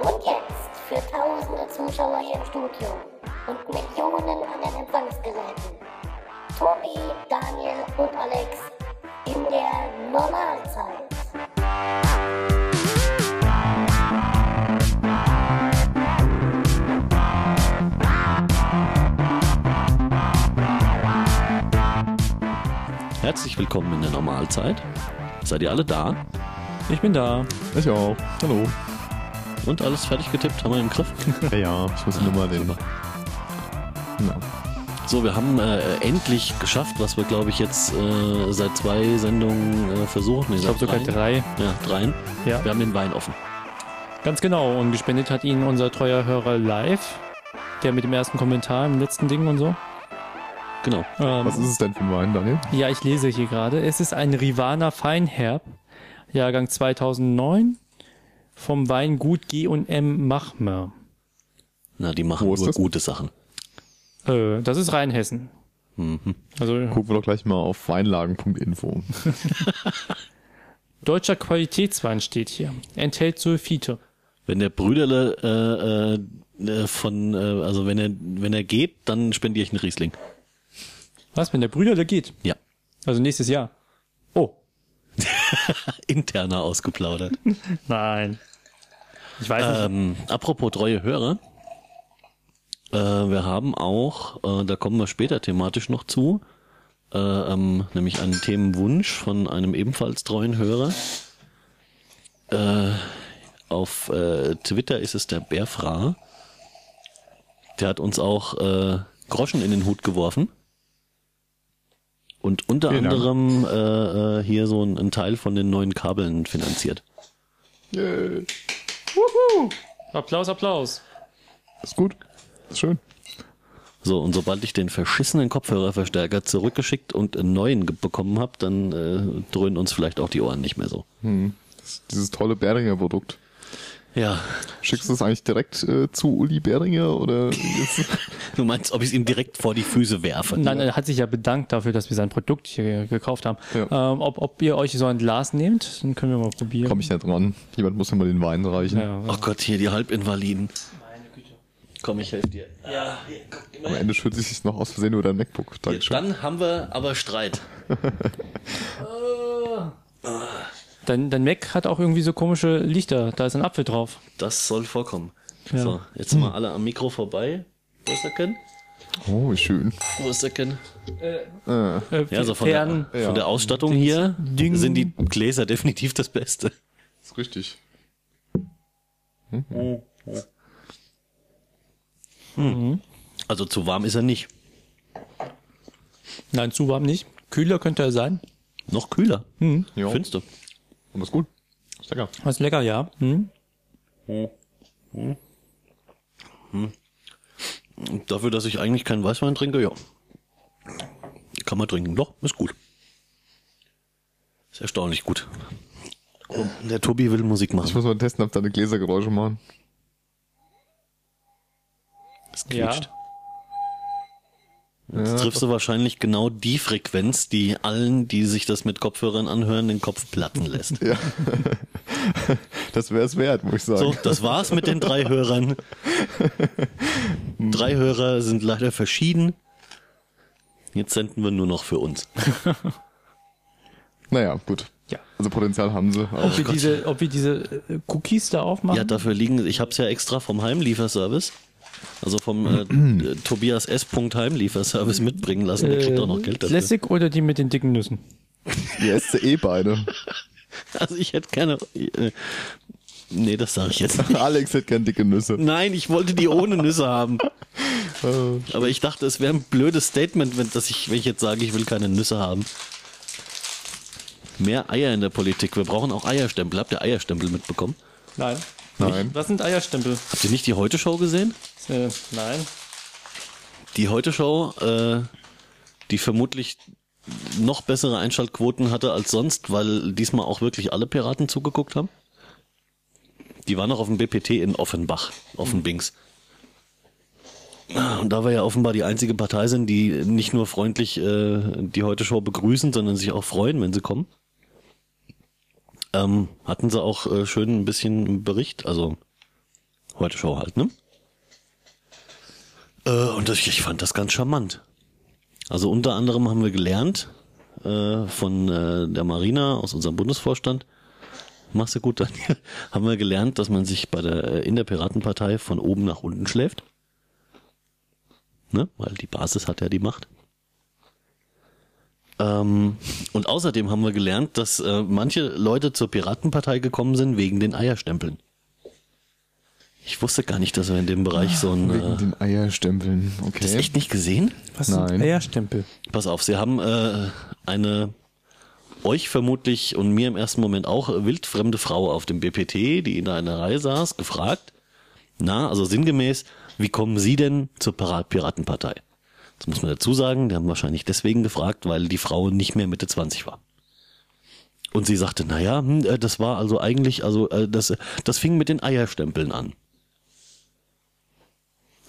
Und jetzt für tausende Zuschauer hier im Studio und Millionen an den Empfangsgeräten. Tobi, Daniel und Alex in der Normalzeit. Herzlich willkommen in der Normalzeit. Seid ihr alle da? Ich bin da. Ich auch. Hallo. Und alles fertig getippt haben wir im Griff? Ja, ja, ich muss nur mal den. Genau. So, wir haben äh, endlich geschafft, was wir, glaube ich, jetzt äh, seit zwei Sendungen äh, versuchen. Ich glaube sogar drei. Ja, dreien. Ja. Wir haben den Wein offen. Ganz genau. Und gespendet hat ihn unser treuer Hörer live. Der mit dem ersten Kommentar im letzten Ding und so. Genau. Ähm, Was ist es denn für ein Wein, Daniel? ja, ich lese hier gerade. Es ist ein Rivana Feinherb, Jahrgang 2009, vom Weingut G&M Machmer. Na, die machen Wo ist nur das? gute Sachen. Äh, das ist Rheinhessen. Mhm. Also Gucken wir doch gleich mal auf weinlagen.info. deutscher Qualitätswein steht hier. Enthält Sulfite. Wenn der Brüderle äh, äh, äh, von, äh, also wenn er, wenn er geht, dann spendiere ich einen Riesling. Was, wenn der Brüderle geht? Ja. Also nächstes Jahr. Oh, Interner ausgeplaudert. nein. Ich weiß nicht. Ähm, apropos treue Hörer, äh, wir haben auch, äh, da kommen wir später thematisch noch zu, äh, ähm, nämlich einen Themenwunsch von einem ebenfalls treuen Hörer. Äh, auf äh, Twitter ist es der Bärfra. Der hat uns auch äh, Groschen in den Hut geworfen. Und unter Vielen Dank. anderem äh, äh, hier so ein, ein Teil von den neuen Kabeln finanziert. Yay. Applaus, Applaus. Ist gut. Ist schön. So, und sobald ich den verschissenen Kopfhörerverstärker zurückgeschickt und einen neuen ge- bekommen habe, dann äh, dröhnen uns vielleicht auch die Ohren nicht mehr so. Das, dieses tolle Beringer Produkt. Ja, Schickst du es eigentlich direkt äh, zu Uli Beringer oder ist, du meinst, ob ich ihm direkt vor die Füße werfe? Nein, er hat sich ja bedankt dafür, dass wir sein Produkt hier gekauft haben. Ja. Ähm, ob, ob ihr euch so ein Glas nehmt, dann können wir mal probieren. komm ich nicht dran? Jemand muss mir mal den Wein reichen. ja, Oh Gott, hier die Halbinvaliden. Komm, ich helfe dir. Ja, hier, guck Am immer. Ende schütze ich es noch aus Versehen über dein MacBook. Hier, Dankeschön. Dann haben wir aber Streit. dein, dein Mac hat auch irgendwie so komische Lichter. Da ist ein Apfel drauf. Das soll vorkommen. Ja. So, jetzt mal alle am Mikro vorbei. Wo ist der Ken? Oh, wie schön. Wo ist der Ken? Äh, Ja, so von, Fern, der, von der Ja. Ausstattung hier sind die Gläser definitiv das Beste. Ist richtig. Also zu warm ist er nicht. Nein, zu warm nicht. Kühler könnte er sein. Noch kühler. Hm. Ja. Findest du? Und ist gut. Ist lecker. Das ist lecker, ja. Hm? Dafür, dass ich eigentlich keinen Weißwein trinke, ja. Kann man trinken. Doch, ist gut. Ist erstaunlich gut. Oh, Der Tobi will Musik Ich machen. muss mal testen, ob deine Gläser Geräusche machen. Es Ja. quietscht. Jetzt triffst du wahrscheinlich genau die Frequenz, die allen, die sich das mit Kopfhörern anhören, den Kopf platten lässt. Ja. das wäre es wert, muss ich sagen. So, das war's mit den drei Hörern. Drei Hörer sind leider verschieden. Jetzt senden wir nur noch für uns. Naja, gut. Ja. Also Potenzial haben sie. Aber Ob, wir diese, ob wir diese äh, Cookies da aufmachen? Ja, dafür liegen, ich hab's ja extra vom Heimlieferservice, also vom äh, äh, Tobias S. Heimlieferservice mitbringen lassen. Der kriegt auch noch Geld dafür. Äh, Classic oder die mit den dicken Nüssen? die esst sie eh beide. Also ich hätte gerne. Äh, nee, das sage ich jetzt nicht. Alex hätte gern dicke Nüsse. Nein, ich wollte die ohne Nüsse haben. Aber ich dachte, es wäre ein blödes Statement, wenn, dass ich, wenn ich jetzt sage, ich will keine Nüsse haben. Mehr Eier in der Politik. Wir brauchen auch Eierstempel. Habt ihr Eierstempel mitbekommen? Nein. Nein. Was sind Eierstempel? Habt ihr nicht die Heute-Show gesehen? Äh, nein. die Heute Show, äh, die vermutlich noch bessere Einschaltquoten hatte als sonst, weil diesmal auch wirklich alle Piraten zugeguckt haben. Die waren noch auf dem BPT in Offenbach, Offenbings. Und da wir ja offenbar die einzige Partei sind, die nicht nur freundlich äh, die heute Show begrüßen, sondern sich auch freuen, wenn sie kommen, ähm, hatten sie auch äh, schön ein bisschen einen Bericht, also heute Show halt, ne? Äh, und das, ich fand das ganz charmant. Also unter anderem haben wir gelernt äh, von äh, der Marina aus unserem Bundesvorstand. Machst du gut, Daniel. Haben wir gelernt, dass man sich bei der äh, in der Piratenpartei von oben nach unten schläft. Ne? Weil die Basis hat ja die Macht. Ähm, und außerdem haben wir gelernt, dass äh, manche Leute zur Piratenpartei gekommen sind wegen den Eierstempeln. Ich wusste gar nicht, dass wir in dem Bereich so ein. Wegen Äh, den Eierstempeln. Okay. das echt nicht gesehen? Was Nein. sind Eierstempel? Pass auf, sie haben äh, eine euch vermutlich und mir im ersten Moment auch äh, wildfremde Frau auf dem BPT, die in einer Reihe saß, gefragt, na, also sinngemäß, wie kommen Sie denn zur Para- Piratenpartei? Das muss man dazu sagen, die haben wahrscheinlich deswegen gefragt, weil die Frau nicht mehr Mitte 20 war. Und sie sagte, naja, hm, äh, das war also eigentlich, also äh, das, das fing mit den Eierstempeln an.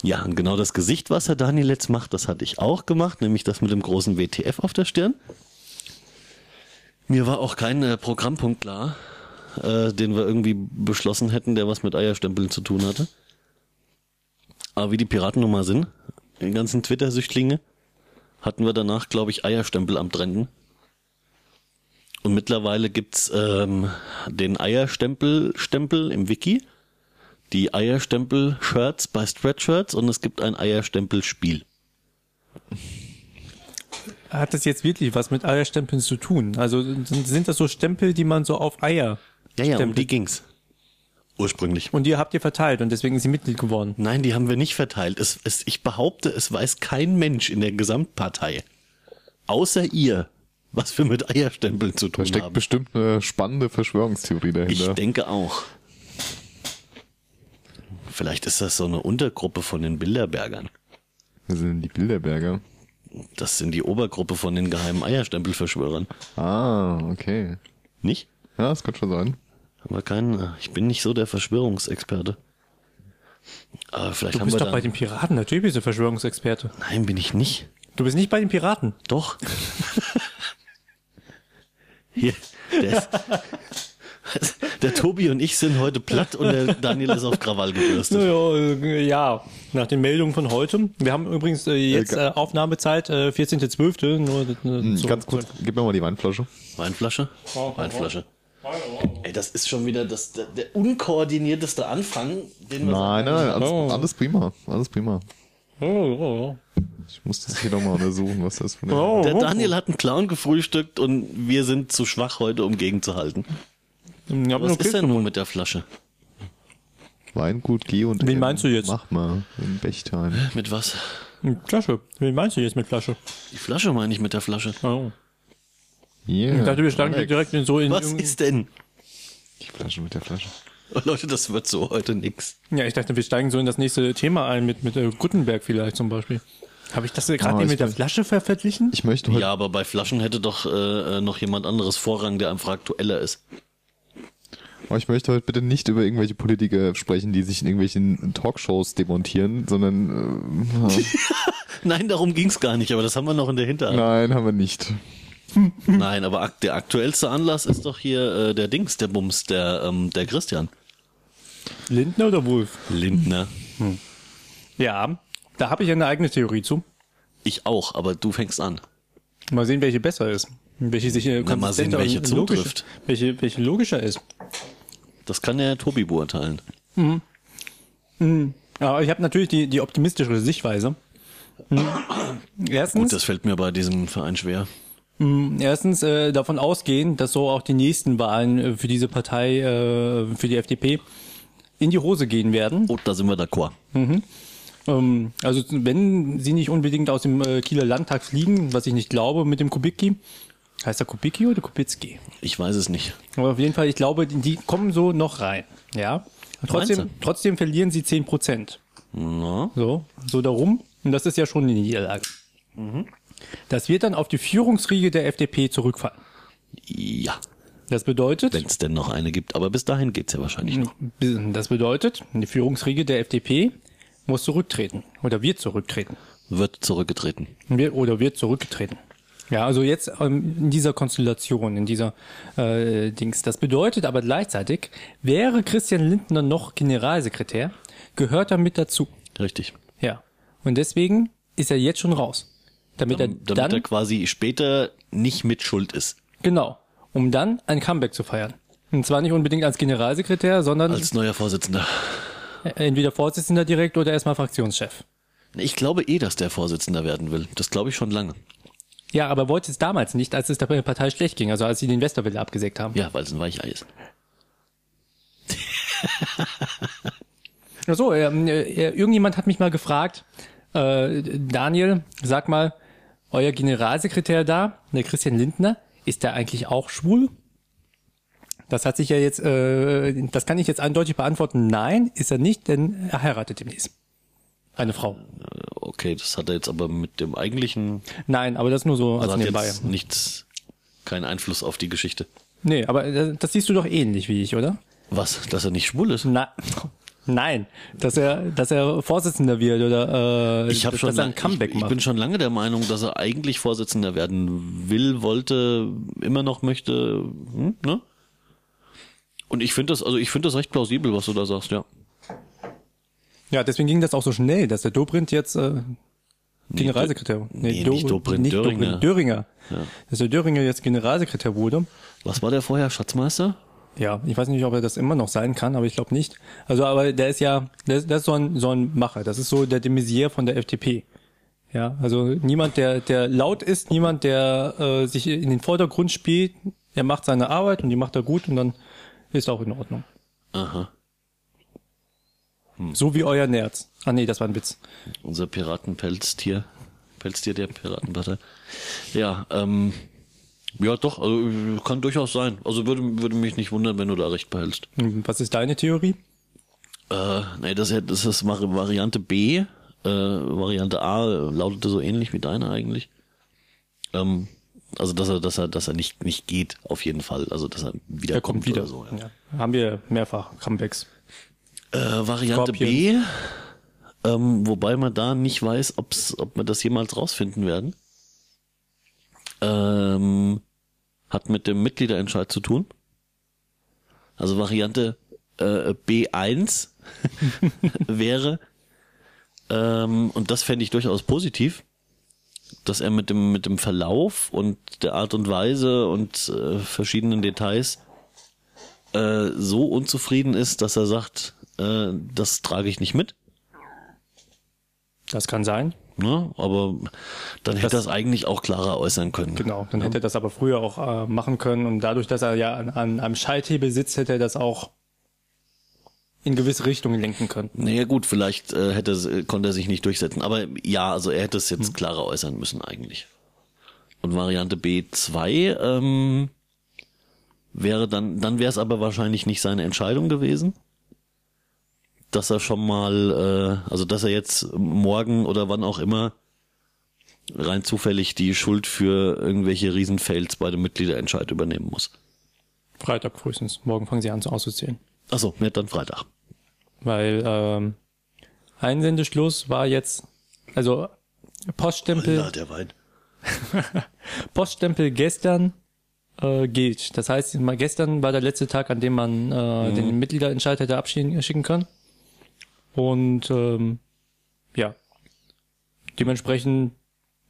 Ja, und genau das Gesicht, was Herr Daniel jetzt macht, das hatte ich auch gemacht, nämlich das mit dem großen WTF auf der Stirn. Mir war auch kein äh, Programmpunkt klar, äh, den wir irgendwie beschlossen hätten, der was mit Eierstempeln zu tun hatte. Aber wie die Piraten nun mal sind, die ganzen Twitter-Süchtlinge, hatten wir danach, glaube ich, Eierstempel am Trennen. Und mittlerweile gibt's ähm, den Eierstempel-Stempel im Wiki die Eierstempel-Shirts bei Stretchshirts und es gibt ein Eierstempel-Spiel. Hat das jetzt wirklich was mit Eierstempeln zu tun? Also sind sind das so Stempel, die man so auf Eier Ja, ja, um stempelt? die ging's. Ursprünglich. Und die habt ihr verteilt und deswegen ist sie Mitglied geworden. Nein, die haben wir nicht verteilt. Es, es, ich behaupte, es weiß kein Mensch in der Gesamtpartei, außer ihr, was wir mit Eierstempeln zu Da tun steckt haben. bestimmt ne? eine spannende Verschwörungstheorie Ich dahinter. denke auch. Vielleicht ist das so eine Untergruppe von den Bilderbergern. Das sind die Bilderberger. Das sind die Obergruppe von den geheimen Eierstempelverschwörern. Ah, okay. Nicht? Ja, das könnte schon sein. Aber kein, äh, ich bin nicht so der Verschwörungsexperte. Aber vielleicht Du haben wir bist doch da, bei den Piraten, natürlich bist du Verschwörungsexperte. Nein, bin ich nicht. Du bist nicht bei den Piraten. Doch. Hier, der, ist, der Tobi und ich sind heute platt und der Daniel ist auf Krawall gebürstet. Naja, äh, ja, nach den Meldungen von heute. Wir haben übrigens äh, jetzt äh, Egal. Aufnahmezeit äh, 14.12. Nur äh, Hm, so- Ganz kurz, gib mir mal die Weinflasche. Weinflasche? Weinflasche. Ey, das ist schon wieder das, der, der unkoordinierteste Anfang, den wir Nein, nein, nein, Oh. alles, alles prima. Alles prima. Oh, oh, Ich muss das hier nochmal untersuchen, was das für eine. oh. Der Daniel hat einen Clown gefrühstückt und wir sind zu schwach heute, um gegenzuhalten. Ja, Was okay. ist denn nun mit der Flasche? Weingut G und Wen M. meinst du jetzt? Mach mal, in Bechtheim. Mit was? Hm, Flasche. Wen meinst du jetzt mit Flasche? Die Flasche meine ich mit der Flasche. Oh. Yeah. Ich dachte, wir starten Alex. direkt in so in. Was irgendein- ist denn? Die Flasche mit der Flasche. Oh, Leute, das wird so heute nix. Ja, ich dachte, wir steigen so in das nächste Thema ein mit, mit äh, Gutenberg vielleicht zum Beispiel. Habe ich das gerade Ah, eben ich mit der weiß- Flasche ver- verglichen? Ich möchte heute. Ja, aber bei Flaschen hätte doch äh, äh, noch jemand anderes Vorrang, der einfach aktueller ist. Aber Ich möchte heute bitte nicht über irgendwelche Politiker sprechen, die sich in irgendwelchen Talkshows demontieren, sondern äh, Nein, darum ging's gar nicht, aber das haben wir noch in der Hinterhand. nein, haben wir nicht. Nein, aber ak der aktuellste Anlass ist doch hier äh, der Dings, der Bums, der, ähm, der Christian Lindner oder Wolf? Lindner. Ja, da habe ich eine eigene Theorie zu. Ich auch, aber du fängst an. Mal sehen, welche besser ist. Welche sich äh, Na, mal sehen, konsistenter welche und zutrifft. logischer- Welche, welche logischer ist. Das kann der Tobi beurteilen. Aber ich habe natürlich die, die optimistischere Sichtweise. Hm. Erstens, Das fällt mir bei diesem Verein schwer. erstens äh, davon ausgehen, dass so auch die nächsten Wahlen äh, für diese Partei, äh, für die FDP, in die Hose gehen werden. Oh, da sind wir d'accord. Ähm, also wenn sie nicht unbedingt aus dem äh, Kieler Landtag fliegen, was ich nicht glaube, mit dem Kubicki. Heißt er Kubicki oder Kubicki? Ich weiß es nicht. Aber auf jeden Fall, ich glaube, die, die kommen so noch rein. Ja. Meinst Trotzdem, du? trotzdem verlieren sie 10 Prozent. Na? So, so darum. Und das ist ja schon eine Niederlage. Das wird dann auf die Führungsriege der FDP zurückfallen. Ja, Das bedeutet, wenn es denn noch eine gibt. Aber bis dahin geht's ja wahrscheinlich noch. das bedeutet, die Führungsriege der FDP muss zurücktreten oder wird zurücktreten. Wird zurückgetreten. Wir, oder wird zurückgetreten. Ja, also jetzt ähm, in dieser Konstellation, in dieser äh, Dings. Das bedeutet aber gleichzeitig, wäre Christian Lindner noch Generalsekretär, gehört er mit dazu. Richtig. Ja. Und deswegen ist er jetzt schon raus. Damit er Damit dann, er quasi später nicht mit Schuld ist. genau, um dann ein Comeback zu feiern. Und zwar nicht unbedingt als Generalsekretär, sondern Als neuer Vorsitzender. entweder Vorsitzender direkt oder erstmal Fraktionschef. Ich glaube eh, dass der Vorsitzender werden will. Das glaube ich schon lange. Ja, aber wollte es damals nicht, als es der Partei schlecht ging, also als sie den Westerwelle abgesägt haben. Ja, weil es ein Weichei ist. Ach so, ähm, äh, irgendjemand hat mich mal gefragt, äh, Daniel, sag mal, euer Generalsekretär da, der Christian Lindner, ist der eigentlich auch schwul? Das hat sich ja jetzt, äh, das kann ich jetzt eindeutig beantworten. Nein, ist er nicht, denn er heiratet demnächst. Eine Frau. Äh, Okay, das hat er jetzt aber mit dem eigentlichen, Nein, aber das nur so als also hat nebenbei. jetzt nichts, keinen Einfluss auf die Geschichte. Nee, aber äh, das siehst du doch ähnlich wie ich, oder? Was, dass er nicht schwul ist? Na, nein, dass er, dass er Vorsitzender wird oder äh, Ich habe dass schon, er ein lang- ich, Comeback ich macht. bin schon lange der Meinung, dass er eigentlich Vorsitzender werden will, wollte, immer noch möchte, hm, ne? Und ich finde das, also ich finde das recht plausibel, was du da sagst, ja. Ja, deswegen ging das auch so schnell, dass der Dobrindt jetzt äh, Generalsekretär. Nee, nicht Dobrindt, nicht Döringer. Döringer. Dass der Döringer jetzt Generalsekretär wurde. Was war der vorher, Schatzmeister? Ja, ich weiß nicht, ob er das immer noch sein kann, aber ich glaube nicht. Also, aber der ist ja, der ist, der ist so, ein, so ein Macher. Das ist so der de Maizière von der FDP. Ja, also niemand, der, der laut ist, niemand, der äh, sich in den Vordergrund spielt. Er macht seine Arbeit und die macht er gut und dann ist auch in Ordnung. Aha, Hm. So wie euer Nerz. Ah nee, das war ein Witz. unser Piratenpelztier. Pelztier der Piratenpartei. Ja, ähm, ja doch, also, kann durchaus sein. Also würde, würde mich nicht wundern, wenn du da recht behältst. Hm, Was ist deine Theorie? Äh, nee, das, ist ja- das ist Vari- Variante B. Äh, Variante A lautete so ähnlich wie deine eigentlich. Ähm, also dass er, dass er, dass er nicht, nicht geht, auf jeden Fall. Also dass er wieder Er kommt wieder. Oder so, ja. ja. Haben wir mehrfach Comebacks. Äh, Variante Scorpions. B, ähm, wobei man da nicht weiß, ob's, ob wir das jemals rausfinden werden. Ähm, hat mit dem Mitgliederentscheid zu tun. Also Variante äh, B1 wäre, ähm, und das fände ich durchaus positiv, dass er mit dem, mit dem Verlauf und der Art und Weise und äh, verschiedenen Details äh, so unzufrieden ist, dass er sagt, äh, das trage ich nicht mit. Das kann sein. Ne? Aber dann hätte Das- das eigentlich auch klarer äußern können. Genau. Dann hätte er das aber früher auch äh, machen können. Und dadurch, dass er ja an, an einem Schalthebel sitzt, hätte er das auch in gewisse Richtungen lenken können. Naja gut, vielleicht äh, hätte, es- konnte er sich nicht durchsetzen. Aber ja, also er hätte es Hm. jetzt klarer äußern müssen eigentlich. Und Variante B2 ähm, wäre dann, dann wäre es aber wahrscheinlich nicht seine Entscheidung gewesen, dass er schon mal, äh, also dass er jetzt morgen oder wann auch immer rein zufällig die Schuld für irgendwelche Riesenfails bei dem Mitgliederentscheid übernehmen muss. Freitag frühestens. Morgen fangen sie an zu auszuzählen. Achso, ja, dann Freitag. Weil ähm, Einsendeschluss war jetzt, also Ja, Poststempel, der Wein. Poststempel gestern äh, gilt. Das heißt, mal gestern war der letzte Tag, an dem man äh, den Mitgliederentscheid hätte abschicken können. Und ähm, ja, dementsprechend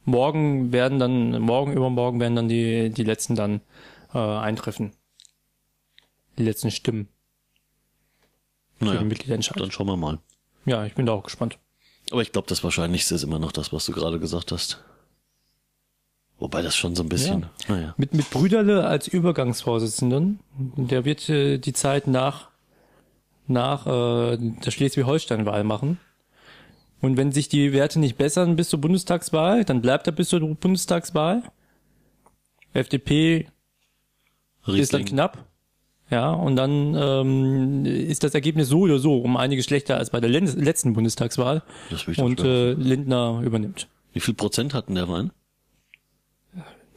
morgen werden dann, morgen übermorgen werden dann die, die letzten dann äh, eintreffen. Die letzten Stimmen für Naja, den Mitgliederentscheid. dann schauen wir mal. Ja, ich bin da auch gespannt. Aber ich glaube, das Wahrscheinlichste ist immer noch das, was du gerade gesagt hast. Wobei das schon so ein bisschen. Naja. Mit, mit Brüderle als Übergangsvorsitzenden, der wird äh, die Zeit nach, nach äh, der Schleswig-Holstein-Wahl machen. Und wenn sich die Werte nicht bessern bis zur Bundestagswahl, dann bleibt er bis zur Bundestagswahl. FDP ist dann Riesling. knapp. Ja, und dann ähm, ist das Ergebnis so oder so um einige schlechter als bei der Len- letzten Bundestagswahl. Das will ich doch Und schwören. äh, Lindner übernimmt. Wie viel Prozent hatten der Wein?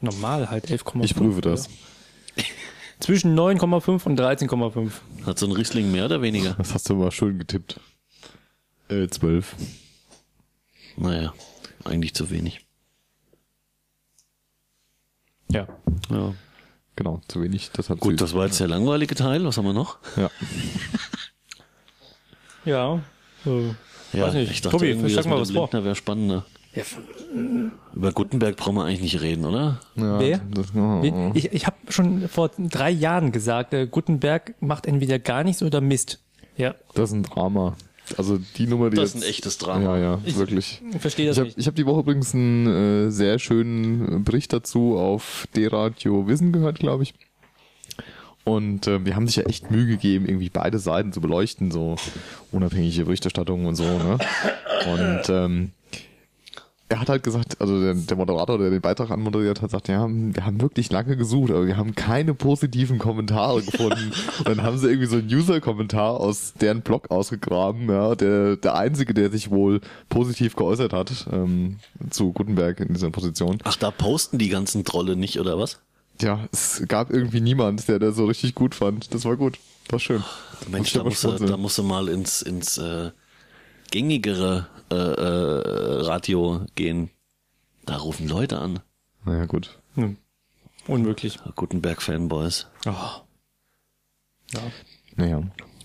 Normal halt 11,5. Ich prüfe das. Ja. Zwischen 9,5 und 13,5. Hat so ein Riesling mehr oder weniger? Das hast du mal schön getippt. Äh, zwölf. Naja, eigentlich zu wenig. Ja. Ja. Genau, zu wenig. Das hat Gut, süß. das war jetzt der langweilige Teil. Was haben wir noch? Ja. Ja. Äh, Ja, weiß nicht. ich dachte Tobi, irgendwie, schlag das mal mit was dem vor. Lindner wäre spannender. Über Gutenberg brauchen wir eigentlich nicht reden, oder? ja Wer? Das, oh, Wie- Ich, ich habe schon vor drei Jahren gesagt, äh, Gutenberg macht entweder gar nichts oder Mist. Ja, das ist ein Drama. Also die Nummer, die Das ist ein jetzt- echtes Drama. Ja, ja, wirklich. ich verstehe das Ich habe nicht. ich hab die Woche übrigens einen äh, sehr schönen Bericht dazu auf D-Radio Wissen gehört, glaube ich. Und äh, wir haben sich ja echt Mühe gegeben, irgendwie beide Seiten zu beleuchten, so unabhängige Berichterstattung und so. Ne? Und ähm, er hat halt gesagt, also der, der Moderator, der den Beitrag anmoderiert hat, sagt, ja, wir haben wirklich lange gesucht, aber wir haben keine positiven Kommentare gefunden. Und dann haben sie irgendwie so einen User-Kommentar aus deren Blog ausgegraben, ja, der, der einzige, der sich wohl positiv geäußert hat ähm, zu Gutenberg in dieser Position. Ach, da posten die ganzen Trolle nicht, oder was? Ja, es gab irgendwie niemand, der das so richtig gut fand. Das war gut, war schön. Mensch, Musste da man musst, du, schmunzeln. da musst du mal ins, ins äh, gängigere äh, äh, Radio gehen. Da rufen Leute an. Naja, gut. Unmöglich. Gutenberg-Fanboys. Ah. Naja.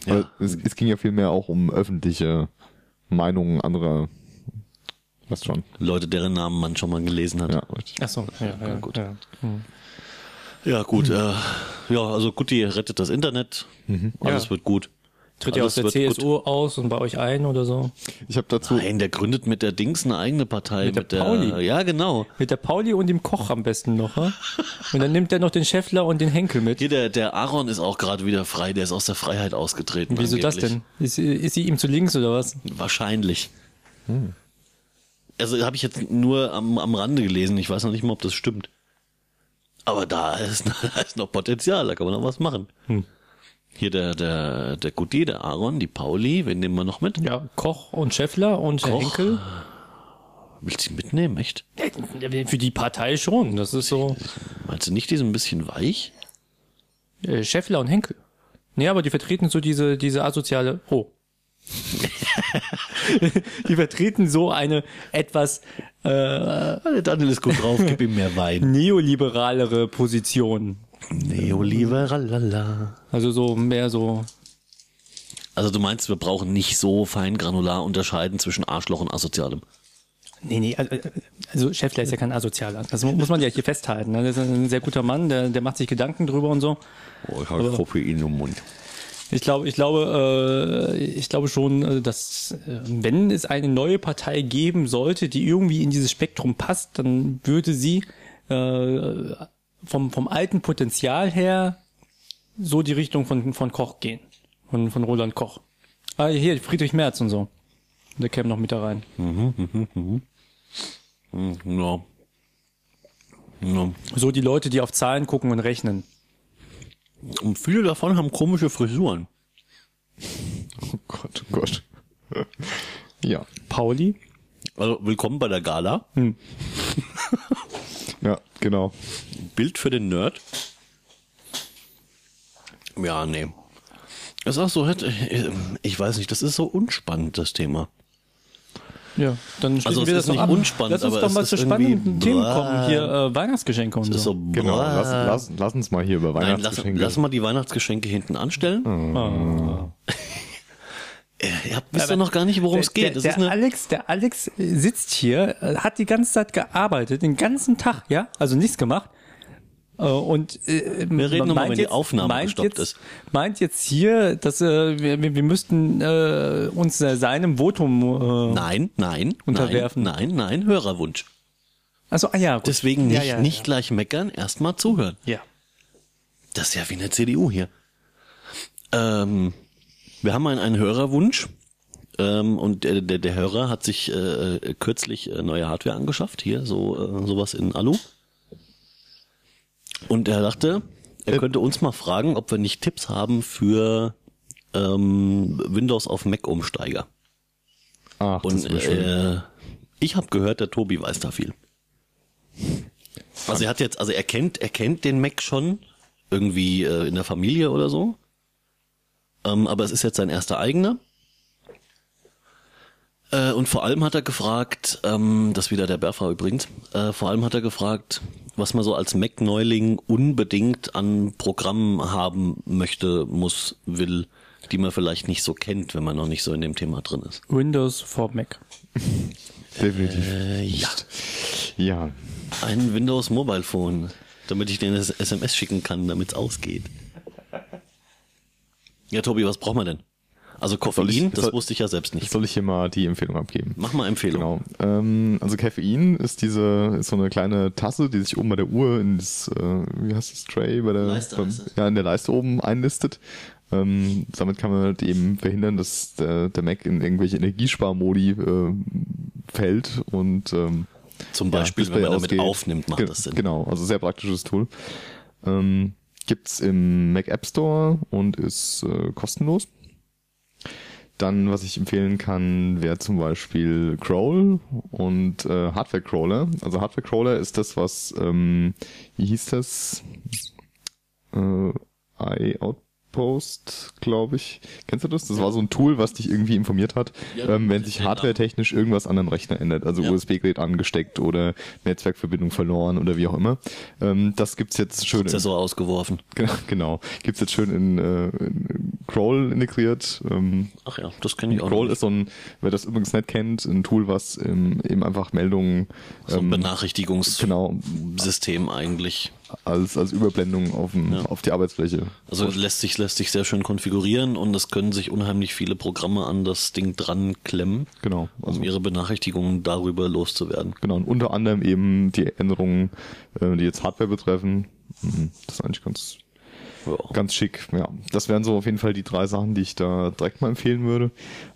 Aber Es, es ging ja vielmehr auch um öffentliche Meinungen anderer. Weißt schon. Leute, deren Namen man schon mal gelesen hat. Ja, Ja, richtig. Ach so, ja, ja, gut. gut. Ja. gut. Äh, ja, also Gutti rettet das Internet. Alles Mhm. Ja. wird gut. Tritt ihr Alles aus der wird CSU aus und bei euch ein oder so? Ich habe dazu Nein, der gründet mit der Dings eine eigene Partei. Mit der Pauli. Ja, genau. Mit der Pauli und dem Koch am besten noch, ja? Und dann nimmt er noch den Schäffler und den Henkel mit. Hier, der, der Aaron ist auch gerade wieder frei. Der ist aus der Freiheit ausgetreten. Wieso das angeblich. denn? Ist, ist sie ihm zu links oder was? Wahrscheinlich. Also habe ich jetzt nur am, am Rande gelesen. Ich weiß noch nicht mal, ob das stimmt. Aber da ist, da ist noch Potenzial, da kann man noch was machen. Hier der, der, der Guti, der Aaron, die Pauli, wen nehmen wir noch mit? Ja, Koch und Schäffler und Koch. Henkel. Willst du ihn mitnehmen, echt? Für die Partei schon. Das ist so. Meinst du nicht, die sind ein bisschen weich? Äh, Schäffler und Henkel. Nee, aber die vertreten so diese, diese asoziale. Oh. die vertreten so eine etwas Ah, der Daniel ist gut drauf, gib ihm mehr Wein. neoliberalere Position. Neoliberalala. Also so mehr so. Also du meinst, wir brauchen nicht so fein granular unterscheiden zwischen Arschloch und Asozialem. Nee, nee, also- also Schäffler ist ja kein Asozialer. Das muss man ja hier festhalten. ne? Das ist ein sehr guter Mann, der, der macht sich Gedanken drüber und so. Oh, ich habe Koffein im Mund. Ich glaube, ich glaube, äh, ich glaube schon, äh, dass äh, wenn es eine neue Partei geben sollte, die irgendwie in dieses Spektrum passt, dann würde sie äh, vom vom alten Potenzial her so die Richtung von von Koch gehen, von von Roland Koch. Ah, hier Friedrich Merz und so. Der käme noch mit da rein. Hm, Ja. ja. So die Leute, die auf Zahlen gucken und rechnen. Und viele davon haben komische Frisuren. Oh Gott, oh Gott. ja. Pauli, Also willkommen bei der Gala. Hm. Ja, genau. Bild für den Nerd. Ja, nee. Es ist auch so, äh, ich weiß nicht, das ist so unspannend, das Thema. ja, dann schließen Also es wir ist das noch nicht ab. unspannend, Lass uns aber doch es mal ist zu spannenden irgendwie- Themen kommen. Hier äh, Weihnachtsgeschenke und Das ist so, Genau. boah. Lass, lass, lass uns mal hier über Nein, lass, Weihnachtsgeschenke. Hm. lass mal die Weihnachtsgeschenke hinten anstellen. Äh, Ihr habt, wisst ja noch gar nicht, worum es Ah. Der- geht. Es Der, ist der, eine, Alex, der Alex äh, sitzt hier, äh, hat die ganze Zeit gearbeitet, den ganzen Tag, ja, also nichts gemacht. Äh, Und äh, wir reden nochmal, wenn die Aufnahme gestoppt jetzt, ist. Meint jetzt hier, dass äh, wir, wir, wir müssten äh, uns äh, seinem Votum. Äh, nein, nein, Unterwerfen. nein, nein, nein, Hörerwunsch. also ah ja, gut. Deswegen nicht, ja, ja, nicht gleich meckern, erstmal zuhören. Ja. Das ist ja wie in der CDU hier. Ähm, wir haben einen, einen Hörerwunsch. Ähm, und der, der, der Hörer hat sich äh, kürzlich äh, neue Hardware angeschafft. Hier, so äh, sowas in Alu. Und er dachte, er könnte uns mal fragen, ob wir nicht Tipps haben für ähm, Windows auf Mac-Umsteiger. Ach, das Und ist mir schön. äh, ich habe gehört, der Tobi weiß da viel. Also er hat jetzt, also er kennt, er kennt den Mac schon irgendwie äh, in der Familie oder so. Ähm, aber es ist jetzt sein erster eigener. Äh, und vor allem hat er gefragt, ähm, das ist wieder der Berfa übrigens, äh, vor allem hat er gefragt, was man so als Mac-Neuling unbedingt an Programmen haben möchte, muss, will, die man vielleicht nicht so kennt, wenn man noch nicht so in dem Thema drin ist. Windows for Mac. äh, Definitiv. ja. Ja. Ein Windows Mobile Phone, damit ich den SMS schicken kann, damit's ausgeht. Ja, Tobi, was braucht man denn? Also Koffein, ich- das soll- wusste ich ja selbst nicht. Soll ich hier mal die Empfehlung abgeben? Mach mal Empfehlung. Genau. Ähm, also Koffein ist diese ist so eine kleine Tasse, die sich oben bei der Uhr in das äh, wie heißt das Tray bei der Leiste beim, heißt das. ja in der Leiste oben einlistet. Ähm, damit kann man halt eben verhindern, dass der, der Mac in irgendwelche Energiesparmodi äh, fällt und ähm, Zum Beispiel, Display wenn man damit ausgeht. aufnimmt, macht Ge- das Sinn. Genau, also sehr praktisches Tool. Ähm, gibt's im Mac App Store und ist äh, kostenlos. Dann, was ich empfehlen kann, wäre zum Beispiel Crawl und äh, Hardware Crawler. Also Hardware Crawler ist das, was, ähm, wie hieß das? Äh, iOutpost, glaube ich. Kennst du das? Das war so ein Tool, was dich irgendwie informiert hat, Ja, ähm, wenn das sich kennt man. hardwaretechnisch irgendwas an einem Rechner ändert. Also Ja. USB-Gerät angesteckt oder Netzwerkverbindung verloren oder wie auch immer. Ähm, das gibt's jetzt schön. in- Prozessor ausgeworfen. Genau, genau. Gibt's jetzt schön in, äh, in Crawl integriert. Ähm, Ach ja, das kenne ich auch. Crawl noch. ist so ein, wer das übrigens nicht kennt, ein Tool, was ähm, eben einfach Meldungen so ein ähm, Benachrichtigungssystem genau eigentlich. als, als Überblendung auf, dem, auf die Arbeitsfläche. Also lässt sich, lässt sich sehr schön konfigurieren und es können sich unheimlich viele Programme an das Ding dran klemmen, Genau. um Also, ihre Benachrichtigungen darüber loszuwerden. genau. Und unter anderem eben die Änderungen, äh, die jetzt Hardware betreffen. Mhm, Das ist eigentlich ganz, Ja. ganz schick. Ja, das wären so auf jeden Fall die drei Sachen, die ich da direkt mal empfehlen würde.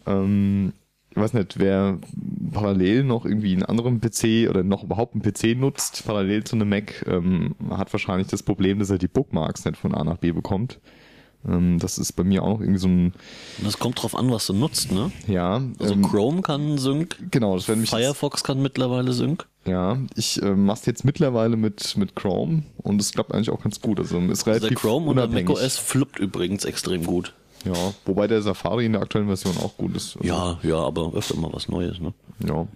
Ähm, ich weiß nicht, wer parallel noch irgendwie einen anderen PC oder noch überhaupt einen PC nutzt, parallel zu einem Mac, ähm, hat wahrscheinlich das Problem, dass er die Bookmarks nicht von A nach B bekommt. Ähm, das ist bei mir auch noch irgendwie so ein, Und es kommt drauf an, was du nutzt, ne? ja, Also ähm, Chrome kann Sync, genau, das wäre nämlich jetzt- Firefox kann mittlerweile Sync. Ja, ich äh, mache jetzt mittlerweile mit, mit Chrome und es klappt eigentlich auch ganz gut. Also ist Also relativ der Chrome unter unabhängig. macOS fluppt übrigens extrem gut. Ja, wobei der Safari in der aktuellen Version auch gut ist. Also, Ja, ja, aber öfter mal was Neues, ne? ja.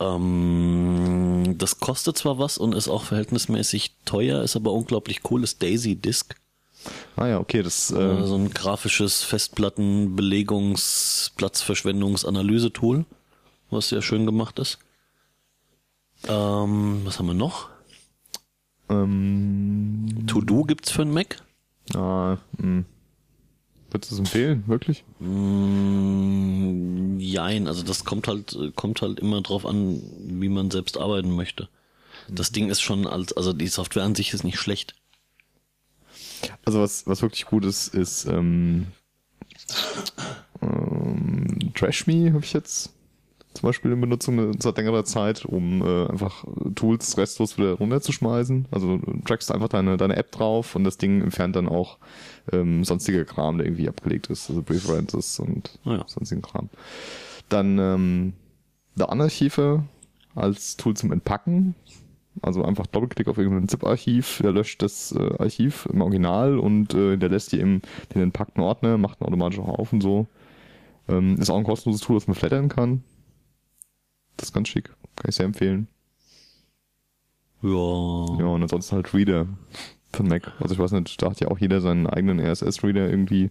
Ähm, das kostet zwar was und ist auch verhältnismäßig teuer, ist aber unglaublich cool, ist Daisy Disk. Ah ja, okay, das äh, Äh, so ein grafisches Festplattenbelegungs-, Platzverschwendungsanalyse-Tool, was sehr schön gemacht ist. Ähm, was haben wir noch? ähm, To-Do gibt's für einen Mac. ah, mh. Würdest du es empfehlen, wirklich? Mm, Jein, also das kommt halt, kommt halt immer drauf an, wie man selbst arbeiten möchte. Das Ding ist schon als, also die Software an sich ist nicht schlecht. Also was, was wirklich gut ist, ist ähm, ähm, Trash Me habe ich jetzt zum Beispiel in Benutzung seit längerer Zeit, um äh, einfach Tools restlos wieder runterzuschmeißen. Also du trackst einfach deine, deine App drauf und das Ding entfernt dann auch ähm, sonstiger Kram, der irgendwie abgelegt ist, also Preferences und Ah ja. sonstigen Kram. Dann ähm, der Anarchive als Tool zum Entpacken. Also einfach Doppelklick auf irgendein ZIP-Archiv, der löscht das äh, Archiv im Original und äh, der lässt dir eben den entpackten Ordner, macht ihn automatisch auch auf und so. Ähm, ist auch ein kostenloses Tool, das man flattern kann. Das ist ganz schick. Kann ich sehr empfehlen. Ja. Ja, und ansonsten halt Reader von Mac. Also ich weiß nicht, da hat ja auch jeder seinen eigenen RSS-Reader irgendwie.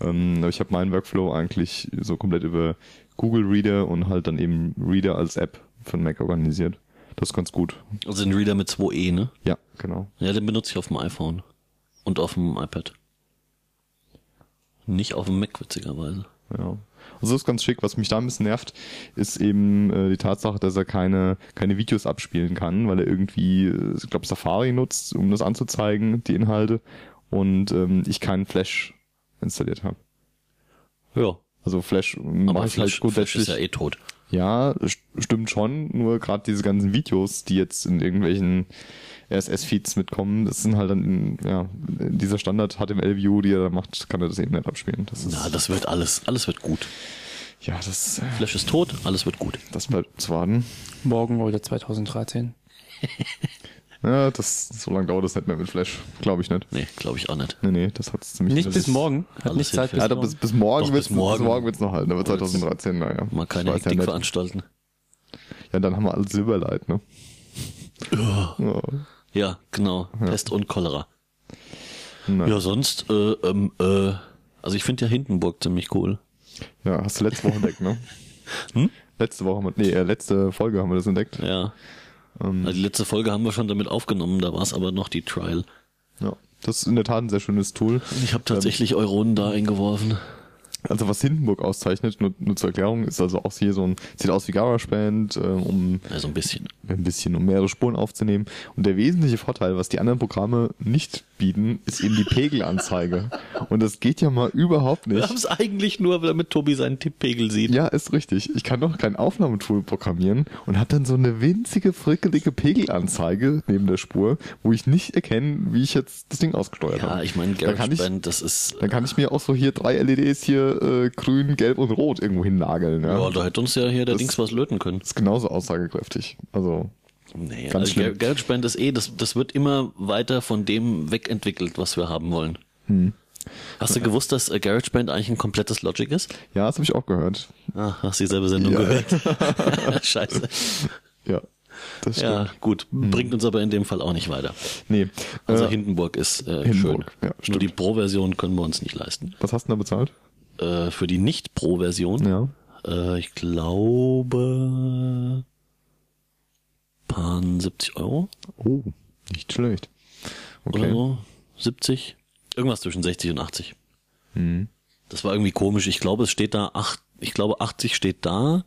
Ähm, aber ich habe meinen Workflow eigentlich so komplett über Google Reader und halt dann eben Reader als App von Mac organisiert. Das ist ganz gut. Also den Reader mit 2E, ne? Ja, genau. Ja, den benutze ich auf dem iPhone. Und auf dem iPad. Nicht auf dem Mac, witzigerweise. Ja. Also das ist ganz schick. Was mich da ein bisschen nervt, ist eben äh, die Tatsache, dass er keine, keine Videos abspielen kann, weil er irgendwie, äh, ich glaube, Safari nutzt, um das anzuzeigen, die Inhalte. Und ähm, ich keinen Flash installiert habe. Ja. Also Flash Aber mache Flash, ich halt Flash ist grundsätzlich. ja eh tot. Ja, st- stimmt schon, nur gerade diese ganzen Videos, die jetzt in irgendwelchen RSS-Feeds mitkommen, das sind halt dann, in, ja, dieser Standard HTML-View, die er da macht, kann er das eben nicht abspielen. Das ist, Na, das wird alles, alles wird gut. ja, das, äh, Flash ist tot, alles wird gut. das bleibt zu warten. Morgen oder 2013. Ja, das, so lange dauert das nicht mehr mit Flash. Glaube ich nicht. Nee, glaube ich auch nicht. Nee, nee, das hat's ziemlich Nicht bis das- morgen. Hat Also alles nicht Zeit bis hinfällt. Ja, da bis, morgen. bis morgen Doch, wird's bis morgen. bis morgen wird's noch halten, aber 2013, naja. Mal keine Ich weiß ja Hektik nicht. veranstalten. Ja, dann haben wir alle Silberleid, ne? Ja. Ja, genau. Pest und Cholera. Nein. Ja, sonst, äh, ähm, äh, also ich finde ja Hindenburg ziemlich cool. Ja, hast du letzte Woche entdeckt, ne? Hm? Letzte Woche, haben wir- nee, äh, letzte Folge haben wir das entdeckt. Ja. Ähm. Also die letzte Folge haben wir schon damit aufgenommen, da war es aber noch die Trial. Ja. Das ist in der Tat ein sehr schönes Tool. Ich habe tatsächlich Euronen da eingeworfen. Also was Hindenburg auszeichnet, nur, nur zur Erklärung, ist also auch hier so ein, sieht aus wie GarageBand, äh, um Ja, so ein bisschen. ein bisschen, um mehrere Spuren aufzunehmen. Und der wesentliche Vorteil, was die anderen Programme nicht bieten, ist eben die Pegelanzeige. Und das geht ja mal überhaupt Wir nicht. haben es eigentlich nur, damit Tobi seinen Tipppegel sieht. Ja, ist richtig. Ich kann doch kein Aufnahmetool programmieren und habe dann so eine winzige, frickelige Pegelanzeige neben der Spur, wo ich nicht erkenne, wie ich jetzt das Ding ausgesteuert habe. Ja, ich meine, Dann kann ich- GarageBand, das ist... Dann kann ich mir auch so hier drei LEDs hier äh, grün, gelb und rot irgendwo hin nageln. Ja? Ja, da hätte uns ja hier der Dings was löten können. ist genauso aussagekräftig. Also, Nee, Ganz also schlimm. Ger- GarageBand ist eh, das, das wird immer weiter von dem wegentwickelt, was wir haben wollen. Hm. Hast du gewusst, dass äh, GarageBand eigentlich ein komplettes Logic ist? ja, das habe ich auch gehört. Ah, hast dieselbe Sendung Ja. gehört. Scheiße. Ja, das stimmt. Hm. Ja, gut. Bringt uns aber in dem Fall auch nicht weiter. Nee. Also äh, Hindenburg ist äh, Hindenburg, schön. ja, Nur stimmt. die Pro-Version können wir uns nicht leisten. was hast du denn da bezahlt? Äh, für die Nicht-Pro-Version, Ja. äh, ich glaube, paar 70 Euro. Oh, nicht schlecht. oder Okay. so. 70. Irgendwas zwischen 60 und 80. Mhm. Das war irgendwie komisch. Ich glaube, es steht da acht ich glaube 80 steht da.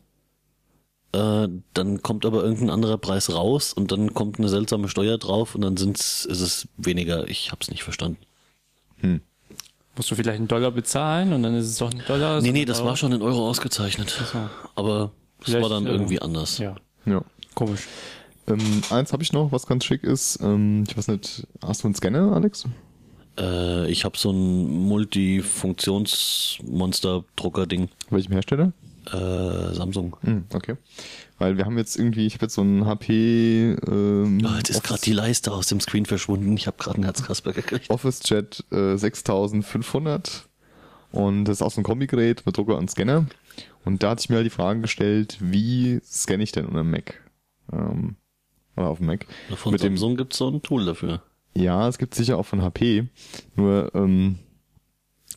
Äh, dann kommt aber irgendein anderer Preis raus und dann kommt eine seltsame Steuer drauf und dann sind's, ist es weniger. Ich hab's nicht verstanden. Musst du vielleicht einen Dollar bezahlen und dann ist es doch ein Dollar. Nee, nee, sondern das Euro. war schon in Euro ausgezeichnet. Aber es Vielleicht, war dann äh, irgendwie anders. Ja, Ja. komisch. Ähm, eins habe ich noch, was ganz schick ist. Ähm, ich weiß nicht, hast du einen Scanner, Alex? Äh, ich habe so ein Multifunktionsmonster-Drucker-Ding. Welchem Hersteller? Äh, Samsung. Hm, okay. Weil wir haben jetzt irgendwie, ich habe jetzt so einen HP ähm, Ah, jetzt ist gerade die Leiste aus dem Screen verschwunden. Ich habe gerade einen Herzkasper gekriegt. OfficeJet äh, 6500 und das ist auch so ein Kombigerät mit Drucker und Scanner. Und da hatte ich mir halt die Frage gestellt, wie scanne ich denn unter dem Mac? Ähm, oder auf dem Mac. Von mit dem Samsung gibt's so ein Tool dafür. Ja, es gibt sicher auch von HP. Nur, ähm,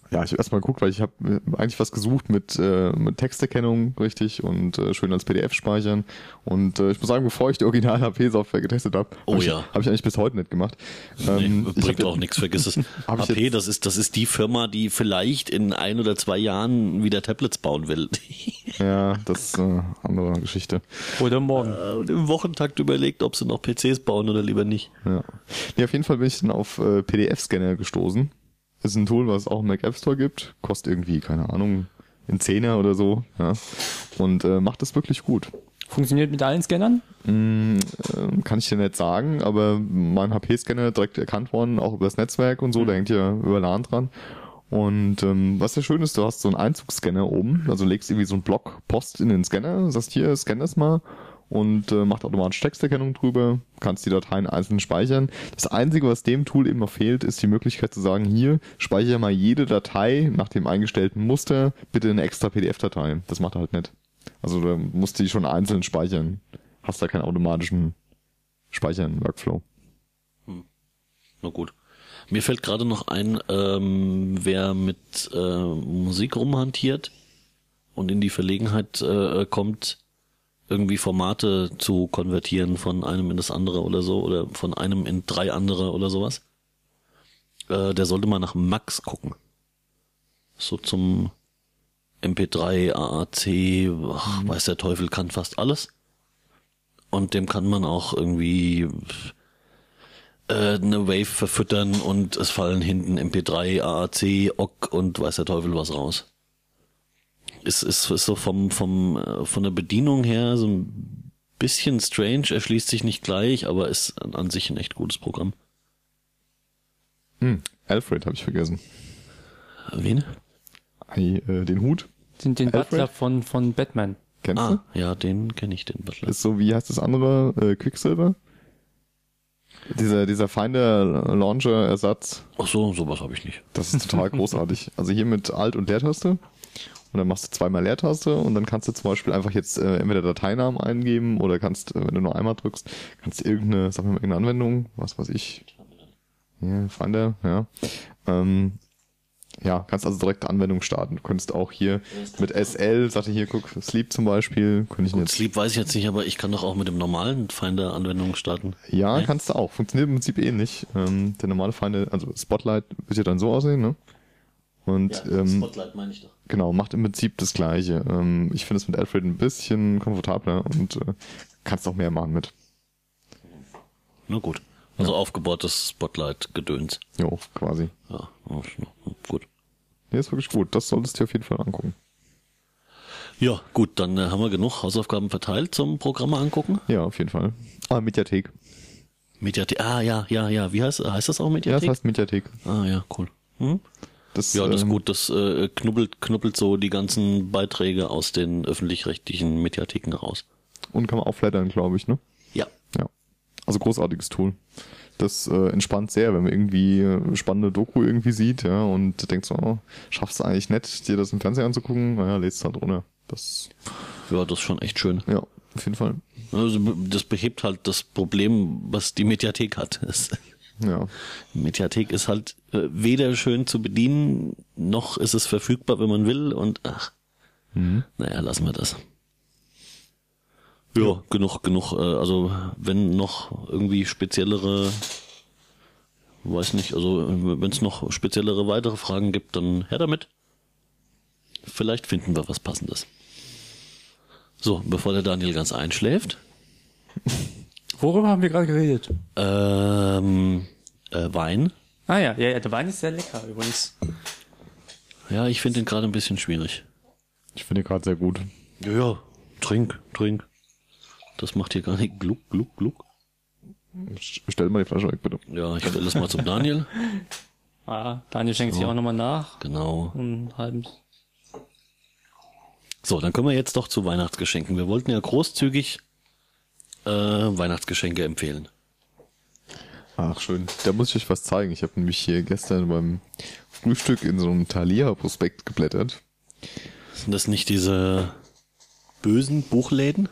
ja, ich habe erstmal geguckt, weil ich habe eigentlich was gesucht mit, äh, mit Texterkennung, richtig, und äh, schön als PDF speichern. Und äh, ich muss sagen, bevor ich die original HP-Software getestet habe, Oh habe ich, ja. hab ich eigentlich bis heute nicht gemacht. Ähm, Nee, Mhm. ich hab bringt ja- auch nichts, vergiss es. Hab ich HP, jetzt- das ist, das ist die Firma, die vielleicht in ein oder zwei Jahren wieder Tablets bauen will. Ja, das ist äh, eine andere Geschichte. Oder morgen. Und Im Wochentakt überlegt, ob sie noch PCs bauen oder lieber nicht. Ja. Nee, auf jeden Fall bin ich dann auf äh, PDF-Scanner gestoßen. Ist ein Tool, was es auch im Mac App Store gibt. Kostet irgendwie, keine Ahnung, ein Zehner oder so. Ja. Und äh, macht das wirklich gut. Funktioniert mit allen Scannern? Ähm, kann ich dir nicht sagen, aber mein HP-Scanner direkt erkannt worden, auch über das Netzwerk und so, da hängt ja über LAN dran. Und ähm, was sehr schön ist, du hast so einen Einzugsscanner oben, also legst irgendwie so einen Block Post in den Scanner, sagst hier, scan das mal und äh, macht automatisch Texterkennung drüber, kannst die Dateien einzeln speichern. Das Einzige, was dem Tool eben noch fehlt, ist die Möglichkeit zu sagen, hier, speichere mal jede Datei nach dem eingestellten Muster, bitte eine extra PDF-Datei. Das macht er halt nicht. Also du musst die schon einzeln speichern. Hast da keinen automatischen Speichern-Workflow. Na gut. Mir fällt gerade noch ein, ähm, wer mit äh, Musik rumhantiert und in die Verlegenheit äh, kommt, irgendwie Formate zu konvertieren von einem in das andere oder so oder von einem in drei andere oder sowas, äh, der sollte mal nach Max gucken. So zum MP3, AAC, ach, weiß der Teufel, kann fast alles. Und dem kann man auch irgendwie äh, eine Wave verfüttern und es fallen hinten MP3, AAC, OGG und weiß der Teufel was raus. Ist, ist, ist so vom, vom, äh, von der Bedienung her so ein bisschen strange, erschließt sich nicht gleich, aber ist an, an sich ein echt gutes Programm. Hm, Alfred habe ich vergessen. Äh, Wen? Ei, äh, den Hut, Den, den Alfred? Butler von, von Batman. kennst Ah, ja, den kenne ich, den Butler. du? Ist so, wie heißt das andere? Äh, Quicksilver? Dieser, dieser Finder-Launcher-Ersatz, Ach so, sowas habe ich nicht. das ist total großartig. Also hier mit Alt- und Leertaste. Und dann machst du zweimal Leertaste und dann kannst du zum Beispiel einfach jetzt äh, entweder Dateinamen eingeben oder kannst, äh, wenn du nur einmal drückst, kannst du irgendeine, sag mal, irgendeine Anwendung, was weiß ich. Ja, Finder, ja. Ähm, ja, kannst also direkt Anwendung starten. Du könntest auch hier mit SL, sagte hier, guck, Sleep zum Beispiel, könnte ich Gut, jetzt Sleep weiß ich jetzt nicht, aber ich kann doch auch mit dem normalen Finder-Anwendung starten. Ja, kannst du auch. Funktioniert im Prinzip ähnlich. Ähm, der normale Feinde, also Spotlight wird ja dann so aussehen, ne? Und ähm, Spotlight meine ich doch. genau, macht im Prinzip das gleiche. Ähm, ich finde es mit Alfred ein bisschen komfortabler und äh, kannst auch mehr machen mit. Na gut. Also aufgebautes Spotlight-Gedöns. Jo, quasi. Ja, oh, gut. Nee, ist wirklich gut. Das solltest du dir auf jeden Fall angucken. Ja, gut, dann äh, haben wir genug Hausaufgaben verteilt zum Programme angucken. Ja, auf jeden Fall. Ah, Mediathek. Mediathek. Ah, ja, ja, ja. Wie heißt, heißt das auch Ja, das Mediathek? heißt Mediathek. ah, ja, cool. Hm? Das, Ja, das ist ähm, gut. Das äh, knubbelt, knubbelt so die ganzen Beiträge aus den öffentlich-rechtlichen Mediatheken raus. Und kann man aufleitern, glaube ich, ne? Ja. Ja. Also großartiges Tool. Das äh, entspannt sehr, wenn man irgendwie äh, spannende Doku irgendwie sieht, ja, und denkt so, oh, schaffst du eigentlich nicht, dir das im Fernseher anzugucken? Naja, lädst halt runter. Das, Ja, das ist schon echt schön. ja, auf jeden Fall. Also, be- das behebt halt das Problem, was die Mediathek hat. Es, Ja. die Mediathek ist halt äh, weder schön zu bedienen, noch ist es verfügbar, wenn man will. Und ach, naja, lassen wir das. Ja, genug, genug. Äh, also wenn noch irgendwie speziellere, weiß nicht, also wenn es noch speziellere weitere Fragen gibt, dann her damit. Vielleicht finden wir was Passendes. So, bevor der Daniel ganz einschläft. Worüber haben wir gerade geredet? Ähm, äh, Wein. Ah ja, ja, ja, der Wein ist sehr lecker übrigens. Ja, ich finde den gerade ein bisschen schwierig. Ich finde gerade sehr gut. Ja, ja, trink, trink. Das macht hier gar nicht gluck, gluck, gluck. Sch- Stell mal die Flasche weg, bitte. Ja, ich stelle das mal zum Daniel. Ah, Daniel schenkt sich auch nochmal nach. Genau. Einen halben. So, dann kommen wir jetzt doch zu Weihnachtsgeschenken. Wir wollten ja großzügig äh, Weihnachtsgeschenke empfehlen. Ach, schön. Da muss ich euch was zeigen. Ich habe nämlich hier gestern beim Frühstück in so einem Thalia-Prospekt geblättert. Sind das nicht diese bösen Buchläden?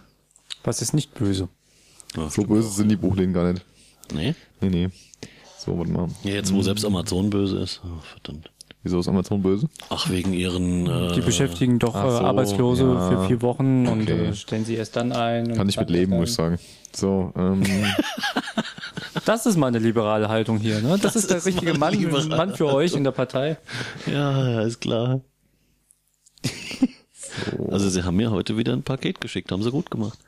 Was ist nicht böse? Ja, So böse sind die Buchläden gar nicht. nee? Nee, nee. So, warte mal. Ja, jetzt wo selbst Amazon böse ist. Oh, verdammt. Wieso ist Amazon böse? Ach, wegen ihren... Die Äh, beschäftigen doch ach äh, so, Arbeitslose ja. für vier Wochen und Okay. äh, stellen sie erst dann ein. und Kann ich dann mit leben, erst muss ich dann. sagen. So, ähm... Das ist meine liberale Haltung hier. Ne? Das, ist der ist richtige meine Mann, liberale Mann für euch in der Partei. ja, ja, ist klar. Also sie haben mir heute wieder ein Paket geschickt, haben sie gut gemacht.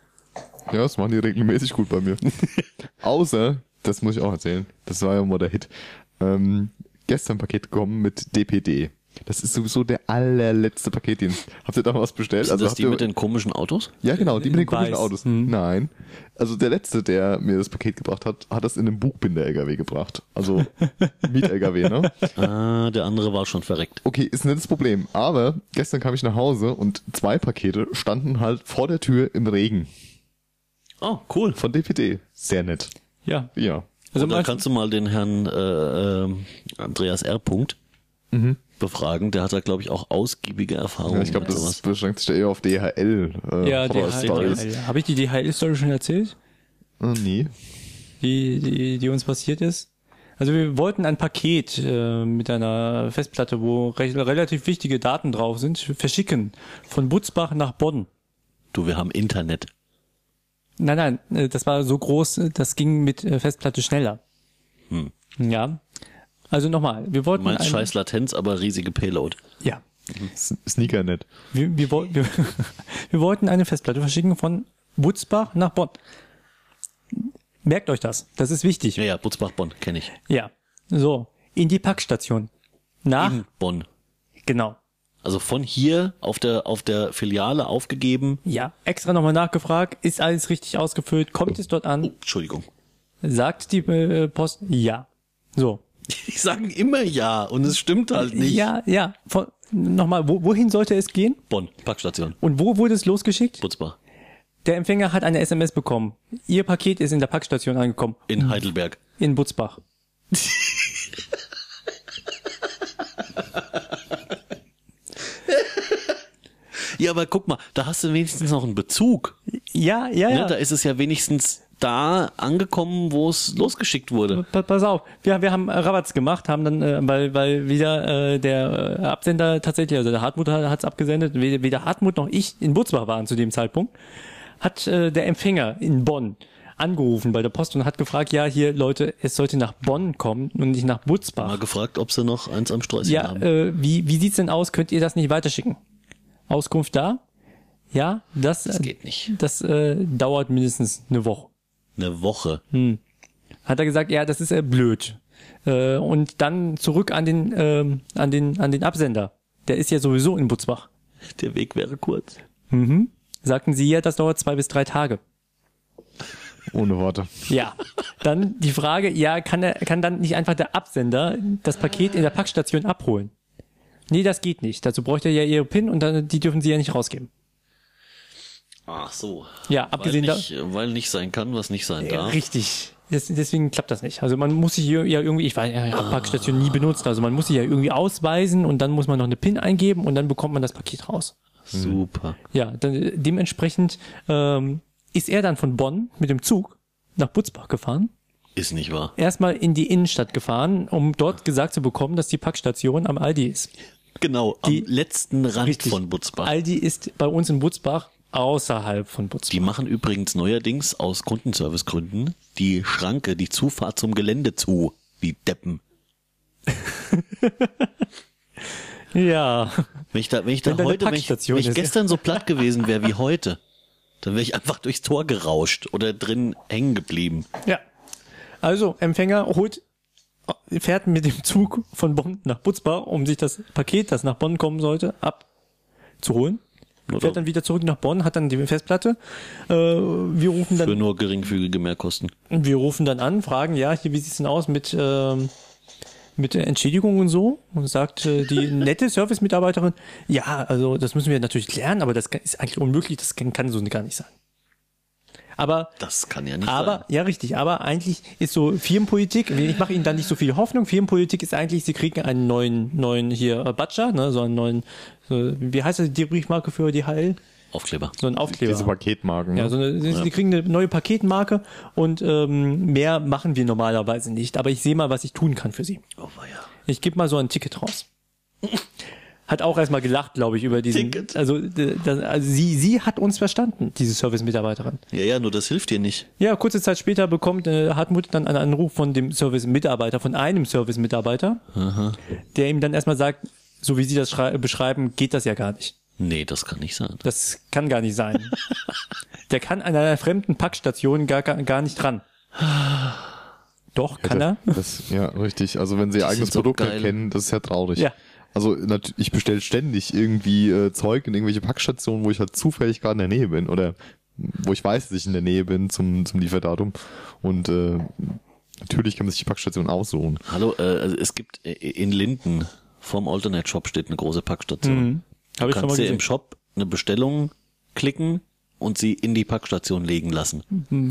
Ja, das machen die regelmäßig gut bei mir. Außer, das muss ich auch erzählen, das war ja mal der Hit. Ähm, gestern Paket gekommen mit DPD. Das ist sowieso der allerletzte Paketdienst. Habt ihr da was bestellt? Sind das Also habt die ihr, mit den komischen Autos? ja, genau, die mit den in komischen weiß? Hm. Autos. Nein. Also der letzte, der mir das Paket gebracht hat, hat das in einem Buchbinder-LKW gebracht. Also Miet-LKW, ne? Ah, der andere war schon verreckt. Okay, ist nicht das Problem. Aber gestern kam ich nach Hause und zwei Pakete standen halt vor der Tür im Regen Oh, cool. von DPD. Sehr nett. Ja. Ja. Also Und dann mein- kannst du mal den Herrn äh, ähm, Andreas R. Punkt befragen. Der hat da, glaube ich, auch ausgiebige Erfahrungen. Mhm. Ja, ich glaube, mit das sowas. beschränkt sich da eher auf DHL. Äh, Oh, ja, die Horror Stories. DHL. Habe ich die DHL-Story schon erzählt? Äh, nee. die, die, die uns passiert ist. Also wir wollten ein Paket äh, mit einer Festplatte, wo re relativ wichtige Daten drauf sind, verschicken von Butzbach nach Bonn. Du, wir haben Internet. Nein, nein, äh, das war so groß, äh, das ging mit äh, Festplatte schneller. Ja. Also nochmal, wir Hm. Du wollten meinst ein- scheiß Latenz, aber riesige Payload. Ja. S Sneakernet. Wir, wir, woll- wir, wir wollten eine Festplatte verschicken von Butzbach nach Bonn. Merkt euch das, das ist wichtig. Ja, ja, Butzbach Bonn, kenne ich. Ja. So, in die Packstation. Nach, In Bonn. genau. Also von hier auf der auf der Filiale aufgegeben. Ja, extra nochmal nachgefragt, ist alles richtig ausgefüllt, kommt es dort an, Entschuldigung. sagt die äh, Post ja. So. Die sagen immer ja und es stimmt halt nicht. Ja, ja, von, nochmal, wo, wohin sollte es gehen Bonn, Packstation, und wo wurde es losgeschickt? Butzbach, Der Empfänger hat eine SMS bekommen. Ihr Paket ist in der Packstation angekommen. in Heidelberg. in Butzbach. Ja, aber guck mal, da hast du wenigstens noch einen Bezug. Ja, ja, Ne? Da ist es ja wenigstens da angekommen, wo es losgeschickt wurde. Pa- Pass auf, wir, wir haben äh, Rabatz gemacht, haben dann, äh, weil, weil wieder äh, der äh, Absender tatsächlich, also der Hartmut hat es abgesendet, weder, weder Hartmut noch ich in Butzbach waren zu dem Zeitpunkt, hat äh, der Empfänger in Bonn angerufen bei der Post und hat gefragt, ja hier Leute, es sollte nach Bonn kommen und nicht nach Mal Butzbach. gefragt, ob sie noch eins am Sträußchen Ja, haben. äh, wie, wie sieht's denn aus? Könnt ihr das nicht weiterschicken? Auskunft da? Ja, das, das, geht nicht. das äh, dauert mindestens eine Woche Eine Woche. hat er gesagt, ja, das ist äh, blöd. Äh, und dann zurück an den, ähm, an den, an den Absender. Der ist ja sowieso in Butzbach. Der Weg wäre kurz. Sagten sie, ja, das dauert zwei bis drei Tage. Ohne Worte. Ja. Dann die Frage, ja, kann er, kann dann nicht einfach der Absender das Paket in der Packstation abholen? Nee, das geht nicht. Dazu bräuchte er ja ihre PIN und dann, die dürfen sie ja nicht rausgeben. Ach so. Ja, abgesehen weil da- nicht, Weil nicht sein kann, was nicht sein darf. Richtig. Des, deswegen klappt das nicht. Also man muss sich hier ja irgendwie, ich weiß, ich habe Packstation nie benutzt, also man muss sich ja irgendwie ausweisen und dann muss man noch eine PIN eingeben und dann bekommt man das Paket raus. Super. Ja, dann, äh, dementsprechend ähm, ist er dann von Bonn mit dem Zug nach Butzbach gefahren, Ist nicht wahr. erstmal in die Innenstadt gefahren, um dort gesagt zu bekommen, dass die Packstation am Aldi ist. Genau, am letzten Rand Richtig. von Butzbach. Aldi ist bei uns in Butzbach außerhalb von Die Butzbach. machen übrigens neuerdings aus Kundenservicegründen die Schranke, die Zufahrt zum Gelände zu. Die Deppen. Ja, Wenn ich da, wenn ich da Wenn da eine heute, wenn ich, Packstation wenn ich ist, ja. gestern so platt gewesen wäre wie heute, dann wäre ich einfach durchs Tor gerauscht oder drin hängen geblieben. ja. Also Empfänger holt, fährt mit dem Zug von Bonn nach Butzbach, um sich das Paket, das nach Bonn kommen sollte, abzuholen. Fährt dann wieder zurück nach Bonn, hat dann die Festplatte. Äh, wir rufen dann Für nur geringfügige Mehrkosten. Und wir rufen dann an, fragen, ja, hier, wie sieht's denn aus mit, ähm, mit der Entschädigung und so? Und sagt äh, die nette Service-Mitarbeiterin, ja, also das müssen wir natürlich klären, aber das kann- ist eigentlich unmöglich, das kann, kann so gar nicht sein. Aber, Das kann ja nicht aber, sein. ja, richtig, aber eigentlich ist so Firmenpolitik, ich mache Ihnen da nicht so viel Hoffnung, Firmenpolitik ist eigentlich, Sie kriegen einen neuen, neuen hier äh, Butcher, ne, so einen neuen, so, wie heißt das, die Briefmarke für DHL? Aufkleber. So einen Aufkleber. Diese Paketmarken. ne? Ja, so eine, sie, sie kriegen eine neue Paketmarke und ähm, mehr machen wir normalerweise nicht. Aber ich sehe mal, was ich tun kann für sie. Oh, weia. Ich gebe mal so ein Ticket raus. Hat auch erstmal gelacht, glaube ich, über diesen. Ticket. Also, d- das, also sie, sie hat uns verstanden, diese Service-Mitarbeiterin. Ja, ja, nur das hilft dir nicht. Ja, kurze Zeit später bekommt äh, Hartmut dann einen Anruf von dem Service-Mitarbeiter, von einem Service-Mitarbeiter, der ihm dann erstmal sagt, so wie sie das schrei- beschreiben, geht das ja gar nicht. Nee, das kann nicht sein. Das kann gar nicht sein. Der kann an einer fremden Packstation gar, gar, gar nicht ran. Doch, kann er. Das, ja, richtig. Also wenn sie ihr eigenes sind so Produkt geil. erkennen, das ist ja traurig. Ja. Also nat- ich bestelle ständig irgendwie äh, Zeug in irgendwelche Packstationen, wo ich halt zufällig gerade in der Nähe bin oder wo ich weiß, dass ich in der Nähe bin zum, zum Lieferdatum. Und äh, natürlich kann man sich die Packstation aussuchen. Hallo, äh, also es gibt äh, in Linden vorm Alternate Shop steht eine große Packstation. Mhm. Hab Du kannst dir im Shop eine Bestellung klicken und sie in die Packstation legen lassen.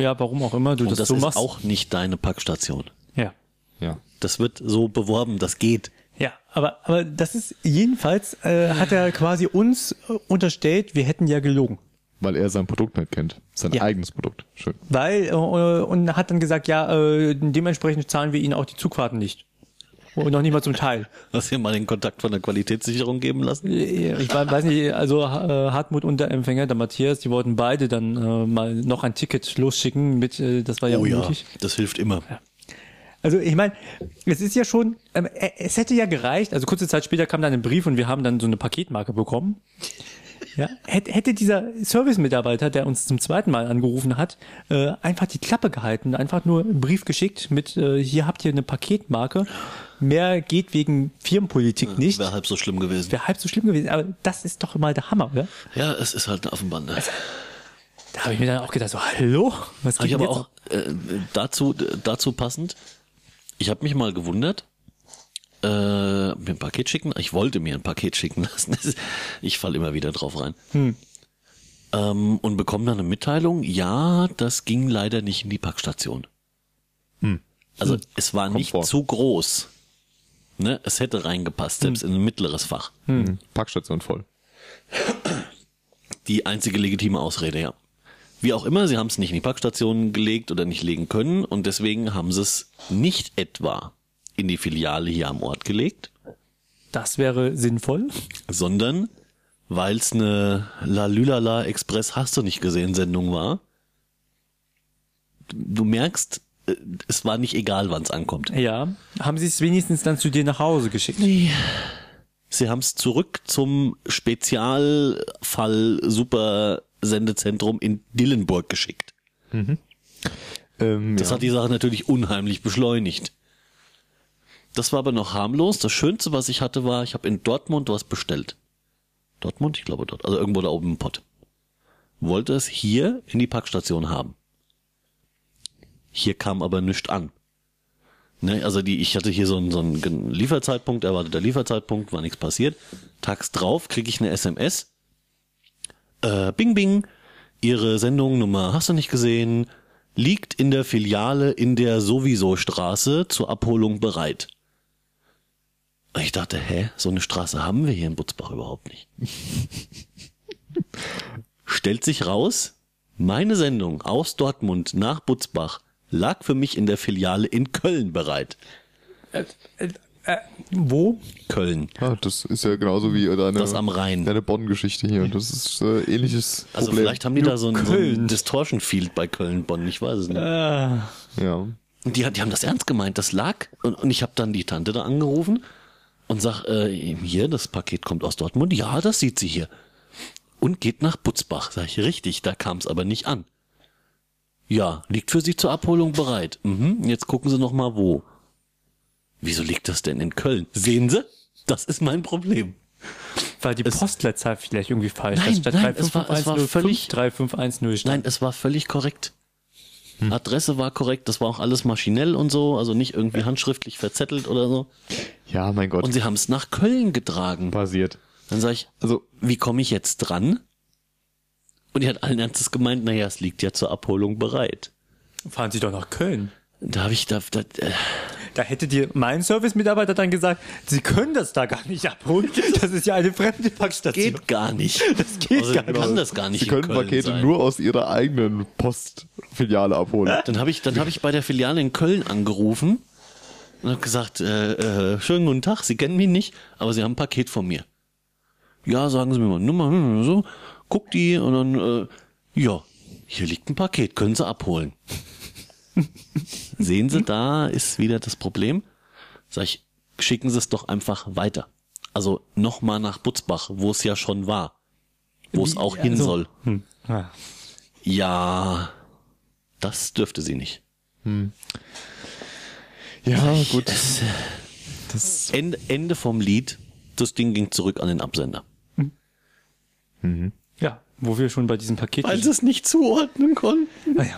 Ja, warum auch immer du Und Hm. das, das, so ist machst. auch nicht deine Packstation. ja. Ja. Das wird so beworben, das geht. Ja, aber, aber das ist jedenfalls, äh, hat er quasi uns äh, unterstellt, wir hätten ja gelogen. Weil er sein Produkt nicht kennt. Sein Ja. eigenes Produkt. Schön. Weil, äh, und hat dann gesagt, ja, äh, dementsprechend zahlen wir ihnen auch die Zugfahrten nicht. Und noch nicht mal zum Teil. Hast du dir mal den Kontakt von der Qualitätssicherung geben lassen? Äh, Ich we- weiß nicht, also äh, Hartmut und der Empfänger, der Matthias, die wollten beide dann äh, mal noch ein Ticket losschicken mit, äh, das war ja unmöglich. Oh das hilft immer. Also ich meine, es ist ja schon, ähm, äh, es hätte ja gereicht, also kurze Zeit später kam dann ein Brief und wir haben dann so eine Paketmarke bekommen. Ja, hätte, hätte dieser Service-Mitarbeiter, der uns zum zweiten Mal angerufen hat, äh, einfach die Klappe gehalten, einfach nur einen Brief geschickt mit, äh, hier habt ihr eine Paketmarke, mehr geht wegen Firmenpolitik nicht. Wäre halb so schlimm gewesen. Wäre halb so schlimm gewesen, aber das ist doch mal der Hammer, oder? Ja, es ist halt eine Affenbande. Da habe ich mir dann auch gedacht, so, hallo? Was Habe geht ich denn aber auch jetzt äh, dazu, dazu passend, ich habe mich mal gewundert, äh, mir ein Paket schicken, ich wollte mir ein Paket schicken lassen, Das ist- ich falle immer wieder drauf rein. Ähm, und bekomme dann eine Mitteilung, ja, das ging leider nicht in die Packstation. Also es war nicht Komfort. zu groß. Ne? Es hätte reingepasst, selbst in ein mittleres Fach. Hm. Mhm. Packstation voll. Die einzige legitime Ausrede, ja. Wie auch immer, sie haben es nicht in die Packstationen gelegt oder nicht legen können und deswegen haben sie es nicht etwa in die Filiale hier am Ort gelegt, Das wäre sinnvoll. sondern weil es eine La Lülala Express hast du nicht gesehen Sendung war. Du merkst, äh, es war nicht egal, wann es ankommt. Ja. Haben sie es wenigstens dann zu dir nach Hause geschickt? Sie haben es zurück zum Spezialfall Super Sendezentrum in Dillenburg geschickt. Ähm, Das hat die Sache natürlich unheimlich beschleunigt. Das war aber noch harmlos. Das Schönste, was ich hatte, war, ich habe in Dortmund was bestellt. Dortmund? Ich glaube dort. Also irgendwo da oben im Pott. Wollte es hier in die Packstation haben. Hier kam aber nichts an. Ne, also die, ich hatte hier so einen, so einen gen- Lieferzeitpunkt, erwarteter Lieferzeitpunkt, war nichts passiert. Tags drauf kriege ich eine SMS. Äh, bing, bing. Ihre Sendungnummer hast du nicht gesehen? Liegt in der Filiale in der sowieso Straße zur Abholung bereit. Und Ich dachte, hä, so eine Straße haben wir hier in Butzbach überhaupt nicht. Stellt sich raus, meine Sendung aus Dortmund nach Butzbach lag für mich in der Filiale in Köln bereit. Äh, Wo? Köln. ja. Ah, das ist ja genauso wie äh, deine, Das am Rhein. deine Bonn-Geschichte hier. Das ist äh, ähnliches Also Problem. vielleicht haben die da so ein, so Köln. ein Distortion Field bei Köln-Bonn, ich weiß es nicht. ja. Und die, hat- die haben das ernst gemeint, das lag. Und, und ich habe dann die Tante da angerufen und sag, äh, hier, das Paket kommt aus Dortmund. Ja, das sieht sie hier. Und geht nach Butzbach. Sag ich, richtig, da kam es aber nicht an. Ja, liegt für sie zur Abholung bereit. Mhm, jetzt gucken sie noch mal wo. Wieso liegt das denn in Köln? Sehen Sie? Das ist mein Problem. Weil die Postleitzahl vielleicht irgendwie falsch Nein, ist. Statt nein, es war- es war 35105, völlig- 3510 stand. Nein, es war völlig korrekt. Adresse war korrekt, das war auch alles maschinell und so, also nicht irgendwie handschriftlich verzettelt oder so. ja, mein Und Gott. sie haben es nach Köln getragen. Passiert. Dann sage ich, Also, wie komme ich jetzt dran? Und die hat allen Ernstes gemeint, naja, es liegt ja zur Abholung bereit. Fahren Sie doch nach Köln. Da habe ich, da, da, äh, Da hätte dir mein Service-Mitarbeiter dann gesagt, Sie können das da gar nicht abholen. Das ist ja eine fremde Packstation. geht gar nicht. Das geht gar kann das gar nicht sie in können Köln Pakete sein. nur aus ihrer eigenen Postfiliale abholen. Dann habe ich, dann habe ich bei der Filiale in Köln angerufen und habe gesagt, äh, äh, schönen guten Tag, Sie kennen mich nicht, aber Sie haben ein Paket von mir. Ja, sagen Sie mir mal Nummer, hm, so, guck die und dann, äh, ja, hier liegt ein Paket, können Sie abholen. Sehen Sie, da ist wieder das Problem. Sag ich, schicken Sie es doch einfach weiter. Also nochmal nach Butzbach, wo es ja schon war, wo es auch hin also- soll. Ah. Ja, das dürfte sie nicht. Ja, gut. Ende, Ende vom Lied. Das Ding ging zurück an den Absender. Ja, wo wir schon bei diesem Paket sind. es nicht zuordnen konnten. Ah ja.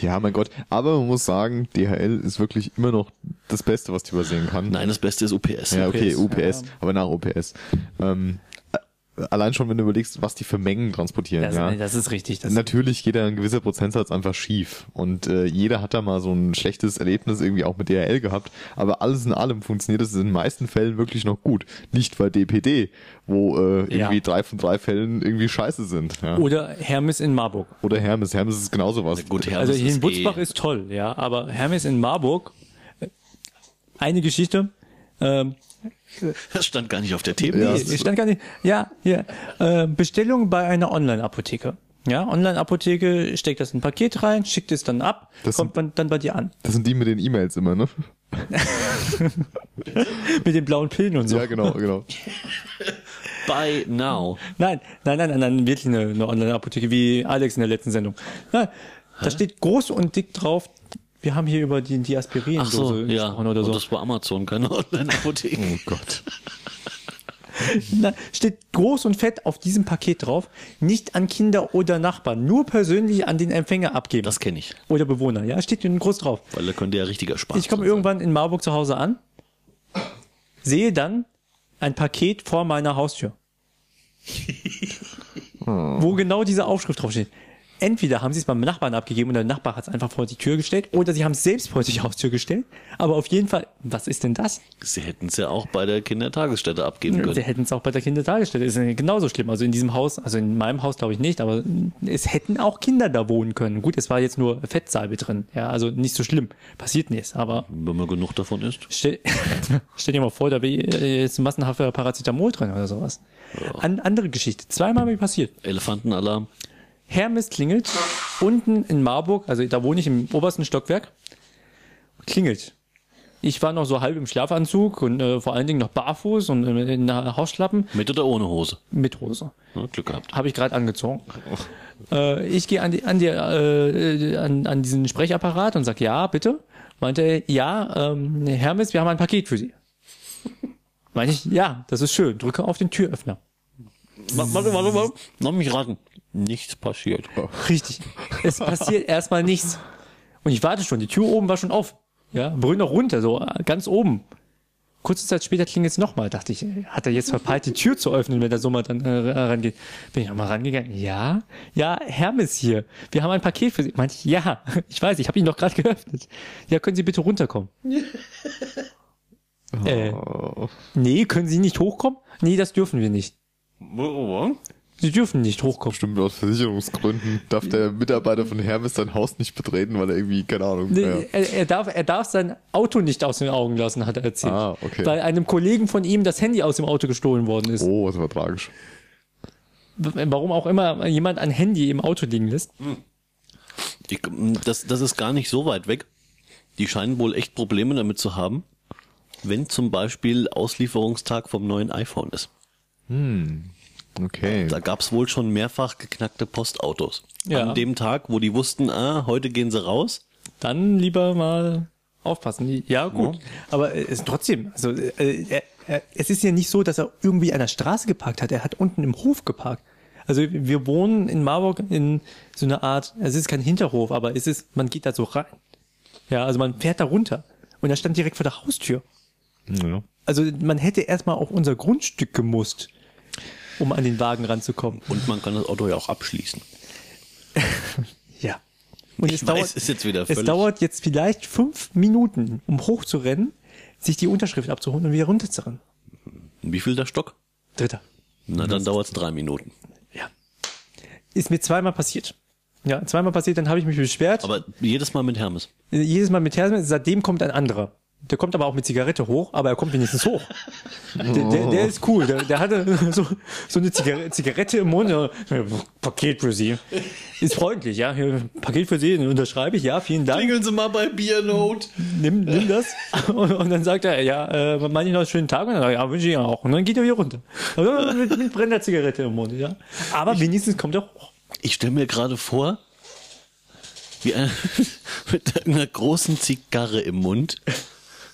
Ja, mein Gott. Aber man muss sagen, DHL ist wirklich immer noch das Beste, was die übersehen kann. Nein, das Beste ist UPS. Ja, okay, UPS, UPS, aber nach UPS. Ähm, äh, allein schon, wenn du überlegst, was die für Mengen transportieren. Das, ja. das ist richtig. Das Natürlich geht da ein gewisser Prozentsatz einfach schief. Und äh, jeder hat da mal so ein schlechtes Erlebnis irgendwie auch mit DHL gehabt. Aber alles in allem funktioniert es in den meisten Fällen wirklich noch gut. Nicht bei DPD, wo äh, irgendwie Ja. drei von drei Fällen irgendwie scheiße sind. Ja. Oder Hermes in Marburg. Oder Hermes. Hermes ist genauso was. Gut, Hermes Also hier in Butzbach eh, ist toll, ja, aber Hermes in Marburg, äh, eine Geschichte, ähm, Das stand gar nicht auf der Themen. Ja. Nee, ich stand gar nicht. Ja, hier. Äh, Bestellung bei einer Online-Apotheke. Ja, Online-Apotheke steckt das in ein Paket rein, schickt es dann ab, Das kommt man dann bei dir an. Das sind die mit den E-Mails immer, ne? Mit den blauen Pillen und so. Ja, genau, genau. By now. Nein, nein, nein, nein, nein, wirklich eine, eine Online-Apotheke, wie Alex in der letzten Sendung. Nein, da steht groß und dick drauf, wir haben hier über die, die Ach Aspirindose so, ja. gesprochen oder so. Und das war Amazon, keine Online-Apotheke. Oh Gott. Na, steht groß und fett auf diesem Paket drauf, nicht an Kinder oder Nachbarn, nur persönlich an den Empfänger abgeben. Das kenne ich. oder Bewohner, ja, steht hier groß drauf. Weil da könnte ja richtiger Spaß Ich komme dran sein. irgendwann in Marburg zu Hause an, sehe dann ein Paket vor meiner Haustür, wo genau diese Aufschrift draufsteht. entweder haben sie es beim Nachbarn abgegeben und der Nachbar hat es einfach vor die Tür gestellt oder sie haben es selbst vor die Haustür gestellt. Aber auf jeden Fall, was ist denn das? Sie hätten es ja auch bei der Kindertagesstätte abgeben Sie können. hätten es auch bei der Kindertagesstätte. Ist ja genauso schlimm. Also in diesem Haus, also in meinem Haus glaube ich nicht, aber es hätten auch Kinder da wohnen können. Gut, es war jetzt nur Fettsalbe drin. Ja, also nicht so schlimm. Passiert nichts, aber Wenn man genug davon isst. Stell, stell dir mal vor, da wäre jetzt massenhafter Paracetamol drin oder sowas. An, andere Geschichte. Zweimal mir passiert. Elefantenalarm. Hermes klingelt unten in Marburg, also da wohne ich im obersten Stockwerk, klingelt. Ich war noch so halb im Schlafanzug und äh, vor allen Dingen noch barfuß und äh, in einer Hausschlappen Mit oder ohne Hose? mit Hose. Ja, Glück gehabt. Habe ich gerade angezogen. Äh, ich gehe an, die, an, die, äh, äh, an, an diesen Sprechapparat und sag ja, bitte. Meinte er, ja, ähm, Hermes, wir haben ein Paket für Sie. Meinte ich, ja, das ist schön. Drücke auf den Türöffner. Warte, warte, warte. warte. Lass mich raten. Nichts passiert. Richtig. Es passiert erstmal nichts. Und ich warte schon, die Tür oben war schon auf. Ja, brüll noch runter, so äh, ganz oben. Kurze Zeit später klingelt es nochmal. Dachte ich, äh, hat er jetzt verpeilt, die Tür zu öffnen, wenn der Sommer dann äh, rangeht. Bin ich nochmal rangegangen. Ja, ja, Hermes hier. Wir haben ein Paket für Sie. Meinte ich, ja, ich weiß, ich habe ihn doch gerade geöffnet. Ja, können Sie bitte runterkommen? äh, nee, können Sie nicht hochkommen? Nee, das dürfen wir nicht. Sie dürfen nicht hochkommen. Bestimmt aus Versicherungsgründen darf der Mitarbeiter von Hermes sein Haus nicht betreten, weil er irgendwie, keine Ahnung. Nee, ja. er, er, darf, er darf sein Auto nicht aus den Augen lassen, hat er erzählt. Ah, okay. Weil einem Kollegen von ihm das Handy aus dem Auto gestohlen worden ist. Oh, das war tragisch. W- Warum auch immer jemand ein Handy im Auto liegen lässt. Ich, das, das ist gar nicht so weit weg. Die scheinen wohl echt Probleme damit zu haben, wenn zum Beispiel Auslieferungstag vom neuen iPhone ist. Okay. Da gab's wohl schon mehrfach geknackte Postautos. Ja. An dem Tag, wo die wussten, ah, heute gehen sie raus. Dann lieber mal aufpassen. Ja, gut. Aber äh, es, trotzdem, also, äh, er, er, es ist ja nicht so, dass er irgendwie an der Straße geparkt hat. Er hat unten im Hof geparkt. Also wir wohnen in Marburg in so einer Art, also, es ist kein Hinterhof, aber es ist, man geht da so rein. Ja, also man fährt da runter. Und er stand direkt vor der Haustür. Ja. Also man hätte erstmal auf unser Grundstück gemusst, um an den Wagen ranzukommen. Und man kann das Auto ja auch abschließen. Ja. Und Ich weiß, ist jetzt wieder es völlig- dauert jetzt vielleicht fünf Minuten, um hochzurennen, sich die Unterschrift abzuholen und wieder runterzurennen. Wie viel der Stock? Dritter. Na, dann dauert's drei Minuten. Ja. Ist mir zweimal passiert. Ja, zweimal passiert, dann habe ich mich beschwert. Aber jedes Mal mit Hermes. Äh, Jedes Mal mit Herzen, seitdem kommt ein anderer. Der kommt aber auch mit Zigarette hoch, aber er kommt wenigstens hoch. Der, Oh. der, der ist cool. Der, der hatte so, so eine Zigarette, Zigarette im Mund. Ja, Paket für Sie. Ist freundlich, ja. Hier, Paket für Sie, unterschreibe ich, ja, vielen Dank. Klingeln Sie mal bei Biernote. nimm, nimm das. Und, und dann sagt er, ja, äh, manche noch einen schönen Tag und dann sagt er, ja, wünsche ich Ihnen auch. Und dann geht er wieder runter. Also mit, mit brennender Zigarette im Mund, ja. Aber wenigstens kommt er hoch. Ich stelle mir gerade vor, wie einer mit einer großen Zigarre im Mund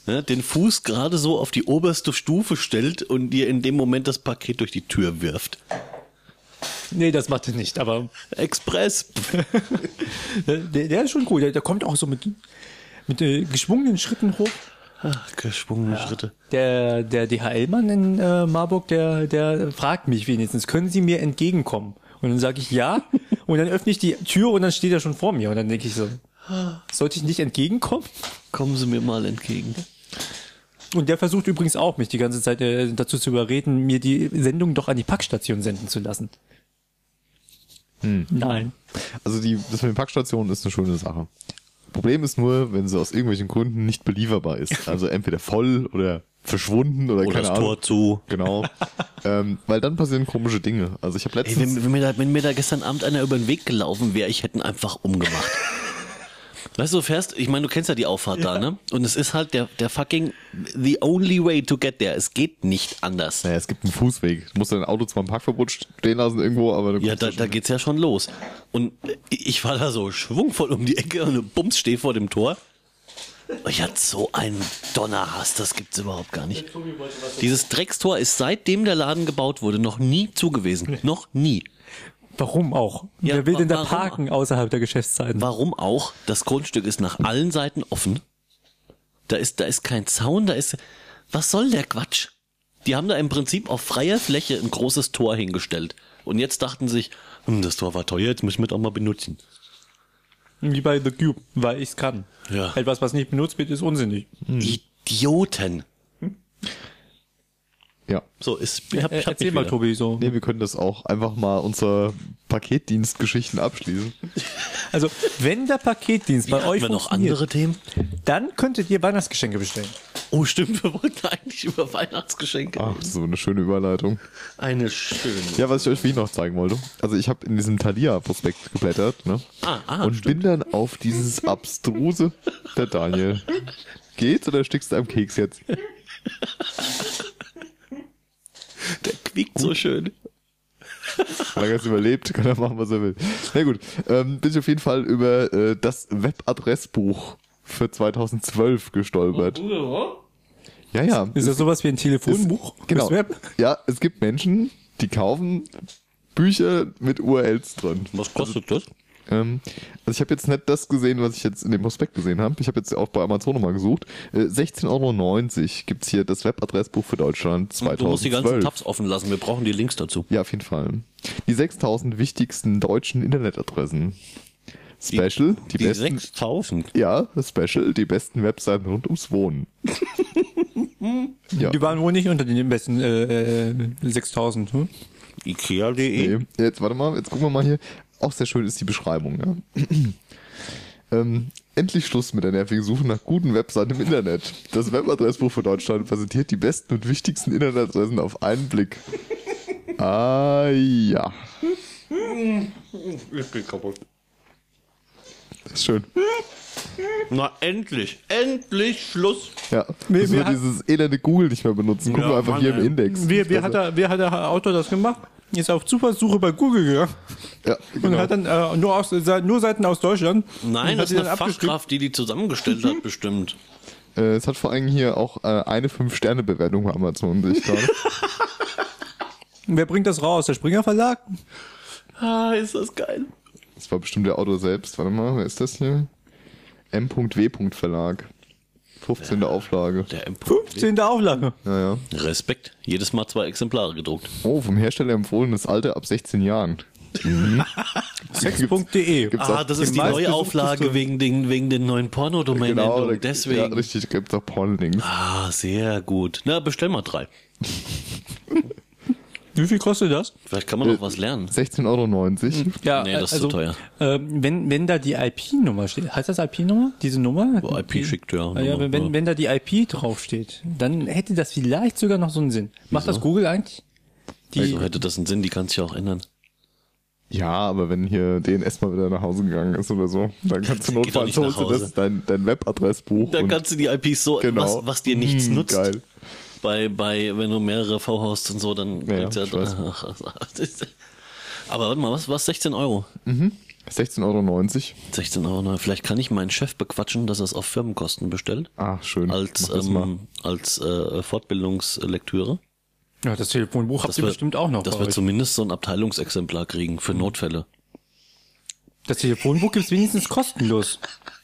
ne, den Fuß gerade so auf die oberste Stufe stellt und dir in dem Moment das Paket durch die Tür wirft. Nee, das macht er nicht, aber Express. der, der der ist schon cool. Der, der kommt auch so mit, mit äh, geschwungenen Schritten hoch. Ach, geschwungene Schritte. Der, der DHL-Mann in äh, Marburg, der, der fragt mich wenigstens, können Sie mir entgegenkommen? Und dann sage ich ja. Und dann öffne ich die Tür und dann steht er schon vor mir. Und dann denke ich so, sollte ich nicht entgegenkommen? Kommen Sie mir mal entgegen. Und der versucht übrigens auch, mich die ganze Zeit äh, dazu zu überreden, mir die Sendung doch an die Packstation senden zu lassen. Hm. Nein. Also die, das mit den Packstationen ist eine schöne Sache. Problem ist nur, wenn sie aus irgendwelchen Gründen nicht belieferbar ist. Also entweder voll oder verschwunden oder, Oder keine das Ahnung. Tor zu. Genau. ähm, weil dann passieren komische Dinge. Also ich habe Ey, letztens. wenn, wenn, mir da, wenn mir da gestern Abend einer über den Weg gelaufen wäre, ich hätte ihn einfach umgemacht. Weißt du, du fährst, ich meine, du kennst ja die Auffahrt da, ne? Und es ist halt der, der fucking, the only way to get there. Es geht nicht anders. naja, es gibt einen Fußweg. Du musst dein Auto zwar im Parkverbot stehen lassen irgendwo, aber du Ja, kommst da, schon- da geht's ja schon los. Und ich ich war da so schwungvoll um die Ecke und bums, stehe vor dem Tor. Ich hatte so einen Donnerhass, das gibt's überhaupt gar nicht. Dieses Dreckstor ist seitdem der Laden gebaut wurde noch nie zugewesen. Noch nie. Warum auch? Ja, Wer will denn da warum? parken außerhalb der Geschäftszeiten? Warum auch? Das Grundstück ist nach allen Seiten offen. Da ist, da ist kein Zaun, da ist. Was soll der Quatsch? Die haben da im Prinzip auf freier Fläche ein großes Tor hingestellt. Und jetzt dachten sie sich, hm, das Tor war teuer, jetzt müssen wir doch mal benutzen. Wie bei The Cube, weil ich's kann. Ja. Etwas, was nicht benutzt wird, ist unsinnig. Idioten. Ja. So, ist, ich hab, Äh, ich hab Erzähl mich mal, wieder. Tobi, so. Nee, wir können das auch einfach mal unser Paketdienstgeschichten abschließen. Also, wenn der Paketdienst bei Hatten euch wir noch funktioniert, andere Themen? dann könntet ihr Weihnachtsgeschenke bestellen. Oh, stimmt, wir wollten eigentlich über Weihnachtsgeschenke. Ach, so eine schöne Überleitung. Eine schöne. Ja, was ich euch vorhin noch zeigen wollte. Also ich habe in diesem Thalia-Prospekt geblättert, ne? Ah, ah, und bin dann auf dieses abstruse der Daniel. Geht's oder stickst du am Keks jetzt? Der quiekt so schön. Solange er es überlebt, kann er machen, was er will. Na gut, ähm, bin ich auf jeden Fall über äh, das Webadressbuch für 2012 gestolpert. Ja, ja. Oh, Ist das sowas wie ein Telefonbuch? Genau. fürs Web? Ja, es gibt Menschen, die kaufen Bücher mit URLs drin. Was kostet das? Ähm, also ich habe jetzt nicht das gesehen, was ich jetzt in dem Prospekt gesehen habe. Ich habe jetzt auch bei Amazon nochmal gesucht. Äh, 16,90 Euro gibt's hier das Webadressbuch für Deutschland 2012. Du musst die ganzen Tabs offen lassen, wir brauchen die Links dazu. Ja, auf jeden Fall. Die 6000 wichtigsten deutschen Internetadressen. Special, die, Die besten. 6000. Ja, Special, die besten Webseiten rund ums Wohnen. ja. Die waren wohl nicht unter den besten äh, äh, 6000. Hm? Ikea.de. Nee. Jetzt warte mal, jetzt gucken wir mal hier. Auch sehr schön ist die Beschreibung. Ja. ähm, endlich Schluss mit der nervigen Suche nach guten Webseiten im Internet. Das Webadressbuch für Deutschland präsentiert die besten und wichtigsten Internetadressen auf einen Blick. Ah ja, Oh, Ich bin kaputt. das ist schön. Na, endlich. Endlich Schluss. Ja, Wir- müssen wir wir hat- dieses elende Google nicht mehr benutzen. Gucken Ja, wir einfach Mann, hier im ey. Index. Wie, wie, hat der, wie hat der Autor das gemacht? Ist auf Zufallssuche bei Google gegangen ja, und genau. hat dann äh, nur, aus, nur Seiten aus Deutschland. Nein, das und hat die ist dann eine abgestückt. Fachkraft, die die zusammengestellt hat, bestimmt. äh, es hat vor allem hier auch äh, eine 5-Sterne-Bewertung bei Amazon, sehe ich gerade. Wer bringt das raus? Der Springer Verlag? Ah, ist das geil. Das war bestimmt der Autor selbst. Warte mal, wer ist das hier? M.W. Verlag. 15. Auflage. Der Impuls. 15. Auflage. Naja. Respekt. Jedes Mal zwei Exemplare gedruckt. Oh, vom Hersteller empfohlenes Alter ab 16 Jahren. Sex.de. Gibt's Ah, auch, das ist im die meistbesuchtesten- Neuauflage wegen den, wegen den neuen Pornodomänen. genau, da- Ja, Deswegen. richtig, gibt's auch Pornlinks. ah, sehr gut. Na, bestell mal drei. Wie viel kostet das? Vielleicht kann man noch was lernen. 16,90 Hm. Euro. Ja, also, Nee, das ist zu teuer. Ähm, wenn, wenn da die IP-Nummer steht, heißt das IP-Nummer? Diese Nummer? Wo IP schickt, ja, Ah, ja, Nummer, wenn, wenn, ja. wenn da die IP draufsteht, dann hätte das vielleicht sogar noch so einen Sinn. Macht das Google eigentlich? Die, So Also hätte das einen Sinn, die kann sich ja auch ändern. Ja, aber wenn hier DNS mal wieder nach Hause gegangen ist oder so, dann kannst du Geht doch notfalls nicht nach holst du Hause. das, dein, dein Webadressbuch. Da und- kannst du die IPs so, Genau. was, was dir nichts Mm, nutzt. geil. Bei, bei, wenn du mehrere V-Hosts und so, dann Ja, bringt's ich weiß. ach, ach, ach, das ist- Aber warte mal, was, was 16 Euro? 16,90 Euro. 16 Euro, na, vielleicht kann ich meinen Chef bequatschen, dass er es auf Firmenkosten bestellt. Ach, Ah, schön. Als, Mach das mal. ähm, als äh, Fortbildungslektüre. ja, das Telefonbuch habt ihr bestimmt auch noch. Dass bei wir euch. Mhm. zumindest so ein Abteilungsexemplar kriegen für Notfälle. das Telefonbuch gibt's wenigstens kostenlos.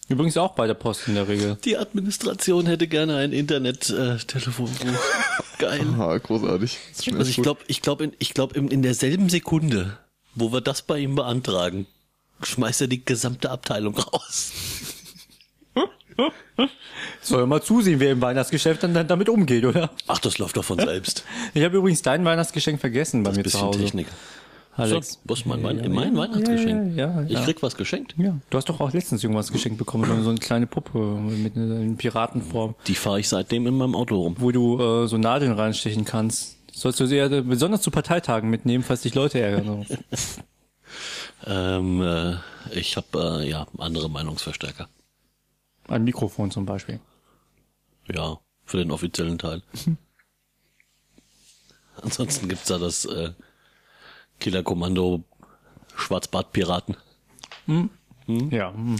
Übrigens auch bei der Post in der Regel. Die Administration hätte gerne ein Internet-Telefonbuch. Geil. Ah, großartig. Ist schon Also echt ich gut. glaube, ich glaube, in, ich glaube in, in derselben Sekunde, wo wir das bei ihm beantragen, schmeißt er die gesamte Abteilung raus. Soll ja mal zusehen, wer im Weihnachtsgeschäft dann, dann damit umgeht, oder? Ach, das läuft doch von selbst. Ich habe übrigens dein Weihnachtsgeschenk vergessen bei mir zu Bisschen Hause. Technik. Alex. So, was mein, mein, mein ja, Weihnachtsgeschenk? ja, ja, ja. ich krieg was geschenkt. Ja, du hast doch auch letztens irgendwas geschenkt bekommen, so- so eine kleine Puppe mit einer Piratenform, Die fahre ich seitdem in meinem Auto rum. wo du äh, so Nadeln reinstechen kannst. Sollst du sie ja besonders zu Parteitagen mitnehmen, falls dich Leute ärgern. So. Ähm, äh, ich habe äh, ja andere Meinungsverstärker. Ein Mikrofon zum Beispiel. Ja, für den offiziellen Teil. Ansonsten gibt's da das äh, Killerkommando Schwarzbart-Piraten. Ja. Mhm.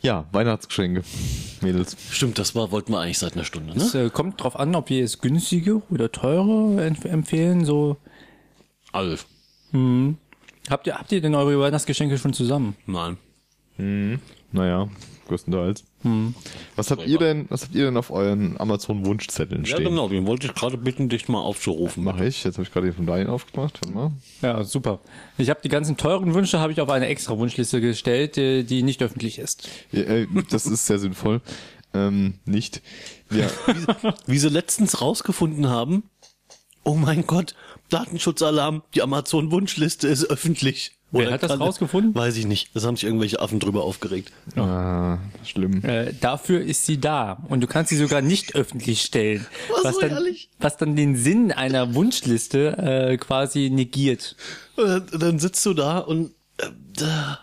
ja, Weihnachtsgeschenke, Mädels. Stimmt, das war, wollten wir eigentlich seit einer Stunde, ne? Es äh, kommt drauf an, ob wir es günstige oder teure en- empfehlen. So Alf. habt ihr habt ihr denn eure Weihnachtsgeschenke schon zusammen? Nein. Naja, größtenteils. Was habt ihr denn, was habt ihr denn auf euren Amazon-Wunschzetteln Ja, stehen? genau, den wollte ich gerade bitten, dich mal aufzurufen. Mache ich. Jetzt habe ich gerade den von Daniel aufgemacht. Warte mal. Ja, super. Ich habe die ganzen teuren Wünsche habe ich auf eine extra Wunschliste gestellt, äh, die nicht öffentlich ist. Ja, äh, das ist sehr sinnvoll. Ähm, nicht. Ja, Wie sie letztens rausgefunden haben, oh mein Gott, Datenschutzalarm, die Amazon-Wunschliste ist öffentlich. Wer hat das kann- rausgefunden? Weiß ich nicht. Das haben sich irgendwelche Affen drüber aufgeregt. Ah, schlimm. Äh, dafür ist sie da und du kannst sie sogar nicht öffentlich stellen, Was, Oh, so dann, ehrlich? was dann den Sinn einer Wunschliste äh, quasi negiert. Und dann, dann sitzt du da und äh, da.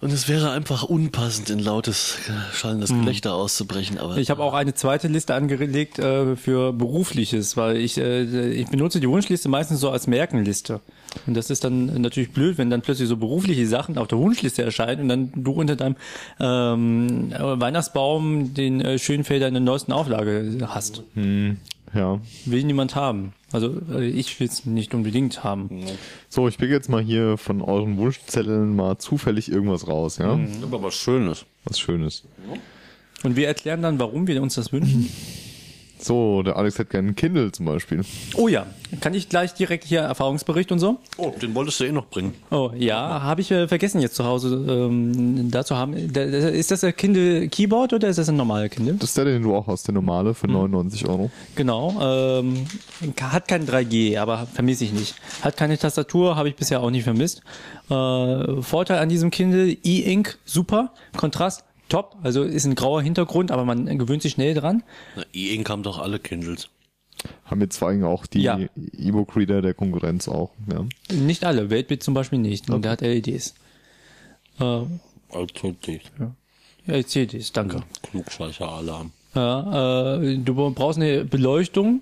Und es wäre einfach unpassend, in lautes, äh, schallendes Gelächter auszubrechen, aber Hm. Ich habe auch eine zweite Liste angelegt äh, für berufliches, weil ich äh, ich benutze die Wunschliste meistens so als Merkenliste und das ist dann natürlich blöd, wenn dann plötzlich so berufliche Sachen auf der Wunschliste erscheinen und dann du unter deinem ähm, Weihnachtsbaum den äh, Schönfelder in der neuesten Auflage hast. Ja. Will niemand haben. Also äh, ich will es nicht unbedingt haben. So, ich pick jetzt mal hier von euren Wunschzetteln mal zufällig irgendwas raus, ja? Mhm. aber was Schönes. Was Schönes. Und wir erklären dann, warum wir uns das wünschen. So, der Alex hat gerne einen Kindle zum Beispiel. Oh ja, kann ich gleich direkt hier Erfahrungsbericht und so? Oh, den wolltest du eh noch bringen. Oh ja, habe ich äh, vergessen jetzt zu Hause ähm, dazu haben. Da, da, ist das ein Kindle Keyboard oder ist das ein normaler Kindle? Das ist der, den du auch hast, der normale für 99 Euro. Genau. Ähm, hat kein 3G, aber vermisse ich nicht. Hat keine Tastatur, habe ich bisher auch nicht vermisst. Äh, Vorteil an diesem Kindle, E-Ink, super. Kontrast, top. Also ist ein grauer Hintergrund, aber man gewöhnt sich schnell dran. Na, E-Ink haben doch alle Kindles. Haben jetzt vor allem auch die Ja. E-Book-Reader der Konkurrenz auch, ja. Nicht alle, Weltbild zum Beispiel nicht. Und der hat E LEDs. Äh, Also die LCDs, Äh, danke. Klugscheißer-Alarm. Ja, äh, du brauchst eine Beleuchtung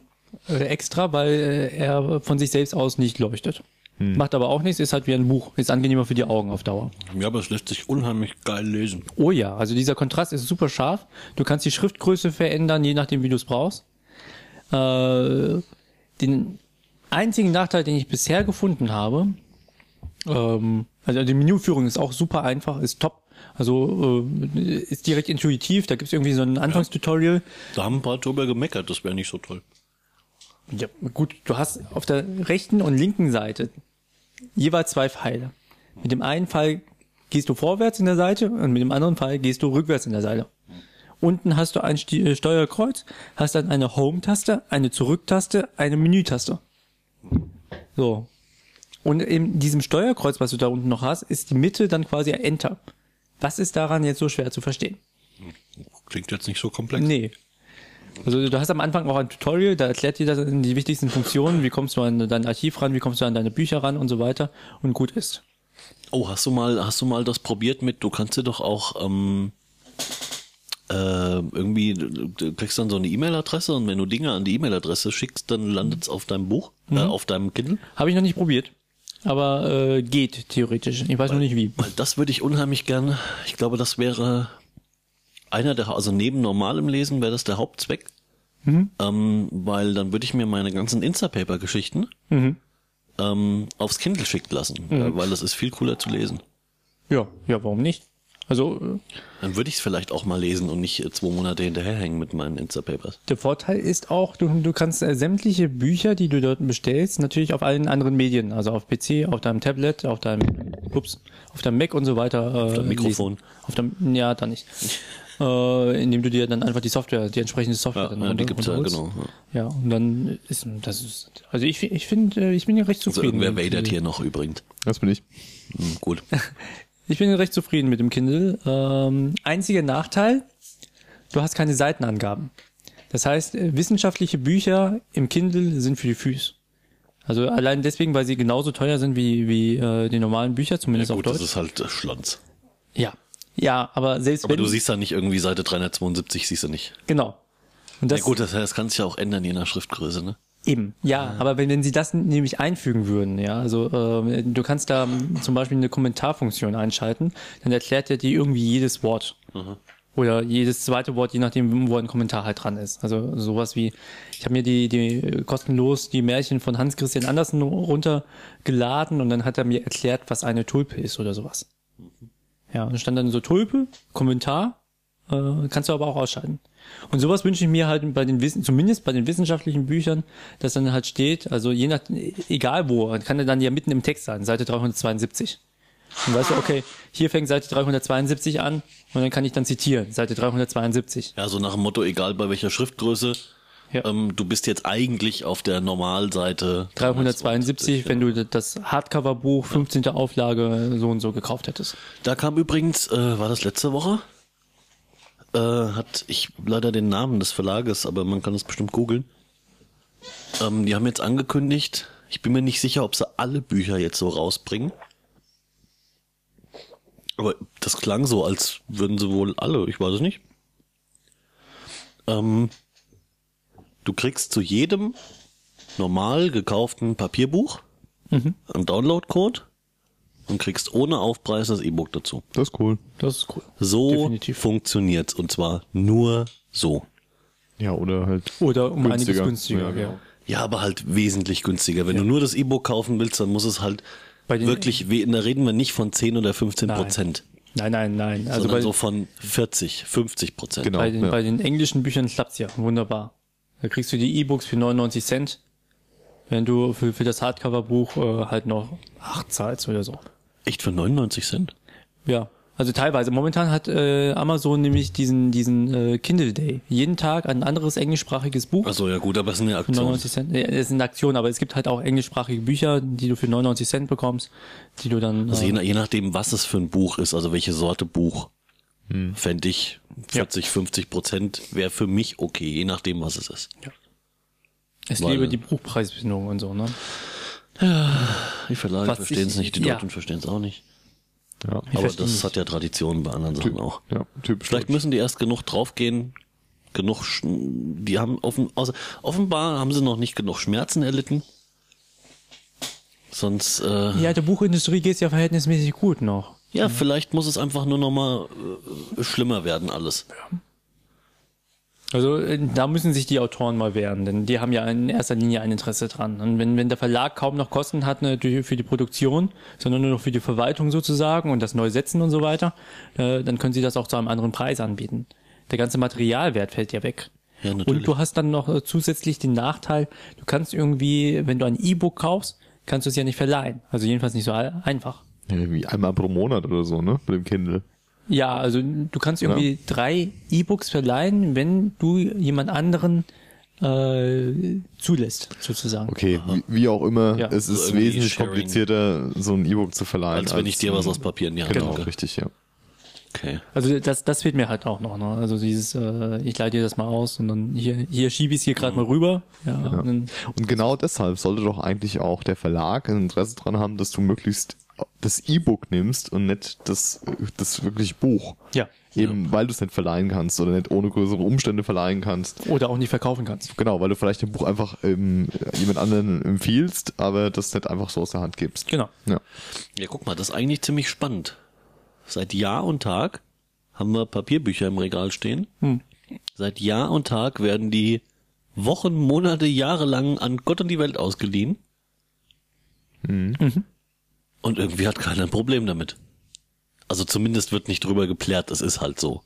äh, extra, weil äh, er von sich selbst aus nicht leuchtet. Macht aber auch nichts, ist halt wie ein Buch. Ist angenehmer für die Augen auf Dauer. Ja, aber es lässt sich unheimlich geil lesen. Oh ja, also dieser Kontrast ist super scharf. Du kannst die Schriftgröße verändern, je nachdem, wie du es brauchst. Äh, den einzigen Nachteil, den ich bisher gefunden habe, ähm, also die Menüführung ist auch super einfach, ist top. Also äh, ist direkt intuitiv. Da gibt es irgendwie so ein Anfangstutorial. Da haben ein paar drüber gemeckert, das wäre nicht so toll. Ja, gut, du hast auf der rechten und linken Seite jeweils zwei Pfeile. Mit dem einen Pfeil gehst du vorwärts in der Seite und mit dem anderen Pfeil gehst du rückwärts in der Seite. Unten hast du ein Sti- äh, Steuerkreuz, hast dann eine Home-Taste, eine Zurück-Taste, eine Menü-Taste. So. Und in diesem Steuerkreuz, was du da unten noch hast, ist die Mitte dann quasi Enter. Was ist daran jetzt so schwer zu verstehen? Klingt jetzt nicht so komplex. Nee. Also du hast am Anfang auch ein Tutorial, da erklärt dir das in die wichtigsten Funktionen, wie kommst du an dein Archiv ran, wie kommst du an deine Bücher ran und so weiter und gut ist. Oh, hast du mal, hast du mal das probiert mit, du kannst dir doch auch ähm, äh, irgendwie, du du kriegst dann so eine E-Mail-Adresse und wenn du Dinge an die E-Mail-Adresse schickst, dann landet's auf deinem Buch, äh, auf deinem Kindle. Habe ich noch nicht probiert, aber äh, geht theoretisch. Ich weiß noch nicht wie. Weil das würde ich unheimlich gern, ich glaube, das wäre einer der, also neben normalem Lesen wäre das der Hauptzweck. Mhm. Ähm, weil dann würde ich mir meine ganzen Instapaper-Geschichten Mhm. ähm, aufs Kindle schicken lassen, äh, weil das ist viel cooler zu lesen. Ja, ja, warum nicht? Also äh, Dann würde ich es vielleicht auch mal lesen und nicht äh, zwei Monate hinterherhängen mit meinen Instapapers. der Vorteil ist auch, du, du kannst äh, sämtliche Bücher, die du dort bestellst, natürlich auf allen anderen Medien, also auf PC, auf deinem Tablet, auf deinem, ups, auf deinem Mac und so weiter. Äh, auf deinem Mikrofon. Auf dem, ja, da nicht. äh, indem du dir dann einfach die Software, die entsprechende Software dann ja, runter- die gibt's ja, runterholst. genau, Ja, und dann ist das ist also ich ich finde ich bin ja recht Also zufrieden. irgendwer mit dem wadert Kindle. hier noch übrigens. Das bin ich. Hm, gut. Ich bin ja recht zufrieden mit dem Kindle. Ähm, einziger Nachteil, du hast keine Seitenangaben. Das heißt, äh, wissenschaftliche Bücher im Kindle sind für die Füße. Also allein deswegen, weil sie genauso teuer sind wie wie äh, die normalen Bücher, zumindest gut, auf das Deutsch. ist halt äh, Schlanz. ja. Ja, aber selbst Aber wenn du siehst da nicht irgendwie Seite 372, siehst du nicht. genau. Und das Ja gut, das, das kann sich ja auch ändern, je nach Schriftgröße, ne? Eben, ja, aber wenn, wenn sie das nämlich einfügen würden, ja, also äh, du kannst da m, zum Beispiel eine Kommentarfunktion einschalten, dann erklärt er dir irgendwie jedes Wort. Oder jedes zweite Wort, je nachdem, wo ein Kommentar halt dran ist. Also sowas wie, ich habe mir die, die äh, kostenlos die Märchen von Hans Christian Andersen runtergeladen und dann hat er mir erklärt, was eine Tulpe ist oder sowas. Ja, und stand dann so Tulpe, Kommentar, äh, kannst du aber auch ausschalten. Und sowas wünsche ich mir halt bei den Wissen, zumindest bei den wissenschaftlichen Büchern, dass dann halt steht, also je nach, egal wo, kann er dann ja mitten im Text sein, Seite 372. Und weißt du, okay, hier fängt Seite 372 an und dann kann ich dann zitieren, Seite 372. Ja, so nach dem Motto, egal bei welcher Schriftgröße, Ja. ähm, du bist jetzt eigentlich auf der Normalseite 372, wenn du das Hardcover-Buch, 15. Auflage, so und so gekauft hättest. Da kam übrigens, äh, war das letzte Woche? Äh, hat ich leider den Namen des Verlages, aber man kann das bestimmt googeln. Ähm, die haben jetzt angekündigt, ich bin mir nicht sicher, ob sie alle Bücher jetzt so rausbringen. Aber das klang so, als würden sie wohl alle, ich weiß es nicht. Ähm, du kriegst zu jedem normal gekauften Papierbuch einen Downloadcode und kriegst ohne Aufpreis das E-Book dazu. Das ist cool. Das ist cool. So Definitiv. funktioniert's und zwar nur so. Ja, oder halt. Oder um Günstiger. einiges günstiger. Ja, Ja, genau. Ja, aber halt wesentlich günstiger. Wenn du nur das E-Book kaufen willst, dann muss es halt Bei den- wirklich, we- da reden wir nicht von 10 oder 15 Nein. Prozent, Nein, nein, nein. Also sondern bei, so von 40, 50 Prozent. Genau. bei, den, ja. bei den englischen Büchern klappt's ja. Wunderbar. Da kriegst du die E-Books für 99 Cent, wenn du für, für das Hardcover-Buch äh, halt noch 8 zahlst oder so. Echt für 99 Cent? Ja. Also teilweise. Momentan hat äh, Amazon nämlich diesen, diesen äh, Kindle Day. Jeden Tag ein anderes englischsprachiges Buch. Also ja gut, aber es ist eine Für Aktion. 99 Cent. Ja, das ist eine Aktion, aber es gibt halt auch englischsprachige Bücher, die du für 99 Cent bekommst, die du dann. Also äh, je, nach- je nachdem, was es für ein Buch ist, also welche Sorte Buch, Hm. fände ich 40, 50 Prozent wäre für mich okay, je nachdem, was es ist. es weil- lebe die Buchpreisbindung und so, ne? Die Verlage Was verstehen es ich- nicht, die ja. Deutschen verstehen es auch nicht. Ja, Aber versteh das nicht. hat ja Tradition bei anderen Sachen auch. ja typisch. Vielleicht müssen die erst genug draufgehen, genug, Sch- die haben offen, außer, offenbar haben sie noch nicht genug Schmerzen erlitten. Sonst, äh, Ja, der Buchindustrie geht's ja verhältnismäßig gut noch. ja, Mhm. vielleicht muss es einfach nur nochmal äh, schlimmer werden alles. Also äh, da müssen sich die Autoren mal wehren, denn die haben ja in erster Linie ein Interesse dran. Und wenn, wenn der Verlag kaum noch Kosten hat natürlich für die Produktion, sondern nur noch für die Verwaltung sozusagen und das Neusetzen und so weiter, äh, dann können sie das auch zu einem anderen Preis anbieten. Der ganze Materialwert fällt ja weg. Ja, natürlich. und du hast dann noch äh, zusätzlich den Nachteil, du kannst irgendwie, wenn du ein E-Book kaufst, kannst du es ja nicht verleihen. Also jedenfalls nicht so all- einfach. Ja, irgendwie einmal pro Monat oder so, ne? Mit dem Kindle. Ja, also du kannst irgendwie drei E-Books verleihen, wenn du jemand anderen äh, zulässt, sozusagen. Okay, wie, wie auch immer, Ja. es ist Also irgendwie wesentlich Sharing. komplizierter, so ein E-Book zu verleihen. Als wenn ich dir ein- was aus Papier in die Hand Genau, drücke. richtig, ja. Okay. Also das, das fehlt mir halt auch noch. Ne? Also dieses, äh, ich leite dir das mal aus und dann hier, hier schiebe ich es hier gerade Mhm. mal rüber. Ja, Und dann, Und genau deshalb sollte doch eigentlich auch der Verlag ein Interesse dran haben, dass du möglichst das E-Book nimmst und nicht das, das wirklich Buch. ja. Eben weil du es nicht verleihen kannst oder nicht ohne größere Umstände verleihen kannst. Oder auch nicht verkaufen kannst. Genau, weil du vielleicht ein Buch einfach ähm, jemand anderen empfiehlst, aber das nicht einfach so aus der Hand gibst. Genau. Ja. Ja, guck mal, das ist eigentlich ziemlich spannend. Seit Jahr und Tag haben wir Papierbücher im Regal stehen. Hm. Seit Jahr und Tag werden die Wochen, Monate, Jahre lang an Gott und die Welt ausgeliehen. Hm. Und irgendwie hat keiner ein Problem damit. Also zumindest wird nicht drüber geplärt, es ist halt so.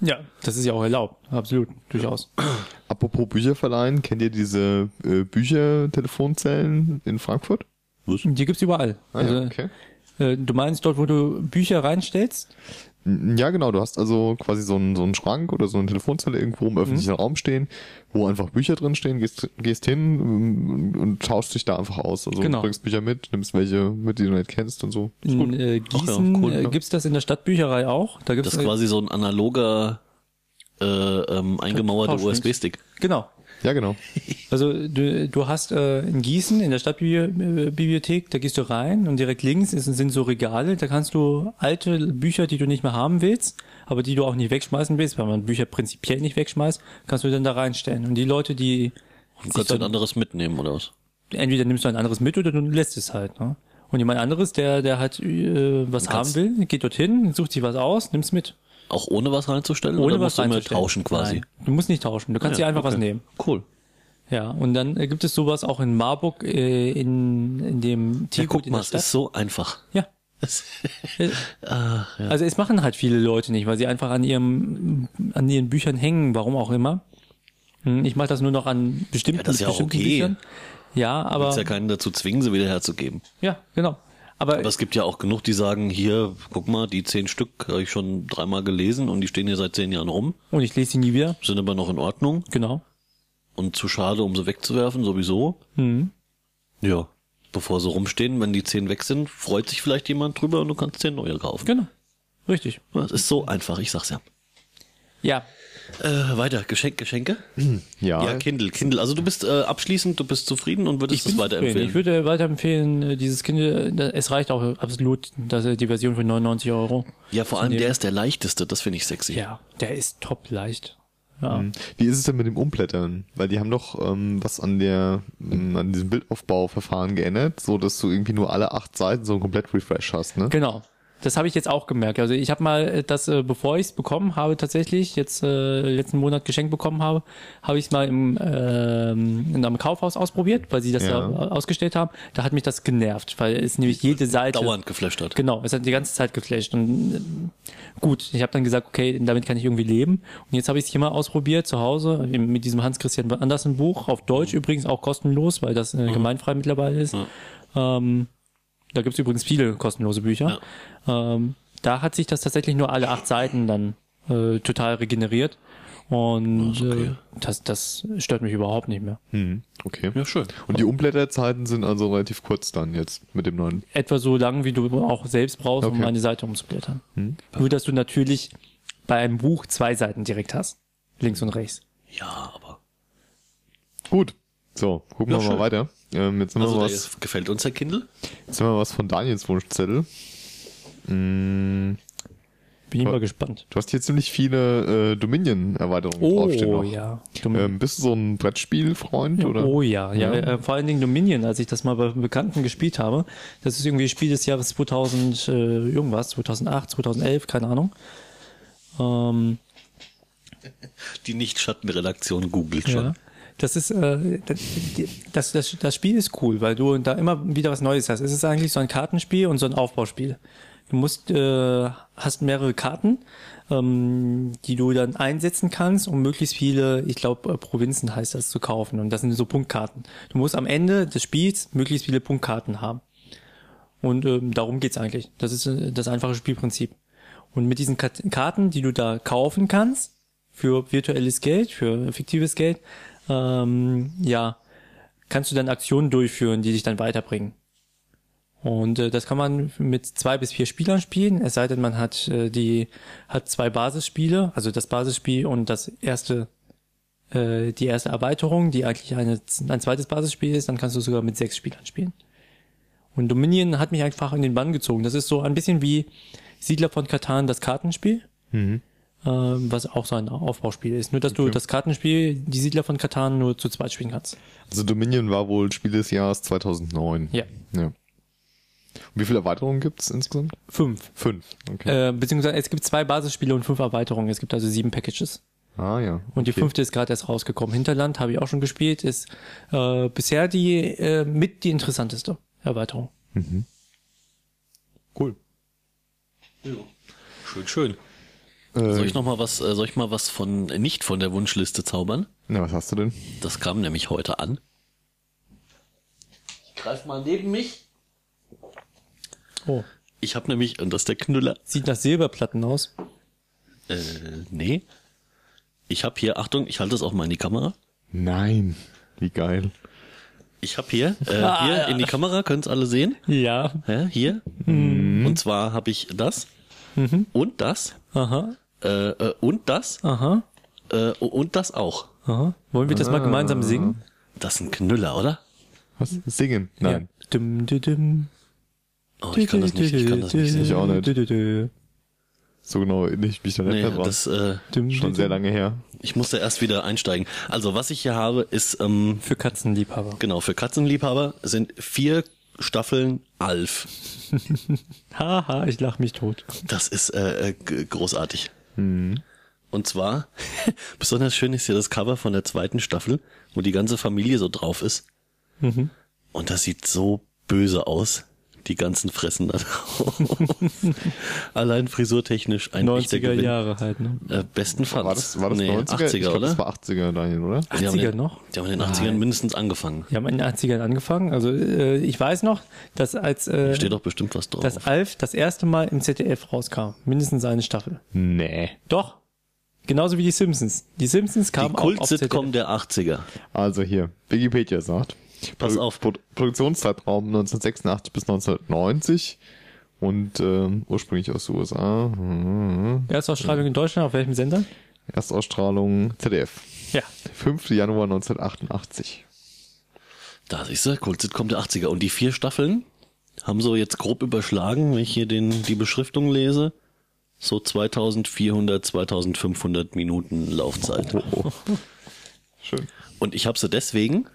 Ja, das ist ja auch erlaubt. Absolut, durchaus. Apropos Bücher verleihen, kennt ihr diese äh, Büchertelefonzellen in Frankfurt? Die gibt's überall. Ah, also, ja, okay. äh, du meinst dort, wo du Bücher reinstellst? Ja, genau. Du hast also quasi so einen, so einen Schrank oder so eine Telefonzelle irgendwo Mhm. im öffentlichen Raum stehen, wo einfach Bücher drin stehen. Gehst, gehst hin und, und tauschst dich da einfach aus. Also Genau. bringst Bücher mit, nimmst welche mit, die du nicht kennst und so. Ist In äh, Ach ja, Gießen cool, äh, ja. gibt's das in der Stadtbücherei auch. Da gibt's Das äh, ist quasi so ein analoger, äh, ähm, eingemauerter Tauschlinks. USB-Stick. genau. Ja, genau. Also du, du hast äh, in Gießen in der Stadtbibliothek, da gehst du rein und direkt links ist, sind so Regale, da kannst du alte Bücher, die du nicht mehr haben willst, aber die du auch nicht wegschmeißen willst, weil man Bücher prinzipiell nicht wegschmeißt, kannst du dann da reinstellen. Und die Leute, die Du sich kannst du ein dann- anderes mitnehmen, oder was? entweder nimmst du ein anderes mit oder du lässt es halt. Ne? Und jemand anderes, der der halt äh, was haben kannst- will, geht dorthin, sucht sich was aus, nimm's mit. Auch ohne was reinzustellen? Ohne oder was musst du immer reinzustellen. tauschen quasi? Nein, du musst nicht tauschen, du kannst Ja, dir einfach was okay. nehmen. Cool. Ja, und dann äh, gibt es sowas auch in Marburg äh, in, in dem Ja, Teegut guck in mal, der es Stadt. ist so einfach. ja, Ah, Also es machen halt viele Leute nicht, weil sie einfach an ihrem, an ihren Büchern hängen, warum auch immer. Hm, Ich mache das nur noch an bestimmten, Ja, das ist ja auch bestimmten okay. Büchern. Ja, Willst aber ja keinen dazu zwingen, sie wieder herzugeben. ja, genau. Aber, Aber es gibt ja auch genug, die sagen, hier, guck mal, die zehn Stück habe ich schon dreimal gelesen und die stehen hier seit zehn Jahren rum, und ich lese sie nie wieder. sind aber noch in Ordnung Genau. und zu schade, um sie wegzuwerfen, sowieso. Hm. Ja. Bevor sie rumstehen, wenn die zehn weg sind, freut sich vielleicht jemand drüber und du kannst zehn neue kaufen. Genau. Richtig. Das ist so einfach, ich sag's ja. Ja. Äh, weiter, Geschenk, Geschenke? Ja, Ja, Kindle, Kindle. Also du bist äh, abschließend, du bist zufrieden und würdest es bin zufrieden. weiterempfehlen. Ich würde weiterempfehlen, äh, dieses Kind, äh, es reicht auch absolut, dass er die Version für 99 Euro. ja, vor allem der ist der leichteste, das finde ich sexy. Ja, der ist top leicht. Ja. Wie ist es denn mit dem Umblättern? Weil die haben doch ähm, was an der ähm, an diesem Bildaufbauverfahren geändert, so dass du irgendwie nur alle acht Seiten so einen komplett Refresh hast, ne? Genau. Das habe ich jetzt auch gemerkt. Also ich habe mal äh, das, äh, bevor ich es bekommen habe, tatsächlich, jetzt äh, letzten Monat geschenkt bekommen habe, habe ich es mal im, ähm, in einem Kaufhaus ausprobiert, weil sie das da Ja. ausgestellt haben. Da hat mich das genervt, weil es nämlich jede Seite... Dauernd geflasht hat. Genau, es hat die ganze Zeit geflasht. Und ähm, gut, ich habe dann gesagt, okay, damit kann ich irgendwie leben. Und jetzt habe ich es hier mal ausprobiert zu Hause eben mit diesem Hans-Christian Andersen Buch, auf Deutsch übrigens auch kostenlos, weil das äh, gemeinfrei mittlerweile ist. Ähm, da gibt's übrigens viele kostenlose Bücher. Ähm, da hat sich das tatsächlich nur alle acht Seiten dann äh, total regeneriert. Und äh, das, das stört mich überhaupt nicht mehr. Hm, okay. Ja, schön. Und die Umblätterzeiten sind also relativ kurz dann jetzt mit dem neuen. etwa so lang, wie du auch selbst brauchst, um Okay. Hm? eine Seite umzublättern. Nur, dass du natürlich bei einem Buch zwei Seiten direkt hast. Links und rechts. Ja, aber. Gut. So, gucken Ja, wir schön. mal weiter. Ähm, jetzt haben Also wir da was. ist, gefällt uns der Kindle? Jetzt haben wir was von Daniels Wunschzettel. Bin ich mal gespannt. Du hast hier ziemlich viele äh, Dominion-Erweiterungen draufstehen. Oh noch. ja. Ähm, bist du so ein Brettspielfreund oder? Oh ja, ja, Äh, vor allen Dingen Dominion, als ich das mal bei Bekannten gespielt habe. Das ist irgendwie Spiel des Jahres 2000, äh, irgendwas, 2008, 2011, keine Ahnung. Ähm, Die Nicht-Schattenredaktion googelt schon. Ja. Das ist, äh, das, das, das Spiel ist cool, weil du da immer wieder was Neues hast. Es ist eigentlich so ein Kartenspiel und so ein Aufbauspiel. Du musst, äh, hast mehrere Karten, ähm, die du dann einsetzen kannst, um möglichst viele, ich glaube, Provinzen heißt das, zu kaufen. Und das sind so Punktkarten. Du musst am Ende des Spiels möglichst viele Punktkarten haben. Und ähm, darum geht's eigentlich. Das ist äh, das einfache Spielprinzip. Und mit diesen Kat Karten, die du da kaufen kannst, für virtuelles Geld, für fiktives Geld, ähm, ja, kannst du dann Aktionen durchführen, die dich dann weiterbringen. Und äh, das kann man mit zwei bis vier Spielern spielen, es sei denn, man hat äh, die hat zwei Basisspiele, also das Basisspiel und das erste äh, die erste Erweiterung, die eigentlich eine, ein zweites Basisspiel ist, dann kannst du sogar mit sechs Spielern spielen. Und Dominion hat mich einfach in den Bann gezogen. Das ist so ein bisschen wie Siedler von Katan, das Kartenspiel. Ähm, was auch so ein Aufbauspiel ist. Nur, dass du das Kartenspiel, die Siedler von Katan, nur zu zweit spielen kannst. Also Dominion war wohl Spiel des Jahres 2009. Ja. ja. Und wie viele Erweiterungen gibt's insgesamt? Fünf. Fünf. Okay. Äh, beziehungsweise es gibt zwei Basisspiele und fünf Erweiterungen. Es gibt also sieben Packages. ah ja. Und die okay. fünfte ist gerade erst rausgekommen. Hinterland habe ich auch schon gespielt. Ist äh, bisher die äh, mit die interessanteste Erweiterung. Cool. Schön, schön. Soll Äh, ich noch mal was, äh, soll ich mal was von, nicht von der Wunschliste zaubern? na, was hast du denn? Das kam nämlich heute an. Greif mal neben mich. Oh. Ich habe nämlich, und das ist der Knüller, Sieht nach Silberplatten aus. äh, nee. Ich habe hier, Achtung, ich halte es auch mal in die Kamera. Nein. Wie geil. Ich habe hier, äh, hier in die Kamera, können es alle sehen. Ja. Ja, hier. Mhm. Und zwar habe ich das und das Aha. äh, äh, und das Aha. äh, und das auch. Aha. Wollen wir das mal gemeinsam singen? Das ist ein Knüller, oder? Was? Singen? Nein. Ja. Dum, dum, dum. Oh, ich kann das nicht, ich kann das nicht sehen. Ich auch nicht. Dum, dum, dum. So genau erinnere ich mich da nicht Nee, mehr dran. das, äh, Dum, dum, Schon sehr lange her. ich musste erst wieder einsteigen. Also, was ich hier habe, ist, ähm, Für Katzenliebhaber. genau, für Katzenliebhaber sind vier Staffeln Alf. Haha, ich lach mich tot. Das ist äh, äh, g- großartig. Und zwar, besonders schön ist hier das Cover von der zweiten Staffel, wo die ganze Familie so drauf ist. Und das sieht so böse aus. die ganzen fressen dann Allein frisurtechnisch ein echter 90er Gewinn. Jahre halt, ne? Äh, bestenfalls. War das, war das nee, 90er? 80er, ich glaub, oder? das war 80er, Daniel, oder? Die haben 80er den- noch? Die haben in den 80ern Nein. mindestens angefangen. Die haben in den 80ern angefangen. Also äh, ich weiß noch, dass als äh, Steht doch bestimmt was drauf. dass Alf das erste Mal im ZDF rauskam, mindestens eine Staffel. Nee. Doch. Genauso wie die Simpsons. Die Simpsons die kamen auch auf ZDF. Kult-Sitcom der 80er. Also hier, Wikipedia sagt. Pass auf. Pro Produktionszeitraum 1986 bis 1990 und ähm, ursprünglich aus den USA. Mhm. Erstausstrahlung in Deutschland, auf welchem Sender? Erstausstrahlung ZDF. Ja. 5. Januar 1988. Da ist er, Kult-Sitcom der 80er. Und die vier Staffeln haben so jetzt grob überschlagen, wenn ich hier den, die Beschriftung lese, so 2400, 2500 Minuten Laufzeit. Schön. Und ich habe sie deswegen,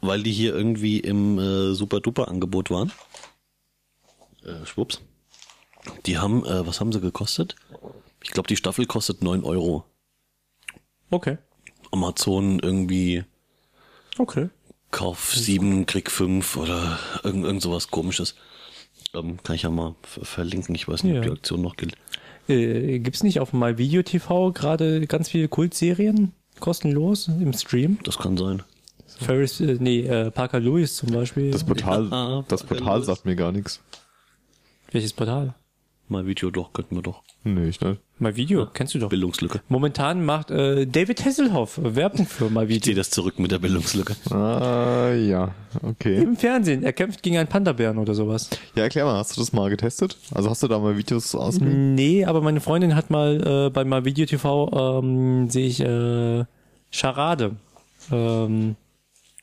weil die hier irgendwie im äh, Super-Duper-Angebot waren. Äh, schwupps. Die haben, äh, was haben sie gekostet? Ich glaube, die Staffel kostet 9 Euro. Okay. Amazon irgendwie Okay. Kauf 7, Krieg 5 oder irgend, irgend sowas komisches. Ähm, kann ich ja mal ver- verlinken. Ich weiß nicht, ob Ja. die Aktion noch gilt. Äh, gibt's nicht auf MyVideo TV gerade ganz viele Kultserien kostenlos im Stream? Das kann sein. Ferris, äh, nee, äh, Parker Lewis zum Beispiel. Das Portal, Ja, das Portal sagt mir gar nichts. Welches Portal? Mal Video doch, könnten wir doch. Nee, ich nicht. MyVideo, kennst du doch. Bildungslücke. Momentan macht äh, David Hasselhoff Werbung für Ich ziehe MyVideo. das zurück mit der Bildungslücke. Ah, ja, okay. Im Fernsehen. Er kämpft gegen einen Panda-Bären oder sowas. Ja, erklär mal, hast du das mal getestet? Also hast du da mal Videos aus? Nee, aber meine Freundin hat mal äh, bei MyVideo TV, ähm, sehe ich, äh, Charade ähm,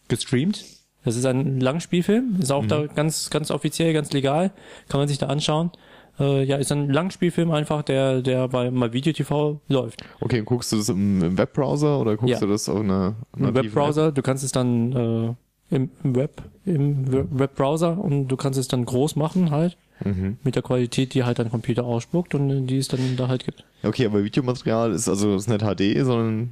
gestreamt. Das ist ein Langspielfilm, ist auch da ganz, ganz offiziell, ganz legal, kann man sich da anschauen. Äh, ja, ist ein Langspielfilm einfach, der, der bei MyVideo TV läuft. Okay, und guckst du das im, im Webbrowser oder guckst Ja. du das auf einer Im nativen Webbrowser, du kannst es dann äh, im im Web, im We- Webbrowser und du kannst es dann groß machen halt. Mhm. Mit der Qualität, die halt dein Computer ausspuckt und äh, die es dann da halt gibt. App? Okay, aber Videomaterial ist also ist nicht HD, sondern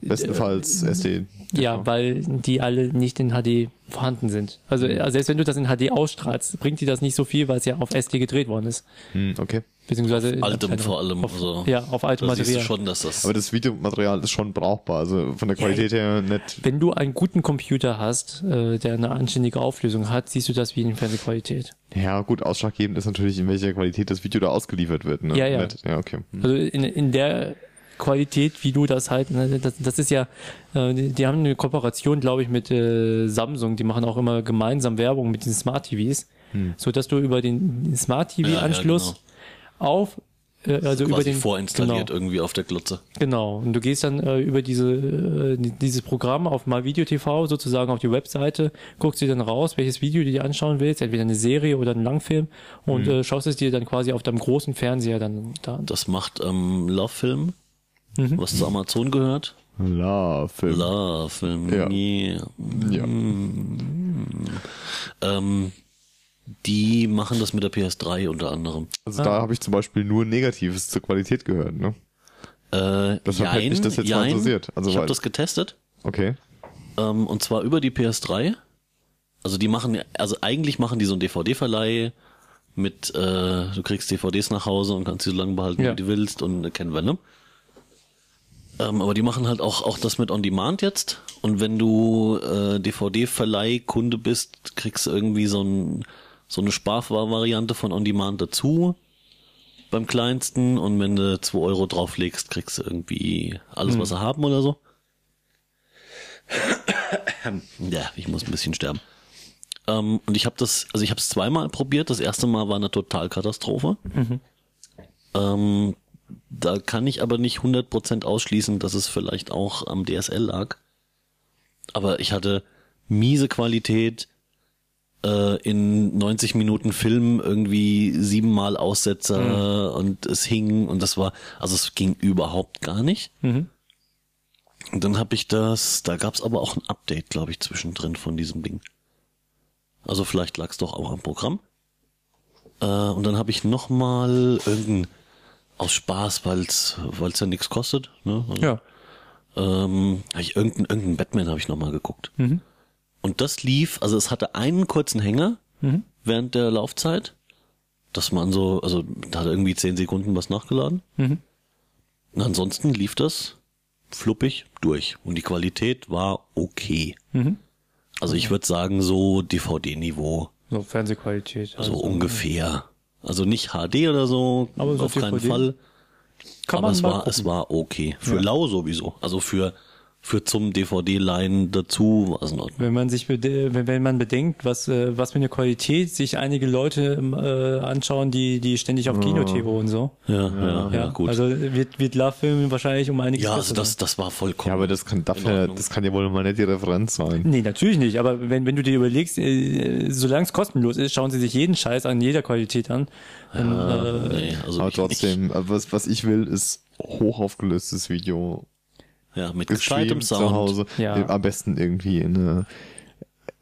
bestenfalls SD. Ja, weil die alle nicht in HD vorhanden sind. Also Mhm. äh, selbst wenn du das in HD ausstrahlst, bringt dir das nicht so viel, weil es ja auf SD gedreht worden ist. Hm, okay. Beziehungsweise Altem vor allem. Auf, also, ja, auf altem da siehst du Material. schon, dass das. Aber das Videomaterial ist schon brauchbar, also von der Qualität her nicht. Wenn du einen guten Computer hast, äh, der eine anständige Auflösung hat, siehst du das wie in Fernsehqualität. Ja, gut, ausschlaggebend ist natürlich, in welcher Qualität das Video da ausgeliefert wird. Ne? Ja, ja. Nicht, ja, okay. Hm. Also in, in der Qualität, wie du das halt, ne, das, das ist ja, äh, die, die haben eine Kooperation, glaube ich, mit äh, Samsung, die machen auch immer gemeinsam Werbung mit den Smart TVs, so dass du über den Smart Hm. Ja, ja, TV-Anschluss auf, äh, also über quasi den vorinstalliert Genau, irgendwie auf der Glotze. genau. Und du gehst dann äh, über diese äh, die- dieses Programm auf MyVideo TV sozusagen auf die Webseite, guckst dir dann raus, welches Video du dir anschauen willst, entweder eine Serie oder einen Langfilm und Hm. äh, schaust es dir dann quasi auf deinem großen Fernseher dann da an. Das macht ähm, Love Film, Mhm. was zu Amazon gehört. Love. Love Film. Ja. Yeah. Ja. Ähm, die machen das mit der PS3 unter anderem. Also da habe ich zum Beispiel nur Negatives zur Qualität gehört. Ne? Äh, Das hat mich das jetzt mal interessiert. Also ich habe weil- das getestet. Okay. Ähm, und zwar über die PS3. Also die machen, ja- also eigentlich machen die so einen DVD-Verleih mit, äh, du kriegst DVDs nach Hause und kannst sie so lange behalten, Ja. wie du willst und äh, kennen wir, ne? Ähm, aber die machen halt auch, auch das mit On Demand jetzt. Und wenn du äh, DVD-Verleih-Kunde bist, kriegst du irgendwie so, ein, so eine Sparvariante von On Demand dazu beim kleinsten. Und wenn du 2 Euro drauflegst, kriegst du irgendwie alles, was sie haben oder so. Ja, ich muss ein bisschen sterben. Ähm, und ich habe das, also ich habe es zweimal probiert. Das erste Mal war eine Totalkatastrophe. Ähm, da kann ich aber nicht 100% ausschließen, dass es vielleicht auch am DSL lag. Aber ich hatte miese Qualität äh, in 90 Minuten Film irgendwie siebenmal Aussetzer und es hing und das war, also es ging überhaupt gar nicht. Und dann habe ich das, da gab's aber auch ein Update, glaube ich, zwischendrin von diesem Ding. Also vielleicht lag's doch auch am Programm. Äh, und dann habe ich nochmal irgendein, aus Spaß, weil's weil's ja nichts kostet, ne? Also, Ja. ähm, hab ich irgendein, Mhm. Mhm. irgendein Batman habe ich nochmal geguckt. Und das lief, also es hatte einen kurzen Hänger, während der Laufzeit, dass man so, also da hat er irgendwie zehn Sekunden was nachgeladen. Mhm. Und ansonsten lief das fluppig durch und die Qualität war okay. Mhm. Also ich würde sagen so DVD-Niveau, So Fernsehqualität. so ungefähr. Also nicht HD oder so, Aber so auf keinen DVD. Fall. Kann aber man es mal war, gucken. es war okay. Für Lau sowieso. Also für, für zum DVD-Line dazu war es in Ordnung. Wenn man sich bede wenn, wenn man bedenkt, was äh, was für eine Qualität sich einige Leute ähm, äh, anschauen, die die ständig auf Kino-TV und so. Ja, ja, ja, gut. Also wird wird Love Film wahrscheinlich um einiges ja, besser also das, das war vollkommen. Ja, aber das kann, darf ja, das kann ja wohl mal nicht die Referenz sein. Nee, natürlich nicht, aber wenn, wenn du dir überlegst, äh, solange es kostenlos ist, schauen sie sich jeden Scheiß an jeder Qualität an. Dann, äh, nee, also Aber ich- trotzdem, äh, was, was ich will, ist hochaufgelöstes Video. Ich, ja, mit gescheitem Gestreamt zu Sound. Hause. Äh, Ja. Am besten irgendwie in äh, eine,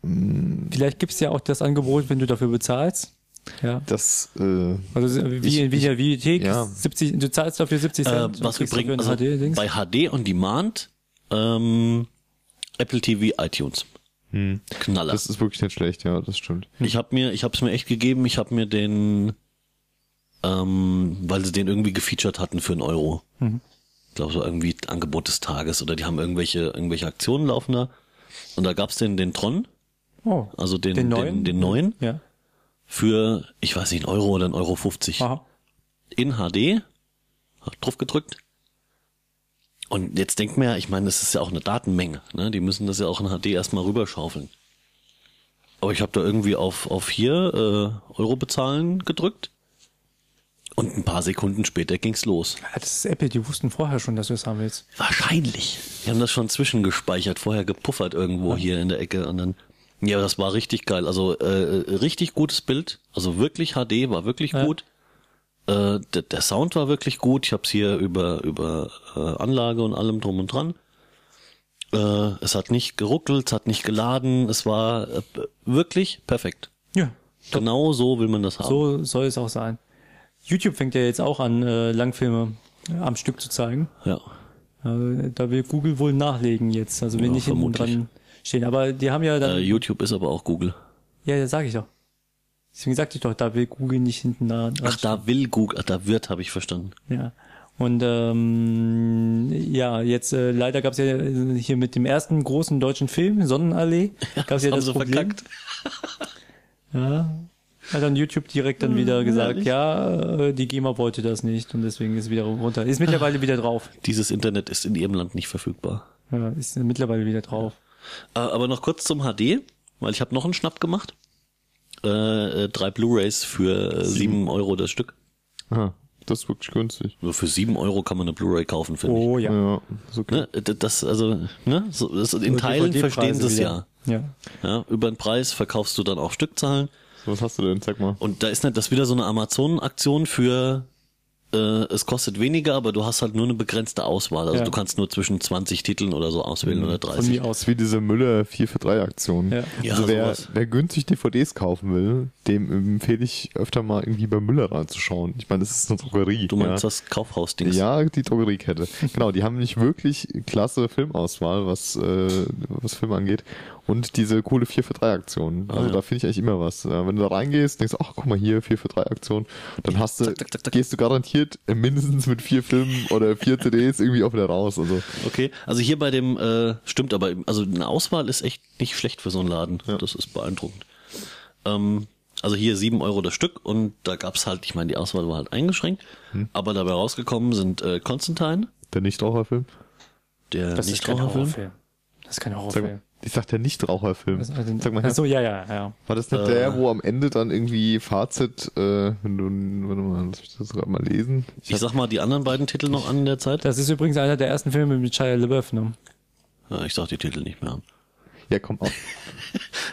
Vielleicht gibt's ja auch das Angebot, wenn du dafür bezahlst. Ja. das, äh, Also wie Ich- in wie in der Videothek, ja. 70, du zahlst dafür 70 Äh, Cent. und was kriegst übrigens, also dafür ein HD-Dings. bei HD on Demand, ähm, Apple TV, iTunes. Knaller. Hm. das ist wirklich nicht schlecht, ja, das stimmt. Ich habe mir, ich habe es mir echt gegeben. Ich habe mir den, ähm, weil sie den irgendwie gefeatured hatten für einen Euro. Mhm. Ich glaube so irgendwie Angebot des Tages oder die haben irgendwelche irgendwelche Aktionen laufen da. Und da gab's den den Tron, oh. also den Den den, neuen? den, neuen Ja. für ich weiß nicht einen Euro oder einen Euro 50 Aha. in HD. Hab drauf gedrückt. Und jetzt denkt man ja, ich meine, das ist ja auch eine Datenmenge. Ne? Die müssen das ja auch in HD erstmal rüberschaufeln. Aber ich habe da irgendwie auf, auf hier äh, Euro bezahlen gedrückt. Und ein paar Sekunden später ging's los. Ja, Ah, Das ist Apple, die wussten vorher schon, dass du es haben willst. Wahrscheinlich. Die haben das schon zwischengespeichert, vorher gepuffert irgendwo hier in der Ecke und dann. Ja, das war richtig geil. Also äh, richtig gutes Bild. Also wirklich HD war wirklich Ja. gut. Äh, der, der Sound war wirklich gut. Ich habe es hier über über äh, Anlage und allem drum und dran. Äh, es hat nicht geruckelt, es hat nicht geladen. Es war äh, wirklich perfekt. Ja. Genau so will man das haben. So soll es auch sein. YouTube fängt ja jetzt auch an, äh, Langfilme am Stück zu zeigen. Ja. Äh, da will Google wohl nachlegen jetzt, also wenn Ja, nicht hinten vermutlich. dran stehen. Aber die haben ja dann, Äh, YouTube ist aber auch Google. ja, ja, sag ich doch. Deswegen sagte ich doch, da will Google nicht hinten dran Ach, da will Google, ach, da wird, habe ich verstanden. Ja. Und ähm, ja, jetzt äh, leider gab's ja äh, hier mit dem ersten großen deutschen Film, Sonnenallee, gab's ja haben das sie Problem. verkackt. Ja. Hat dann YouTube direkt dann wieder gesagt, ja, äh, die GEMA wollte das nicht und deswegen ist wieder runter. Ist mittlerweile wieder drauf. Dieses Internet ist in ihrem Land nicht verfügbar. Ja, ist mittlerweile wieder drauf. Äh, aber noch kurz zum HD, weil ich habe noch einen Schnapp gemacht. Äh, äh, drei Blu-Rays für äh, sieben Euro das Stück. Ah, das ist wirklich günstig. Also für sieben Euro kann man eine Blu-Ray kaufen, finde Oh Ja, ja. ist okay. ich. Ne? D- Das, also, ne? So, das, in Und Teilen DVD-Preise verstehen sie es ja. wieder. Ja. ja. Über den Preis verkaufst du dann auch Stückzahlen. So, was hast du denn? Sag mal. Und da ist nicht das wieder so eine Amazon-Aktion für äh, es kostet weniger, aber du hast halt nur eine begrenzte Auswahl. Also Ja. Mhm. du kannst nur zwischen 20 Titeln oder so auswählen oder Von 30. mir aus. Das ist wie diese Müller 4 für 3 Aktion. Ja. Ja, also wer, sowas. wer günstig DVDs kaufen will, dem empfehle ich öfter mal irgendwie bei Müller reinzuschauen. Ich meine, das ist eine Drogerie. Du meinst ja. das Kaufhaus-Dings. Ja, die Drogeriekette. genau, die haben nicht wirklich klasse Filmauswahl, was, äh, was Filme angeht. Und diese coole 4 für 3 Aktion. Ah, Also da finde ich eigentlich immer was. Äh, wenn du da reingehst, denkst du, ach guck mal hier, 4 für 3 Aktion, dann hast du, Zack, zack, zack, zack. gehst du garantiert äh, mindestens mit vier Filmen oder vier CDs irgendwie auch wieder raus. Also Okay, also hier bei dem, äh, stimmt aber, also eine Auswahl ist echt nicht schlecht für so einen Laden. Das ist beeindruckend. Ähm, also hier sieben Euro das Stück und da gab's halt, ich meine, die Auswahl war halt eingeschränkt, aber dabei rausgekommen sind äh, Constantine, der Nichtraucherfilm. der Das ist kein Nichtraucherfilm. Horrorfilm. Das ist kein Sag mal, Horrorfilm. ich sag der Nichtraucherfilm. Das- also- Sag mal, Ach so, ja, ja, ja. war das nicht der, wo am Ende dann irgendwie Fazit, äh, wenn du, warte mal, lass mich das gerade mal lesen. Ich sag mal die anderen beiden Titel noch an in der Zeit. Das ist übrigens einer der ersten Filme mit Shia LaBeouf. Ne? Ja, ich sag die Titel nicht mehr an. Ja, komm auf.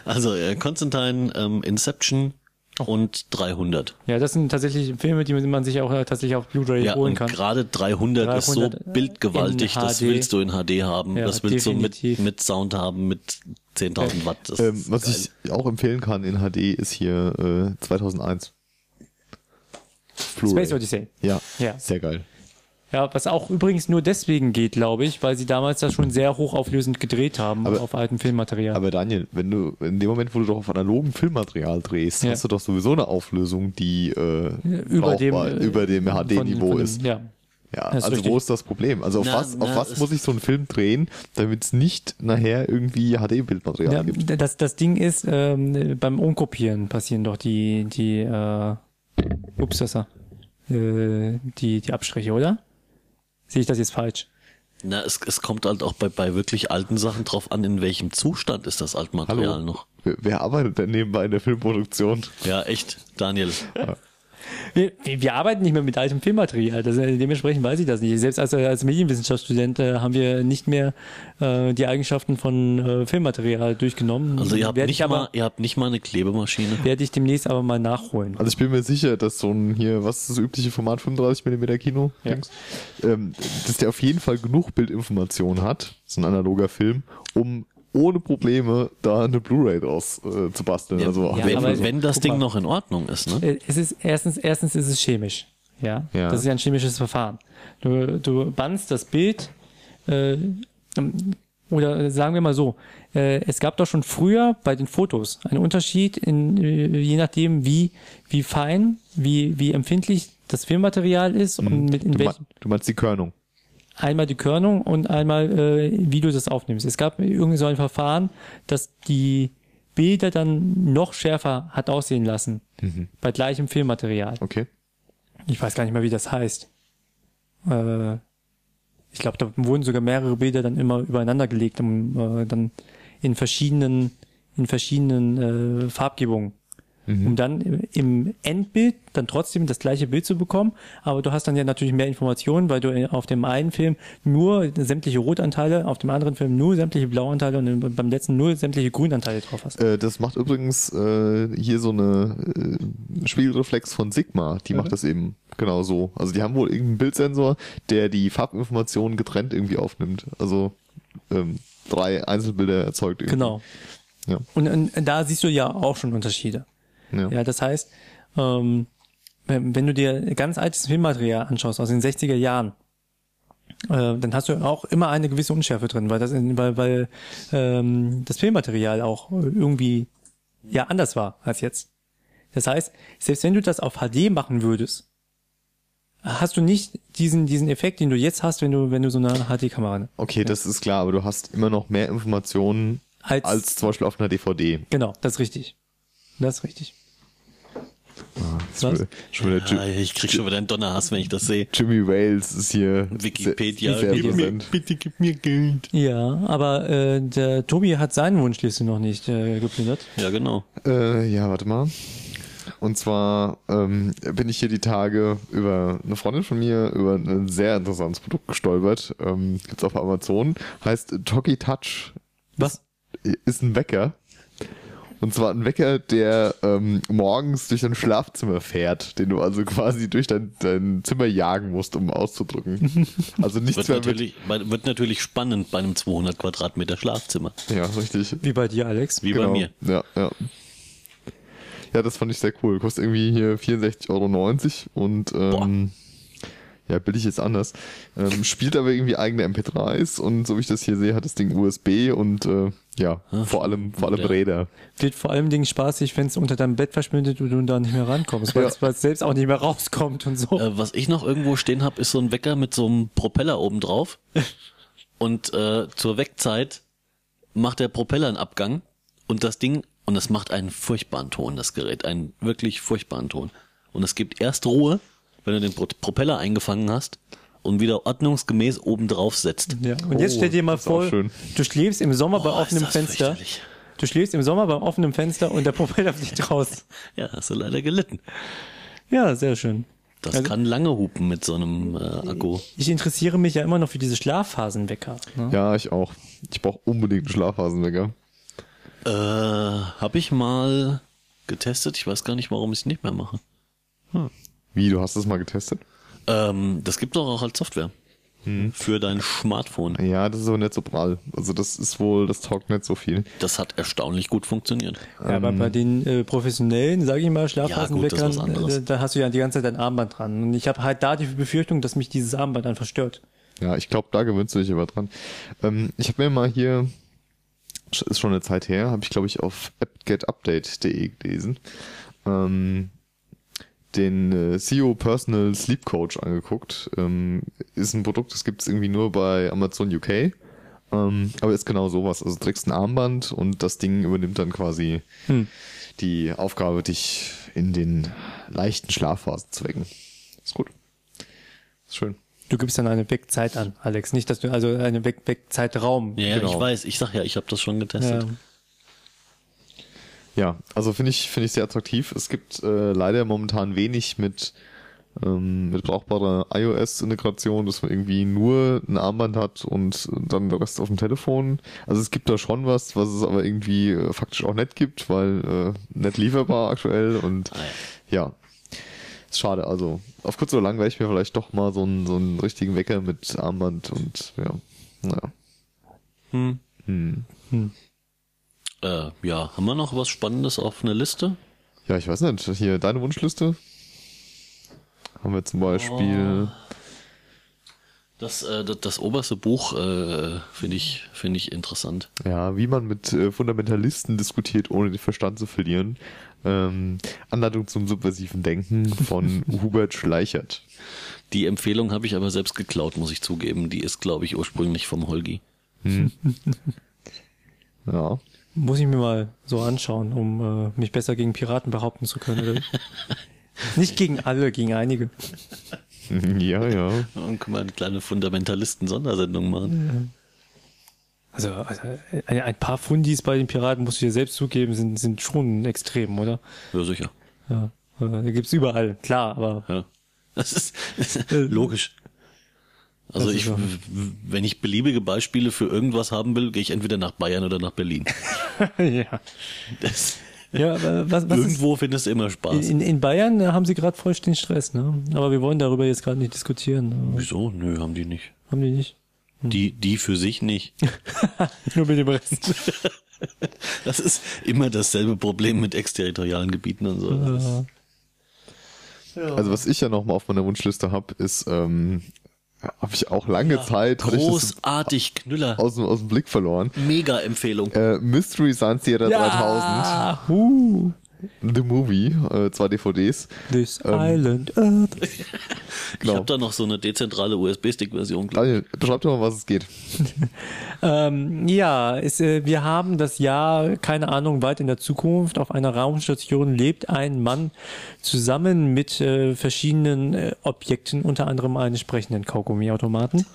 Also äh, Constantine, ähm, Inception und 300. Ja, das sind tatsächlich Filme, die man sich auch äh, tatsächlich auf Blu-ray Ja, holen und kann. gerade 300, ist so 300, äh, bildgewaltig, in das HD. willst du in HD haben, Ja, das willst definitiv. du mit, mit Sound haben, mit 10.000 Watt. Das Ähm, ist was geil. ich auch empfehlen kann in HD ist hier äh, 2001. Blu-ray. Space Odyssey. Ja, Ja. sehr geil. Ja, was auch übrigens nur deswegen geht, glaube ich, weil sie damals das schon sehr hochauflösend gedreht haben Aber- auf altem Filmmaterial. Aber Daniel, wenn du in dem Moment, wo du doch auf analogen Filmmaterial drehst, Ja. hast du doch sowieso eine Auflösung, die äh, über dem, brauchbar- äh, über dem von- von HD-Niveau dem- ist. Ja. Ja, das ist also richtig. wo ist das Problem? Also auf Na, was, na, auf was es- muss ich so einen Film drehen, damit es nicht nachher irgendwie HD-Bildmaterial ja gibt? das, das Ding ist, ähm, beim Umkopieren passieren doch die, die, äh, ups, das war, äh, die, die Abstriche, oder? Sehe ich das jetzt falsch? Na, es, es kommt halt auch bei, bei wirklich alten Sachen drauf an, in welchem Zustand ist das Altmaterial Hallo? noch. Wer, wer arbeitet denn nebenbei in der Filmproduktion? Ja, echt, Daniel. Wir, wir wir arbeiten nicht mehr mit altem Filmmaterial, das, äh, dementsprechend weiß ich das nicht. Selbst als, als Medienwissenschaftsstudent äh, haben wir nicht mehr äh, die Eigenschaften von äh, Filmmaterial durchgenommen. Also ihr habt, Werde nicht ich aber, mal, ihr habt nicht mal eine Klebemaschine. Werde ich demnächst aber mal nachholen. Also ich bin mir sicher, dass so ein hier, was ist das übliche Format, 35mm Kino, Ja. Dings, ähm, dass der auf jeden Fall genug Bildinformation hat, so ein analoger Film, um ohne Probleme da eine Blu-ray draus äh, zu basteln. also ja, wenn, aber- wenn das guck Ding mal. noch in Ordnung ist, ne? Äh, Es ist erstens, erstens ist es chemisch. Ja? Ja. Das ist ja ein chemisches Verfahren. Du, du bannst das Bild, äh, ähm, oder sagen wir mal so, äh, es gab doch schon früher bei den Fotos einen Unterschied, in, äh, je nachdem, wie, wie fein, wie, wie empfindlich das Filmmaterial ist und mit in Mhm. du, mein, welchem du meinst die Körnung. einmal die Körnung und einmal, äh, wie du das aufnimmst. Es gab irgendwie so ein Verfahren, das die Bilder dann noch schärfer hat aussehen lassen. Mhm. Bei gleichem Filmmaterial. Okay. Ich weiß gar nicht mehr, wie das heißt. Äh, ich glaube, da wurden sogar mehrere Bilder dann immer übereinander gelegt, um äh, dann in verschiedenen, in verschiedenen äh, Farbgebungen. Um dann im- im Endbild dann trotzdem das gleiche Bild zu bekommen, aber du hast dann ja natürlich mehr Informationen, weil du in- auf dem einen Film nur sämtliche Rotanteile, auf dem anderen Film nur sämtliche Blauanteile und im- beim letzten nur sämtliche Grünanteile drauf hast. Äh, das macht übrigens äh, hier so eine äh, Spiegelreflex von Sigma, die Mhm. macht das eben genau so. Also die haben wohl irgendeinen Bildsensor, der die Farbinformationen getrennt irgendwie aufnimmt. Also ähm, drei Einzelbilder erzeugt irgendwie. Genau. Ja. Und, und da siehst du ja auch schon Unterschiede. Ja. Ja, das heißt, ähm, wenn wenn du dir ganz altes Filmmaterial anschaust aus den 60er Jahren, äh, dann hast du auch immer eine gewisse Unschärfe drin, weil das, in- weil, weil ähm, das Filmmaterial auch irgendwie ja anders war als jetzt. Das heißt, selbst wenn du das auf HD machen würdest, hast du nicht diesen diesen Effekt, den du jetzt hast, wenn du wenn du so eine HD-Kamera Okay, das ist klar, aber du hast immer noch mehr Informationen als, als, zum Beispiel auf einer DVD. genau, das ist richtig, das ist richtig. Was? Schon wieder Ah, Ju- ich krieg schon wieder einen Donnerhass, wenn ich das sehe. Jimmy Wales ist hier Wikipedia, sehr, sehr gib mir- präsent. bitte gib mir Geld. Ja, aber äh, der Tobi hat seine Wunschliste noch nicht äh, geplündert. Ja, genau. Äh, ja, warte mal. Und zwar ähm, bin ich hier die Tage über eine Freundin von mir über ein sehr interessantes Produkt gestolpert. Ähm, gibt's auf Amazon. Heißt Toki Touch. Was? Ist ein Wecker. Und zwar ein Wecker, der ähm, morgens durch dein Schlafzimmer fährt, den du also quasi durch dein, dein Zimmer jagen musst, um auszudrücken. Also nichts Wird mehr mit natürlich, wird natürlich spannend bei einem 200 Quadratmeter Schlafzimmer. Ja, richtig. Wie bei dir, Alex. Wie bei mir. Genau. Ja, ja. Ja, das fand ich sehr cool. Kostet irgendwie hier 64,90 Euro und ähm, ja, billig ist anders. Ähm, spielt aber irgendwie eigene MP3s und so wie ich das hier sehe, hat das Ding USB und äh, ja, Hm. vor allem, vor allem ja. Räder. Wird vor allem Dingen spaßig, wenn es unter deinem Bett verschwindet und du da nicht mehr rankommst, weil es selbst auch nicht mehr rauskommt und so. Äh, was ich noch irgendwo stehen habe, ist so ein Wecker mit so einem Propeller oben drauf. Und äh, zur Weckzeit macht der Propeller einen Abgang und das Ding, und das macht einen furchtbaren Ton, das Gerät, einen wirklich furchtbaren Ton. Und es gibt erst Ruhe, wenn du den Pro Propeller eingefangen hast und wieder ordnungsgemäß oben drauf setzt. Ja. Und jetzt stell dir mal auch vor, schön. du schläfst im Sommer bei Oh, ist offenem das Fenster. fürchterlich. Du schläfst im Sommer bei offenem Fenster und der Propeller fliegt raus. Ja, hast du leider gelitten. Ja, sehr schön. Das Also- kann lange hupen mit so einem äh, Akku. Ich interessiere mich ja immer noch für diese Schlafphasenwecker. Hm. Ne? Ja, ich auch. Ich brauche unbedingt einen Schlafphasenwecker. Äh, hab ich mal getestet. Ich weiß gar nicht, warum ich es nicht mehr mache. Wie, du hast das mal getestet? Ähm, das gibt doch auch als Software. für dein Smartphone. Ja, das ist aber nicht so prall. Also das ist wohl, das taugt nicht so viel. Das hat erstaunlich gut funktioniert. Ja, aber bei den äh, professionellen, sage ich mal, Ähm. Ja, gut, das ist was Schlafphasenweckern, anderes. äh, da hast du ja die ganze Zeit ein Armband dran. Und ich habe halt da die Befürchtung, dass mich dieses Armband dann verstört. Ja, ich glaube, da gewöhnst du dich aber dran. Ähm, ich habe mir mal hier, sch- ist schon eine Zeit her, habe ich glaube ich auf appgetupdate.de gelesen, ähm, den äh, CEO Personal Sleep Coach angeguckt. Ähm, ist ein Produkt, das gibt's irgendwie nur bei Amazon UK. Ähm, aber ist genau sowas. Also du trägst ein Armband und das Ding übernimmt dann quasi die Aufgabe, dich in den leichten Schlafphasen zu wecken. Ist gut. Ist schön. Du gibst dann eine Wegzeit an, Alex. Nicht, dass du, also eine Weg Wegzeitraum. Ja, Genau. ich weiß. Ich sag ja, ich habe das schon getestet. Ja. Ja, also finde ich, finde ich sehr attraktiv. Es gibt äh, leider momentan wenig mit, ähm, mit brauchbarer iOS-Integration, dass man irgendwie nur ein Armband hat und dann der Rest auf dem Telefon. Also es gibt da schon was, was es aber irgendwie äh, faktisch auch nicht gibt, weil äh, nicht lieferbar aktuell und ja. Ist schade, also auf kurz oder lang werde ich mir vielleicht doch mal so einen, so einen richtigen Wecker mit Armband und ja, naja. Äh, ja, haben wir noch was Spannendes auf einer Liste? Ja, ich weiß nicht. Hier, deine Wunschliste? Haben wir zum Beispiel. Das, äh, das, das oberste Buch äh, finde ich, finde ich interessant. Ja, wie man mit äh, Fundamentalisten diskutiert, ohne den Verstand zu verlieren. Ähm, Anleitung zum subversiven Denken von Hubert Schleichert. Die Empfehlung habe ich aber selbst geklaut, muss ich zugeben. Die ist, glaube ich, ursprünglich vom Holgi. Ja. Muss ich mir mal so anschauen, um äh, mich besser gegen Piraten behaupten zu können. Oder? Nicht gegen alle, gegen einige. ja, ja. Dann können wir eine kleine Fundamentalisten-Sondersendung machen. Also, also ein, ein paar Fundis bei den Piraten, musst du dir selbst zugeben, sind, sind schon extrem, oder? Ja, sicher. Ja. Äh, Da gibt's überall, klar, aber Ja. Das ist logisch. Also Das ist ich, so. wenn ich beliebige Beispiele für irgendwas haben will, gehe ich entweder nach Bayern oder nach Berlin. ja. Das, Ja, aber was, was ist, irgendwo findest du immer Spaß. in, in Bayern äh, haben sie gerade voll den Stress, ne? Aber wir wollen darüber jetzt gerade nicht diskutieren. Äh, Wieso? Nö, haben die nicht. Haben die nicht? Die, die für sich nicht. Nur mit dem Rest. Das ist immer dasselbe Problem mit exterritorialen Gebieten und so. Das ist- Also was ich ja nochmal auf meiner Wunschliste habe, ist, ähm, habe ich auch lange Zeit hatte ich das Großartig, Oh. Knüller. aus, dem- aus dem Blick verloren. Mega Empfehlung. Äh, Mystery Science Theater 3000. Huh. 3000, The Movie, äh, zwei DVDs. Uh, This Island Earth. Ich genau. habe da noch so eine dezentrale USB-Stick-Version. glaub Daniel, beschreib doch mal, was es geht. Ähm, ja, es, äh, wir haben das Jahr, keine Ahnung, weit in der Zukunft. Auf einer Raumstation lebt ein Mann zusammen mit äh, verschiedenen äh, Objekten, unter anderem einen sprechenden Kaugummiautomaten.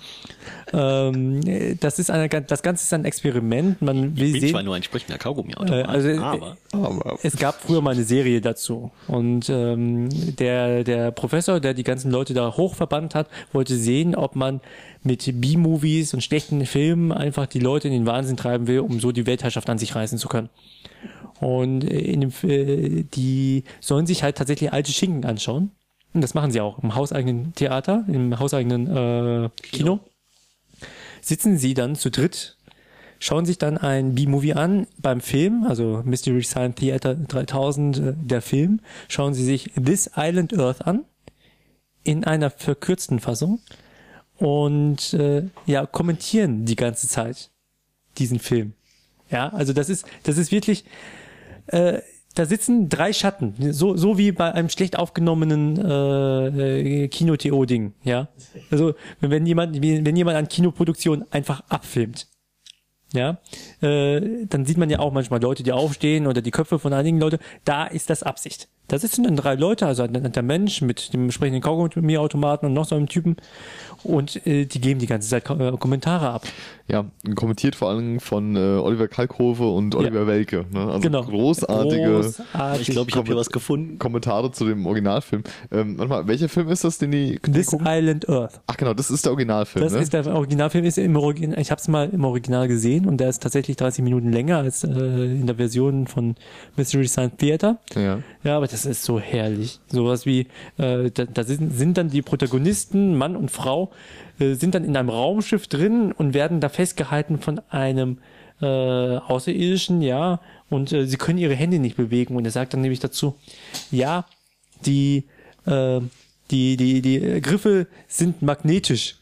ähm, äh, das, ist eine, gan- das Ganze ist ein Experiment. Man will Ich bin sehen, zwar nur ein sprechender kaugummi Äh, also, äh, aber Aber es gab früher mal eine Serie dazu. Und ähm, der, der Professor, der die ganzen Leute da hochverbannt hat, wollte sehen, ob man mit B-Movies und schlechten Filmen einfach die Leute in den Wahnsinn treiben will, um so die Weltherrschaft an sich reißen zu können. Und äh, in dem, F- äh, die sollen sich halt tatsächlich alte Schinken anschauen. Und das machen sie auch im hauseigenen Theater, im hauseigenen äh, Kino. Sitzen sie dann zu dritt schauen sich dann ein B-Movie an beim Film, also Mystery Science Theater 3000, äh, der Film, schauen sie sich This Island Earth an, in einer verkürzten Fassung und äh, ja, kommentieren die ganze Zeit diesen Film. Ja, also das ist, das ist wirklich, äh, da sitzen drei Schatten, so, so wie bei einem schlecht aufgenommenen äh, äh, Kino-TO-Ding, ja. Also wenn jemand, wenn jemand an Kinoproduktion einfach abfilmt, ja, äh, dann sieht man ja auch manchmal Leute, die aufstehen oder die Köpfe von einigen Leute. Da ist das Absicht. Da sitzen dann drei Leute, also ein netter Mensch mit dem entsprechenden Kaugummi-Automaten und noch so einem Typen und äh, die geben die ganze Zeit Ko- äh, Kommentare ab. Ja, kommentiert vor allem von äh, Oliver Kalkofe und Oliver Welke. Ne? Also Genau. großartige Großartig. Ich glaube, ich habe hier was gefunden. Kommentare zu dem Originalfilm. Ähm, warte mal, welcher Film ist das, den die... This Island Earth. Ach genau, das ist der Originalfilm, Das ne? ist der Originalfilm. Ist im Origin ich habe es mal im Original gesehen und der ist tatsächlich 30 Minuten länger als äh, in der Version von Mystery Science Theater. Ja. Ja, aber das ist so herrlich. Sowas wie, äh, da, da sind, sind dann die Protagonisten, Mann und Frau, äh, sind dann in einem Raumschiff drin und werden da festgehalten von einem äh, Außerirdischen, ja, und äh, sie können ihre Hände nicht bewegen. Und er sagt dann nämlich dazu, ja, die, äh, die, die, die Griffe sind magnetisch.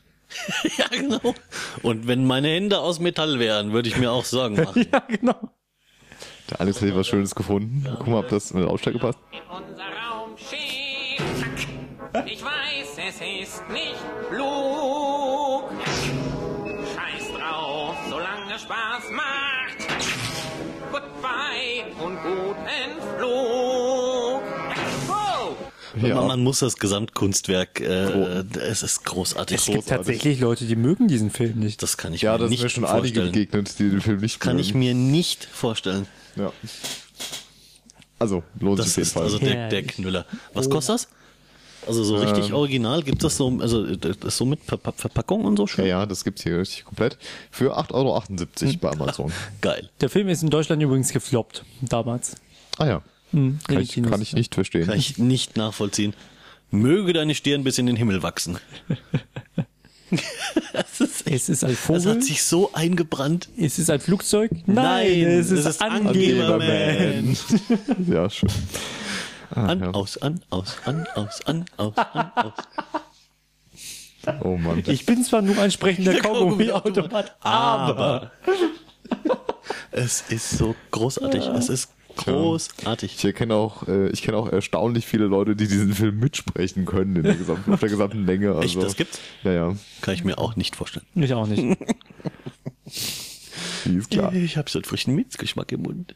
Ja, genau. Und wenn meine Hände aus Metall wären, würde ich mir auch Sorgen machen. Ja, genau. Der Alex hat hier was Schönes gefunden. Guck mal, ob das in den Lautstärke passt. in unser Raumschiff. Zack. Ich weiß, es ist nicht klug. Scheiß drauf, solange Spaß macht. Goodbye und guten Flug. Wow. Man, man muss das Gesamtkunstwerk, äh, es ist großartig. Es gibt halt tatsächlich Leute, die mögen diesen Film nicht. das kann ich Ja, mir da sind nicht mir schon einige vorstellen. begegnet, die ne? den Film nicht Kann ich mögen. mir nicht vorstellen. Ja. Also, lohnt Das sich ist auf jeden also Fall. der, der Herrlich. Oh. Knüller. Was kostet das? Also so richtig Ähm. original gibt das so, also das ist so mit Verpa- Verpackung und so schön. ja, ja, das gibt's hier richtig komplett. Für 8,78 Hm. Euro bei Amazon. Geil. Der Film ist in Deutschland übrigens gefloppt, damals. Ah ja. in Kann den ich, Kinos. kann ich nicht verstehen. Kann ich nicht nachvollziehen. Möge deine Stirn bis in den Himmel wachsen. das, ist echt, Es ist ein das Vogel. hat sich so eingebrannt. Ist es ein Flugzeug? Nein, es ist, Angeber. Angeberman. Ja, schön. An, ja. aus, an, aus, an, aus, an, aus, an, aus. Oh Mann. Ich bin zwar nur ein sprechender Kaugummi-Automat, aber Es ist so großartig. Es ist großartig. Ich erkenne auch, äh, ich kenne auch erstaunlich viele Leute, die diesen Film mitsprechen können in der gesamten, auf der gesamten Länge. Also, Echt, das gibt's? Ja, ja. Kann ich mir auch nicht vorstellen. ich auch nicht. Die ist klar. Ich habe so einen frischen Minzgeschmack im Mund.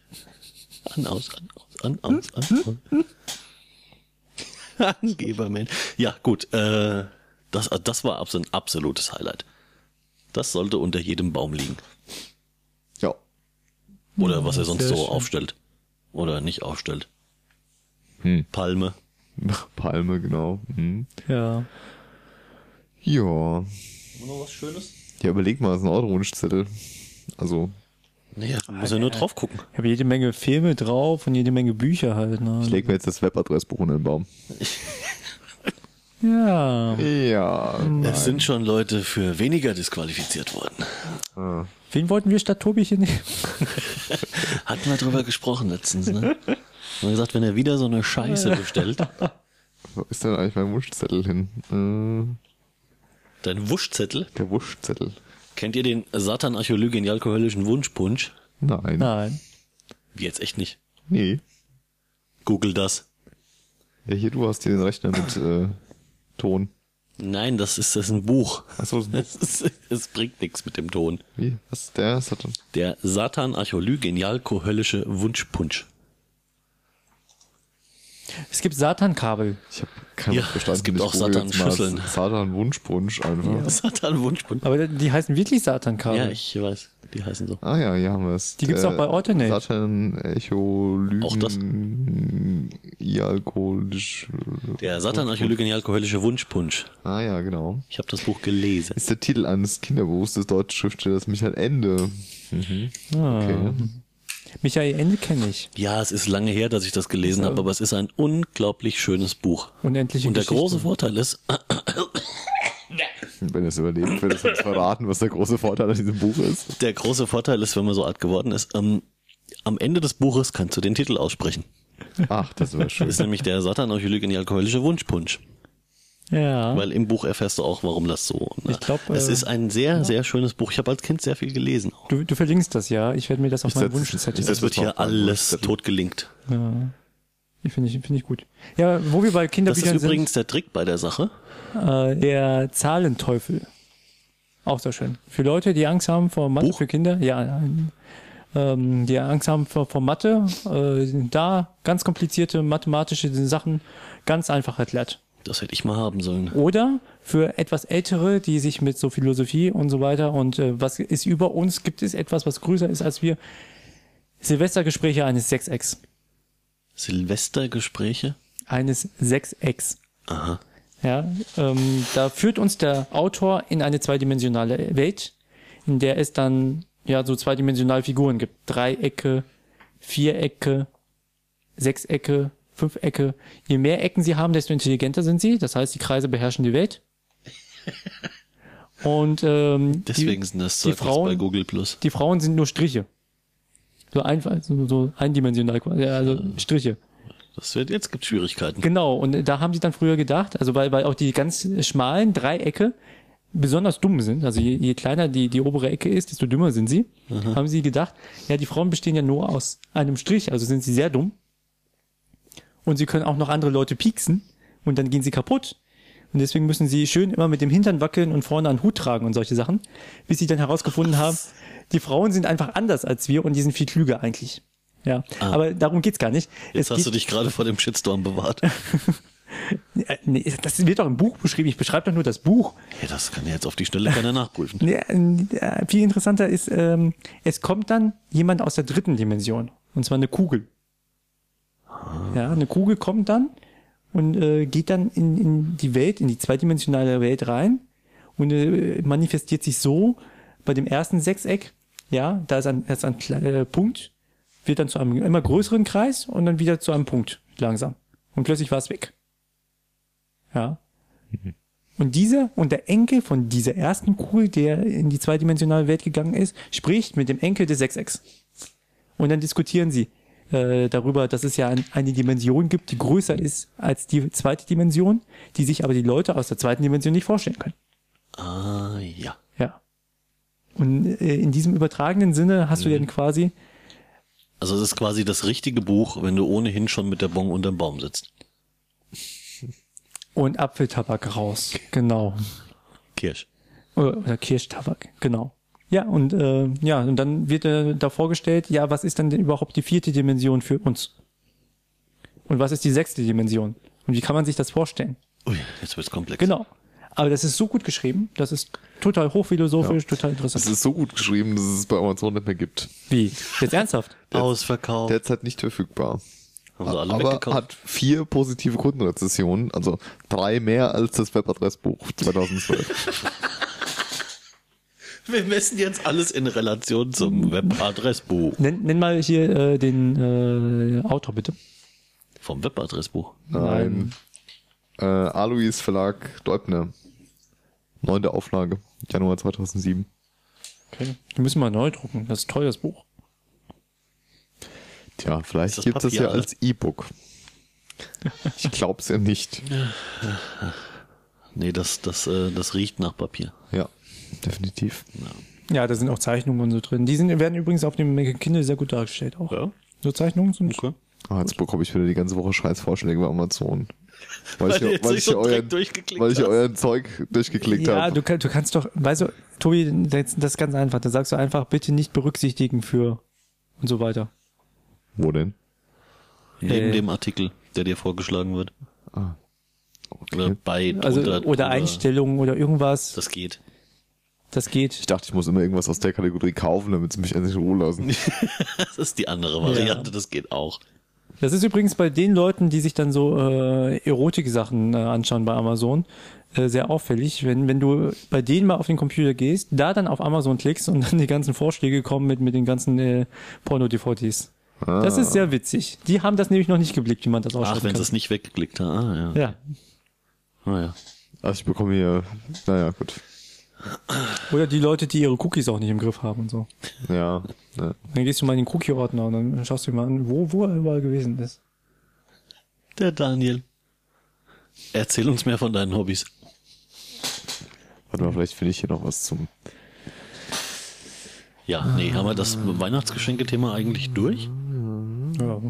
An, aus, an, aus, an, aus, an, aus. Angeberman. Ja, gut. Äh, das, das war abs- ein absolutes Highlight. Das sollte unter jedem Baum liegen. Ja. Oder was er sonst sehr so schön. aufstellt. Oder nicht aufstellt. Palme. Palme, genau. Mhm. Ja. Ja. Noch was Schönes? Ja, überleg mal, das ist ein Autowunschzettel. Also, Naja, muss Ah, ja nur drauf gucken. Ich habe jede Menge Filme drauf und jede Menge Bücher halt. ich Ne? leg mir jetzt das Webadressbuch unter den Baum. Ja. Ja. Es sind schon Leute für weniger disqualifiziert worden. Wen wollten wir statt Tobi hier nehmen? Hatten wir drüber gesprochen letztens, ne? Haben wir gesagt, wenn er wieder so eine Scheiße bestellt, Wo ist denn eigentlich mein Wunschzettel hin? dein Wuschzettel, Äh, der Wunschzettel. kennt ihr den satan archäologen genialkoholischen Wunschpunsch? Nein. Nein. Wie jetzt echt nicht. Nee. Google das. Ja, hier, du hast hier den Rechner mit äh, Ton. Nein, das ist, das ist ein Buch. Achso, das ist- Es ist- es bringt nichts mit dem Ton. wie? Was? Der ist dann. Der satan archäologen genialkoholische Wunschpunsch. Es gibt Satankabel. Ich habe keine Ja, Ahnung verstanden. es gibt Ich auch google jetzt mal Satan-Schüsseln. Satan-Wunschpunsch einfach. Satan-Wunschpunsch. Aber die heißen wirklich Satankabel. Ja, ich weiß. Die heißen so. Ah ja, hier haben wir es. Die gibt's auch bei Alternate. Satan, Echo, Lügen, Auch das. Ialkoholisch. Der satan archäologen genialkoholische Wunschpunsch. Ah ja, genau. Ich habe das Buch gelesen. Ist der Titel eines Kinderbuchs des deutschen Schriftstellers Michael Ende. Mhm. Ah. Michael Ende kenne ich. Ja, es ist lange her, dass ich das gelesen habe, aber es ist ein unglaublich schönes Buch. Unendliche Und der Geschichte. große Vorteil ist, Wenn er es überlebt, wird er es uns verraten, was der große Vorteil an diesem Buch ist. der große Vorteil ist, wenn man so alt geworden ist, ähm, am Ende des Buches kannst du den Titel aussprechen. Ach, das wäre schön. Das ist nämlich der satan in die alkoholische Wunschpunsch. Ja. Weil im Buch erfährst du auch, warum das so. ne? Ich glaub, es äh, ist ein sehr, sehr schönes Buch. Ich habe als Kind sehr viel gelesen. auch. Du, du verlinkst das, ja. Ich werde mir das auf Ich meinen setz- Wunschzettel. ich setz- Es wird ist auch äh, hier ein alles Wunschzettel. totgelinkt. Ja. Ich finde ich, find ich gut. Ja, wo wir bei Das ist Kinderbüchern übrigens der Trick bei der Sache. sind, äh, der Zahlenteufel. Auch sehr schön. Für Leute, die Angst haben vor Mathe, Buch? für Kinder, ja, ähm, die Angst haben vor, vor Mathe, äh, da ganz komplizierte mathematische Sachen ganz einfach erklärt. Das hätte ich mal haben sollen. Oder für etwas Ältere, die sich mit so Philosophie und so weiter und äh, was ist über uns, gibt es etwas, was größer ist als wir. Silvestergespräche eines Sechsecks. Silvestergespräche? Eines Sechsecks. Aha. Ja, ähm, da führt uns der Autor in eine zweidimensionale Welt, in der es dann ja so zweidimensionale Figuren gibt. Dreiecke, Vierecke, Sechsecke, Fünfecke. Je mehr Ecken sie haben, desto intelligenter sind sie. Das heißt, die Kreise beherrschen die Welt. Und ähm, Deswegen die, sind das die Zeug Frauen, bei Google Plus. die Frauen sind nur Striche. So einfach, so, so eindimensional quasi. Ja, also Ah. Striche. Das wird, jetzt gibt Schwierigkeiten. Genau, und da haben sie dann früher gedacht, also weil, weil auch die ganz schmalen Dreiecke besonders dumm sind, also je, je kleiner die, die obere Ecke ist, desto dümmer sind sie, Mhm. haben sie gedacht, ja, die Frauen bestehen ja nur aus einem Strich, also sind sie sehr dumm. Und sie können auch noch andere Leute pieksen und dann gehen sie kaputt. Und deswegen müssen sie schön immer mit dem Hintern wackeln und vorne einen Hut tragen und solche Sachen, bis sie dann herausgefunden haben, die Frauen sind einfach anders als wir und die sind viel klüger eigentlich. Ja, aber darum geht's gar nicht. Ah. Jetzt hast geht- du dich gerade vor dem Shitstorm bewahrt. äh, Nee, das wird doch im Buch beschrieben. Ich beschreibe doch nur das Buch. Ja, das kann ja jetzt auf die Stelle keiner nachprüfen. Nee, äh, viel interessanter ist, ähm, es kommt dann jemand aus der dritten Dimension. Und zwar eine Kugel. Ja, eine Kugel kommt dann und äh, geht dann in, in die Welt, in die zweidimensionale Welt rein und äh, manifestiert sich so bei dem ersten Sechseck. Ja, da ist ein, da ist ein kle- äh, Punkt, wird dann zu einem immer größeren Kreis und dann wieder zu einem Punkt langsam. Und plötzlich war es weg. Ja, und dieser und der Enkel von dieser ersten Kugel, der in die zweidimensionale Welt gegangen ist, spricht mit dem Enkel des Sechsecks. Und dann diskutieren sie äh, darüber, dass es ja ein, eine Dimension gibt, die größer ist als die zweite Dimension, die sich aber die Leute aus der zweiten Dimension nicht vorstellen können. Ah, ja. Ja. Und äh, in diesem übertragenen Sinne hast du dann quasi Also es ist quasi das richtige Buch, wenn du ohnehin schon mit der Bon unterm Baum sitzt. und Apfeltabak raus. Genau. Kirsch. Oder, oder Kirschtabak, genau. Ja, und äh, ja, und dann wird äh, da vorgestellt, ja, was ist denn überhaupt die vierte Dimension für uns? Und was ist die sechste Dimension? Und wie kann man sich das vorstellen? Ui, jetzt wird's komplex. Genau. Aber das ist so gut geschrieben, das ist total hochphilosophisch, total interessant. Es ist so gut geschrieben, dass es bei Amazon nicht mehr gibt. wie? Jetzt ernsthaft? Ausverkauft. Derzeit nicht verfügbar. Haben sie alle aber weggekauft? hat vier positive Kundenrezessionen, also drei mehr als das Webadressbuch 2012. Wir messen jetzt alles in Relation zum Webadressbuch. Nenn, nenn mal hier äh, den äh, Autor bitte. Vom Webadressbuch. Nein. Äh, Alois Verlag Deubner. Neunte Auflage, Januar 2007. Okay. Die müssen mal neu drucken, das ist toll, das Buch. Tja, vielleicht das gibt es Papier, ne? ja oder? als E-Book. Ich glaub's ja nicht. Nee, das, das, äh, das riecht nach Papier. Ja, definitiv. Ja, da sind auch Zeichnungen und so drin. Die sind, werden übrigens auf dem Kindle sehr gut dargestellt auch. Ja. So Zeichnungen sind Okay. Ah, jetzt bekomme ich wieder die ganze Woche scheiß Vorschläge bei Amazon. Weil, Weil ich, du jetzt weil nicht ich so direkt euren, durchgeklickt weil ich hast. euren Zeug durchgeklickt Ja, habe. du, kann, du kannst doch, weißt du, Tobi, das das ist ganz einfach. Da sagst du einfach, bitte nicht berücksichtigen für und so weiter. Wo denn? Neben Äh. dem Artikel, der dir vorgeschlagen wird. Oder bei Also, drunter, oder, drüber. Einstellungen oder irgendwas, Das geht. das geht. Ich dachte, ich muss immer irgendwas aus der Kategorie kaufen, damit sie mich endlich in Ruhe lassen. Das ist die andere Variante, das geht auch. Das ist übrigens bei den Leuten, die sich dann so äh, Erotik-Sachen äh, anschauen bei Amazon, äh, sehr auffällig. Wenn, wenn du bei denen mal auf den Computer gehst, da dann auf Amazon klickst und dann die ganzen Vorschläge kommen mit, mit den ganzen äh, Porno-DVDs. Das ist sehr witzig. Die haben das nämlich noch nicht geblickt, wie man das Ach, ausschalten wenn sie kann. es nicht weggeklickt haben. Ah, ja. ja, Ah, ja. Also ich bekomme hier, naja, gut. Oder die Leute, die ihre Cookies auch nicht im Griff haben und so. Ja, ne. ja. Dann gehst du mal in den Cookie-Ordner und dann schaust du dir mal an, wo, wo er überall gewesen ist. Der Daniel. Erzähl uns mehr von deinen Hobbys. Warte mal, vielleicht finde ich hier noch was zum. Ja, nee, haben wir das Weihnachtsgeschenke-Thema eigentlich durch? Ja.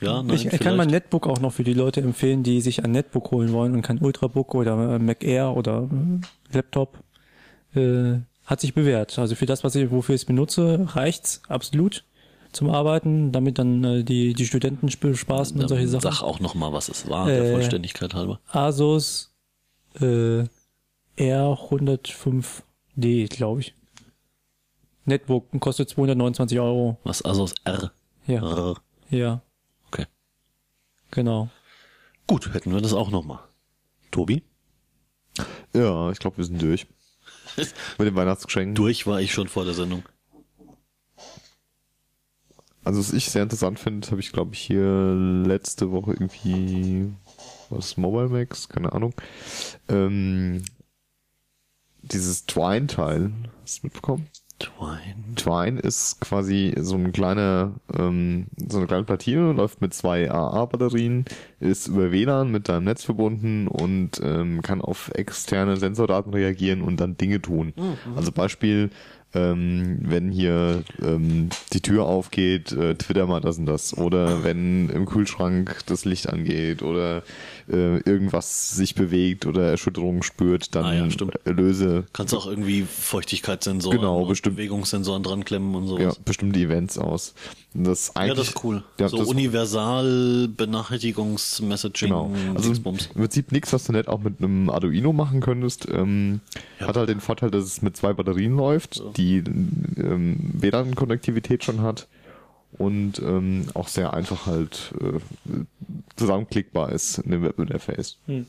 Ja, nein, Ich, ich kann mein vielleicht. Netbook auch noch für die Leute empfehlen, die sich ein Netbook holen wollen und kein Ultrabook oder äh, Mac Air oder äh, Laptop. Äh, hat sich bewährt. Also für das, was ich, wofür ich es benutze, reicht's absolut. zum Arbeiten, damit dann äh, die, die Studenten sp- spaßen und solche Sachen. Sag auch nochmal, was es war, Äh. der Vollständigkeit halber. Asus äh, R105D, glaube ich. Netbook und kostet 229 Euro. Was also das R. Ja, R. ja, Ah. Okay. genau. Gut, hätten wir das auch nochmal. Tobi? Ja, ich glaube, wir sind durch. Mit dem Weihnachtsgeschenk. Durch war ich schon vor der Sendung. Also was ich sehr interessant finde, habe ich glaube ich hier letzte Woche irgendwie was Mobile Max, keine Ahnung. Ähm, dieses Twine-Teil, hast du mitbekommen? Twine. Twine ist quasi so ein kleiner, ähm, so eine kleine Platine, läuft mit zwei AA-Batterien, ist über WLAN mit deinem Netz verbunden und ähm, kann auf externe Sensordaten reagieren und dann Dinge tun. Mhm. Also Beispiel, ähm, wenn hier ähm, die Tür aufgeht, äh, twitter mal das und das. Oder wenn im Kühlschrank das Licht angeht oder äh, irgendwas sich bewegt oder Erschütterungen spürt, dann Ah ja, stimmt. löse Kannst auch irgendwie Feuchtigkeitssensoren, Genau, und bestimmt. Bewegungssensoren dran klemmen und ja, sowas. bestimmte Events aus. Und Das Ja, eigentlich, das ist cool. Ja, so das, universal Benachrichtigungs-Messaging. genau. Also im Dingsbums. Prinzip nichts, was du nicht auch mit einem Arduino machen könntest. Ähm, Ja. Hat halt den Vorteil, dass es mit zwei Batterien läuft, die ähm, WLAN-Konnektivität schon hat und ähm, auch sehr einfach halt äh, zusammenklickbar ist in dem Webinterface. Hm.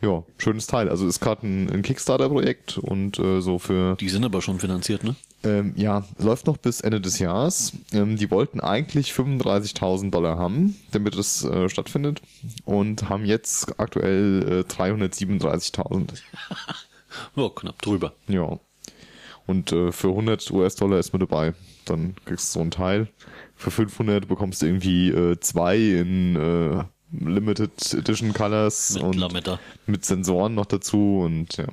Ja, schönes Teil. Also ist gerade ein, ein Kickstarter-Projekt und äh, so für Die sind aber schon finanziert, ne? Ähm, ja, läuft noch bis Ende des Jahres. Ähm, die wollten eigentlich 35.000 Dollar haben, damit es äh, stattfindet. Und haben jetzt aktuell äh, 337.000. Ja, knapp drüber. Ja. Und äh, für 100 US-Dollar ist man dabei. Dann kriegst du so einen Teil. Für 500 bekommst du irgendwie äh, zwei in äh, Limited Edition Colors Mit und Lametta. mit Sensoren noch dazu. Und ja.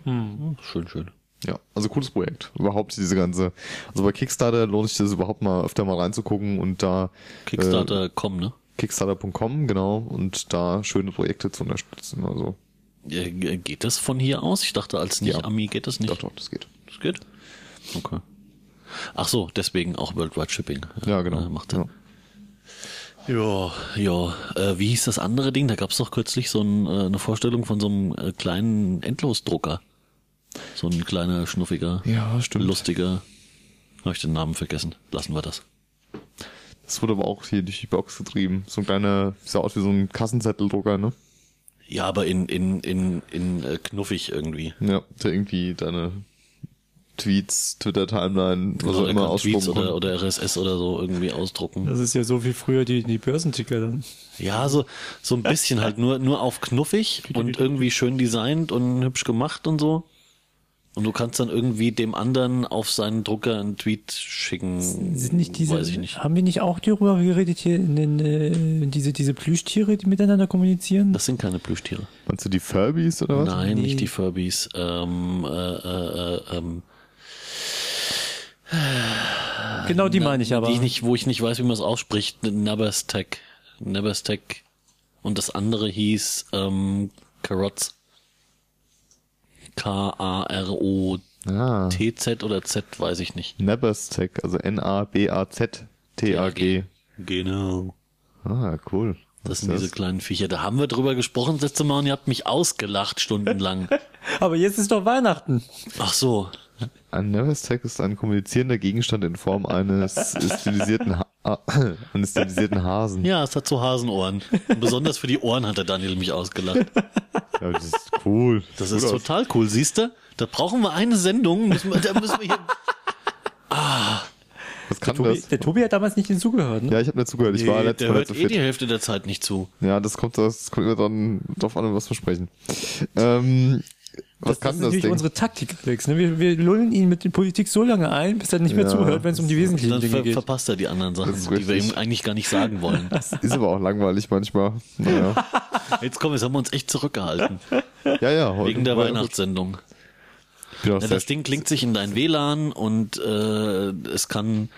Schön, schön. Ja, also cooles Projekt. Überhaupt diese ganze. Also bei Kickstarter lohnt sich das überhaupt mal öfter mal reinzugucken und da äh, Kickstarter, komm, ne? Kickstarter.com, genau, und da schöne Projekte zu unterstützen. Also Äh, ge- Geht das von hier aus? Ich dachte, als Ja. Nicht-Ami geht das nicht. doch, doch, das geht. Das geht? Okay. Ach so, deswegen auch Worldwide Shipping. Ja, genau. Äh, macht ja. Sinn. Ja, ja. Äh, wie hieß das andere Ding? Da gab's doch kürzlich so ein, äh, eine Vorstellung von so einem äh, kleinen Endlosdrucker. So ein kleiner, schnuffiger, Ja, stimmt. lustiger. Habe ich den Namen vergessen. Lassen wir das. Das wurde aber auch hier durch die Box getrieben. So ein kleiner, sah aus wie so ein Kassenzetteldrucker, ne? Ja, aber in, in, in, in äh, knuffig irgendwie. Ja, der irgendwie deine Tweets, Twitter-Timeline, was auch Oder immer kann Tweets ausspucken oder, kann. oder RSS oder so irgendwie ausdrucken. Das ist ja so wie früher die, die Börsenticker dann. Ja, so, so ein bisschen halt nur, nur auf knuffig und irgendwie schön designt und hübsch gemacht und so. Und du kannst dann irgendwie dem anderen auf seinen Drucker einen Tweet schicken. Sind nicht diese, Weiß ich nicht. haben wir nicht auch darüber geredet hier, in den, äh, diese, diese Plüschtiere, die miteinander kommunizieren? Das sind keine Plüschtiere. Meinst du die Furbies oder was? Nein, nicht die Furbies. Ähm, äh, äh, äh, ähm, genau die meine ich aber. die ich nicht, wo ich nicht weiß, wie man es ausspricht. Naberstack. Naberstack. Und das andere hieß ähm, Carrots. K-A-R-O-T-Z Ah, oder Z, weiß ich nicht. Nabastack, also N-A-B-A-Z-T-A-G. Genau. Ah, cool. Das Was sind ist diese kleinen Viecher. Da haben wir drüber gesprochen das letzte Mal und ihr habt mich ausgelacht stundenlang. Aber jetzt ist doch Weihnachten. Ach so. Ein Nervous Tag ist ein kommunizierender Gegenstand in Form eines stilisierten, ha ah, eines stilisierten Hasen. Ja. Ja, es hat so Hasenohren. Und besonders für die Ohren hat der Daniel mich ausgelacht. das ist cool. Das Gut ist aus. total cool, siehst du? Da brauchen wir eine Sendung. Müssen wir, da müssen wir hier. Was kann Tobi, das? der Tobi hat damals nicht hinzugehört, ne? Ja, ich habe mir zugehört. Ich war Nee, letztes der Mal hört letzte eh die fit. Hälfte der Zeit nicht zu. Ja, das kommt, das kommt immer dann drauf an, um was wir sprechen. Ähm, das was kann ist das, natürlich Ding? unsere Taktik, Alex. Ne? Wir, wir lullen ihn mit der Politik so lange ein, bis er nicht mehr Ja, zuhört, wenn es um die wesentlichen Dann Dinge ver geht. verpasst er die anderen Sachen, Das ist die wir richtig. ihm eigentlich gar nicht sagen wollen. Ist aber auch langweilig manchmal. Naja. Jetzt komm, jetzt haben wir uns echt zurückgehalten. Ja, ja. Heute Wegen der war- Weihnachtssendung. Ich bin auch Ja, sehr- das Ding klingt sich in dein WLAN und äh, es kann,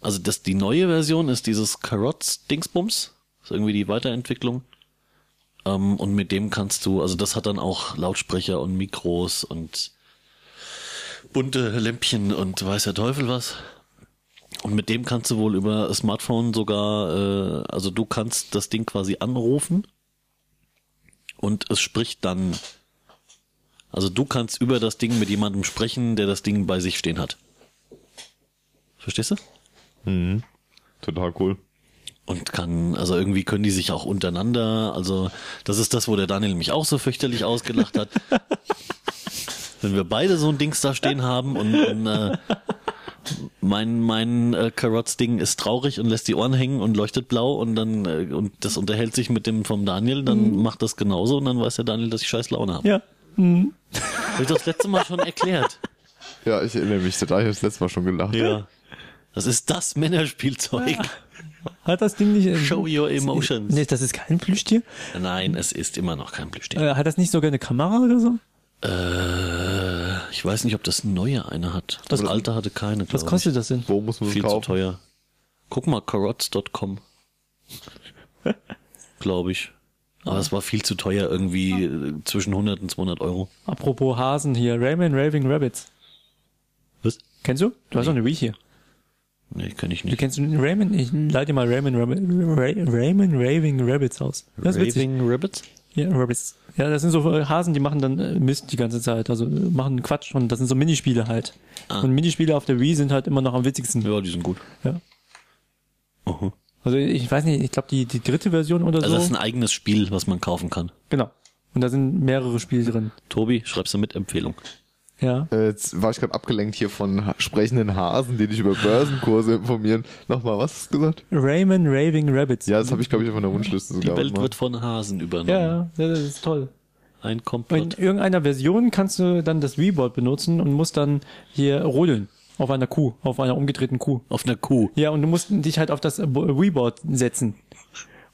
also das, die neue Version ist dieses Carrots-Dingsbums, ist irgendwie die Weiterentwicklung. Ähm, und mit dem kannst du, also das hat dann auch Lautsprecher und Mikros und bunte Lämpchen und weiß der Teufel was. Und mit dem kannst du wohl über Smartphone sogar, äh, also du kannst das Ding quasi anrufen und es spricht dann. Also du kannst über das Ding mit jemandem sprechen, der das Ding bei sich stehen hat. Verstehst du? Total cool. Und kann, also irgendwie können die sich auch untereinander, also das ist das, wo der Daniel mich auch so fürchterlich ausgelacht hat. Wenn wir beide so ein Dings da stehen haben und, und äh, mein, mein äh, Karotz-Ding ist traurig und lässt die Ohren hängen und leuchtet blau und dann äh, und das unterhält sich mit dem vom Daniel, dann macht das genauso und dann weiß der Daniel, dass ich scheiß Laune habe. Mhm. Ja. Hab ich das letzte Mal schon erklärt. Ja, ich erinnere mich, da habe ich das letzte Mal schon gelacht. Das ist das Männerspielzeug. Hat das Ding nicht. Show your emotions. Nee, das ist kein Plüschtier. Nein, es ist immer noch kein Plüschtier. Äh, hat das nicht sogar eine Kamera oder so? Äh, ich weiß nicht, ob das neue eine hat. Das alte hatte keine. Was glaub kostet das denn? Wo muss man ich. das Viel zu kaufen? teuer. Guck mal, carrots.com. Glaube ich. Aber es war viel zu teuer, irgendwie äh, zwischen 100 und 200 Euro. Apropos Hasen hier. Rayman Raving Rabbits. Was? Kennst du? Du hast doch eine Wii hier. Nee, kenne ich Du nicht. kennst Rayman? Ich leite dir mal Rayman, Rabbit, Ray, Rayman Raving Rabbits aus. Das ist witzig. Raving Rabbits? Ja, Rabbits. Ja, das sind so äh, Hasen, die machen dann äh, Mist die ganze Zeit. Also äh, machen Quatsch und das sind so Minispiele halt. Ah. Und Minispiele auf der Wii sind halt immer noch am witzigsten. Ja, die sind gut. Ja. Aha. Also ich weiß nicht, ich glaube die, die dritte Version oder Also das ist so. ein eigenes Spiel, was man kaufen kann. Genau. Und da sind mehrere Spiele drin. Tobi, schreibst du mit Empfehlung. Ja. Äh, Jetzt war ich gerade abgelenkt hier von ha sprechenden Hasen, die dich über Börsenkurse informieren. Nochmal, was hast du gesagt? Rayman Raving Rabbits. Ja, das habe ich, glaube ich, auf meiner Wunschliste Die sogar. Welt mal. wird von Hasen übernommen. ja, ja, das ist toll. Ein In Komplott. irgendeiner Version kannst du dann das Wii-Board benutzen und musst dann hier rodeln. Auf einer Kuh, auf einer umgedrehten Kuh. Auf einer Kuh. Ja, und du musst dich halt auf das Wii-Board setzen.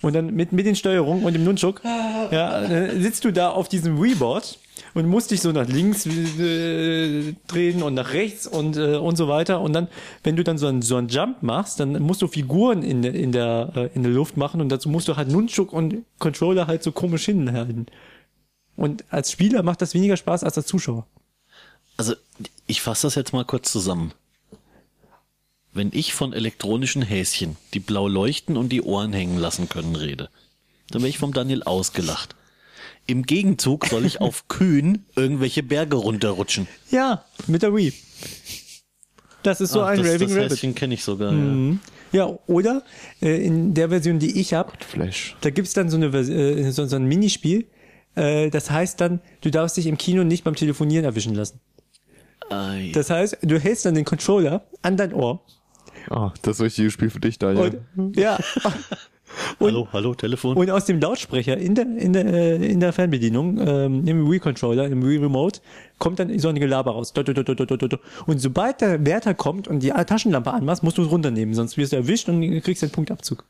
Und dann mit, mit den Steuerungen und dem Nunchuk Ah. ja, äh, sitzt du da auf diesem Wii-Board und musst dich so nach links äh, drehen und nach rechts und, äh, und so weiter. Und dann, wenn du dann so einen, so einen Jump machst, dann musst du Figuren in, der- in, der, äh, in der Luft machen und dazu musst du halt Nunchuk und Controller halt so komisch hinhalten. Und als Spieler macht das weniger Spaß als als Zuschauer. Also, ich fasse das jetzt mal kurz zusammen. Wenn ich von elektronischen Häschen, die blau leuchten und die Ohren hängen lassen können, rede, dann werde ich vom Daniel ausgelacht. Im Gegenzug soll ich auf Kühen irgendwelche Berge runterrutschen. Ja, mit der Wii. Das ist so Ach, ein das, Raving das Rabbit. Mhm. Häschen kenne ich sogar. Ja. Ja, oder äh, in der Version, die ich hab, Flash. da gibt's dann so, eine, Vers- äh, so, so ein Minispiel. Äh, das heißt dann, du darfst dich im Kino nicht beim Telefonieren erwischen lassen. Ei. Das heißt, du hältst dann den Controller an dein Ohr. Ah, das richtige Spiel für dich, Und, Daniel. ja. hallo, hallo, Telefon. und aus dem Lautsprecher in der, in der, äh, in der Fernbedienung, ähm, im Wii-Controller, im Wii-Remote, kommt dann so ein Gelaber raus. Dot, dot, dot, dot, dot, dot. Und sobald der Wärter kommt und die Taschenlampe anmachst, musst du es runternehmen, sonst wirst du erwischt und kriegst den Punktabzug.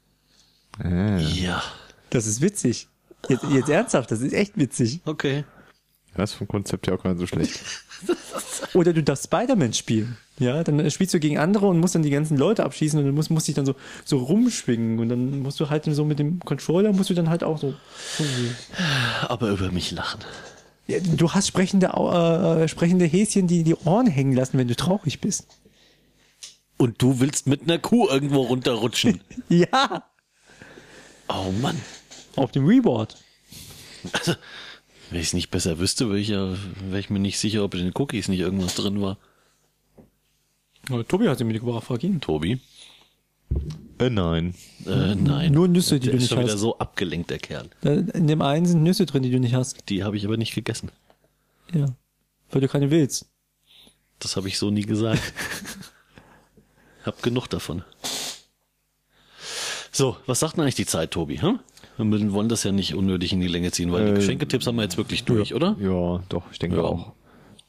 ja, Das ist witzig. Jetzt, jetzt ernsthaft, das ist echt witzig. okay. Das ist vom Konzept her auch gar nicht so schlecht. Oder du darfst Spider-Man spielen. Ja, dann äh, spielst du gegen andere und musst dann die ganzen Leute abschießen und du musst, musst dich dann so, so rumschwingen und dann musst du halt so mit dem Controller musst du dann halt auch so. Aber über mich lachen. Ja, du hast sprechende, Au- äh, äh, sprechende Häschen, die die Ohren hängen lassen, wenn du traurig bist. Und du willst mit einer Kuh irgendwo runterrutschen. Ja, oh Mann. auf dem Reboard. Wenn ich es nicht besser wüsste, wäre ich, ja, wär ich mir nicht sicher, ob in den Cookies nicht irgendwas drin war. Tobi hat sie mitgebracht, frag ihn. Tobi? Äh, nein. Äh, nein. Nur Nüsse, die der du ist nicht schon wieder hast. so abgelenkt, der Kerl. Da- In dem einen sind Nüsse drin, die du nicht hast. Die habe ich aber nicht gegessen. Ja. Weil du keine willst. Das habe ich so nie gesagt. hab genug davon. So, was sagt denn eigentlich die Zeit, Tobi? Hm? Wir wollen das ja nicht unnötig in die Länge ziehen, weil die Äh, Geschenketipps haben wir jetzt wirklich durch, oder? Ja, doch, ich denke Ja. auch.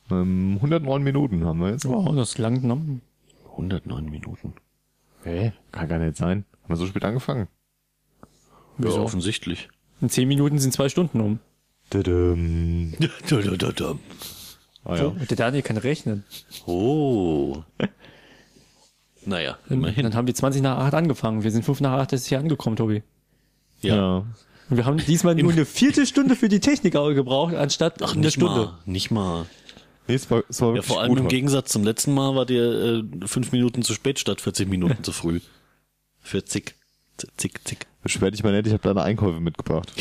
Ähm, 109 Minuten haben wir jetzt. Wow, das langt ne? genommen. 109 Minuten. Hä? Kann gar nicht sein. Haben wir so spät angefangen? Ja, offensichtlich. In zehn Minuten sind zwei Stunden um. Tadam. Ah, ja. Der Daniel kann rechnen. Oh. Naja, immerhin. Dann haben wir 20 nach 8 angefangen. Wir sind 5 nach 8 ist hier angekommen, Tobi. ja. Und wir haben diesmal nur eine Viertelstunde für die Technik gebraucht, anstatt Ach, eine nicht Stunde. mal, nicht mal. Nee, es war, es war Ja, wirklich vor allem gut im heute. Gegensatz zum letzten Mal war dir äh, fünf Minuten zu spät statt 40 Minuten zu früh. 40. Z- Zick, zick. Beschwer dich mal nicht, ich habe deine Einkäufe mitgebracht.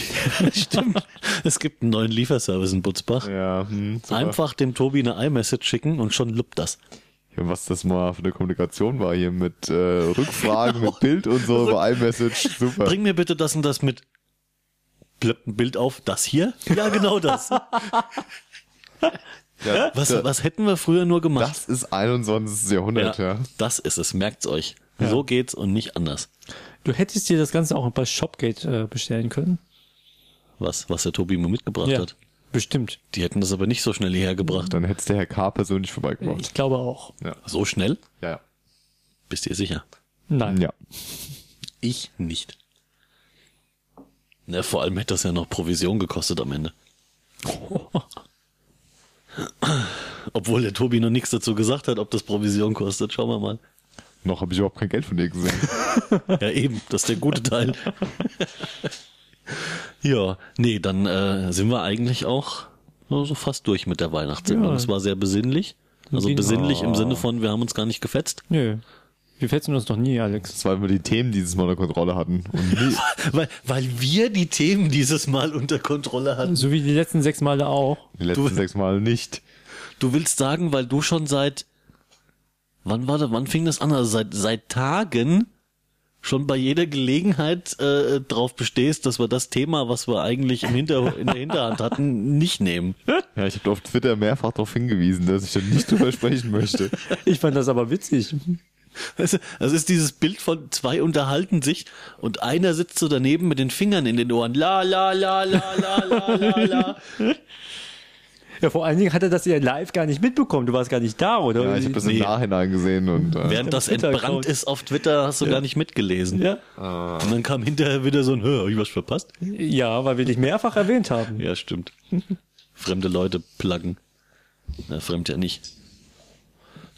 Stimmt. Es gibt einen neuen Lieferservice in Butzbach. Ja, hm, super. Einfach dem Tobi eine iMessage schicken und schon luppt das. Ja, Was das mal für eine Kommunikation war hier mit äh, Rückfragen, mit Bild und so, über iMessage, super. Genau. Bring mir bitte das und das mit. Plöppt ein Bild auf. Das hier? Ja, genau das. ja, Was, da- was hätten wir früher nur gemacht? Das ist 21. Jahrhundert, ja. Das ist es. Merkt's euch. So geht's und nicht anders. Du hättest dir das Ganze auch bei Shopgate äh, bestellen können. Was, was der Tobi mir mitgebracht hat. bestimmt. Die hätten das aber nicht so schnell hierher gebracht. Dann hättest der Herr K. persönlich vorbeigebracht. Ich glaube auch. So schnell? Ja, Bist ihr sicher? Nein. ja. Ich nicht. Na, Ne, vor allem hätte das ja noch Provision gekostet am Ende. Obwohl der Tobi noch nichts dazu gesagt hat, ob das Provision kostet. Schauen wir mal. Noch habe ich überhaupt kein Geld von dir gesehen. Ja, eben, das ist der gute Teil. ja, nee, dann äh, sind wir eigentlich auch so so fast durch mit der Weihnachtssendung. Ja. Es war sehr besinnlich. Also Ging- besinnlich im Sinne von, wir haben uns gar nicht gefetzt. Nö. Wir fetzen uns noch nie, Alex. Das war immer die Themen, die dieses Mal unter Kontrolle hatten. Und nie, Weil, weil wir die Themen dieses Mal unter Kontrolle hatten. So wie die letzten sechs Male auch. die letzten Du- sechs Mal nicht. Du willst sagen, weil du schon seit wann war das, wann fing das an? Also seit seit Tagen schon bei jeder Gelegenheit äh, drauf bestehst, dass wir das Thema, was wir eigentlich im Hinter in der Hinterhand hatten, nicht nehmen. Ja, ich habe auf Twitter mehrfach darauf hingewiesen, dass ich da nicht drüber sprechen möchte. Ich fand das aber witzig. Weißt du, Das ist dieses Bild von zwei unterhalten sich und einer sitzt so daneben mit den Fingern in den Ohren. La la la la la la la la. Ja, vor allen Dingen hat er das ja live gar nicht mitbekommen. Du warst gar nicht da, oder? Ja, ich habe das im Nee. Nachhinein gesehen und äh, Während das Twitter-Account. entbrannt ist auf Twitter, hast du gar nicht mitgelesen. ja. Und dann kam hinterher wieder so ein, hör, hab ich was verpasst? ja, weil wir dich mehrfach erwähnt haben. Ja, stimmt. Fremde Leute pluggen. Na, fremd ja nicht.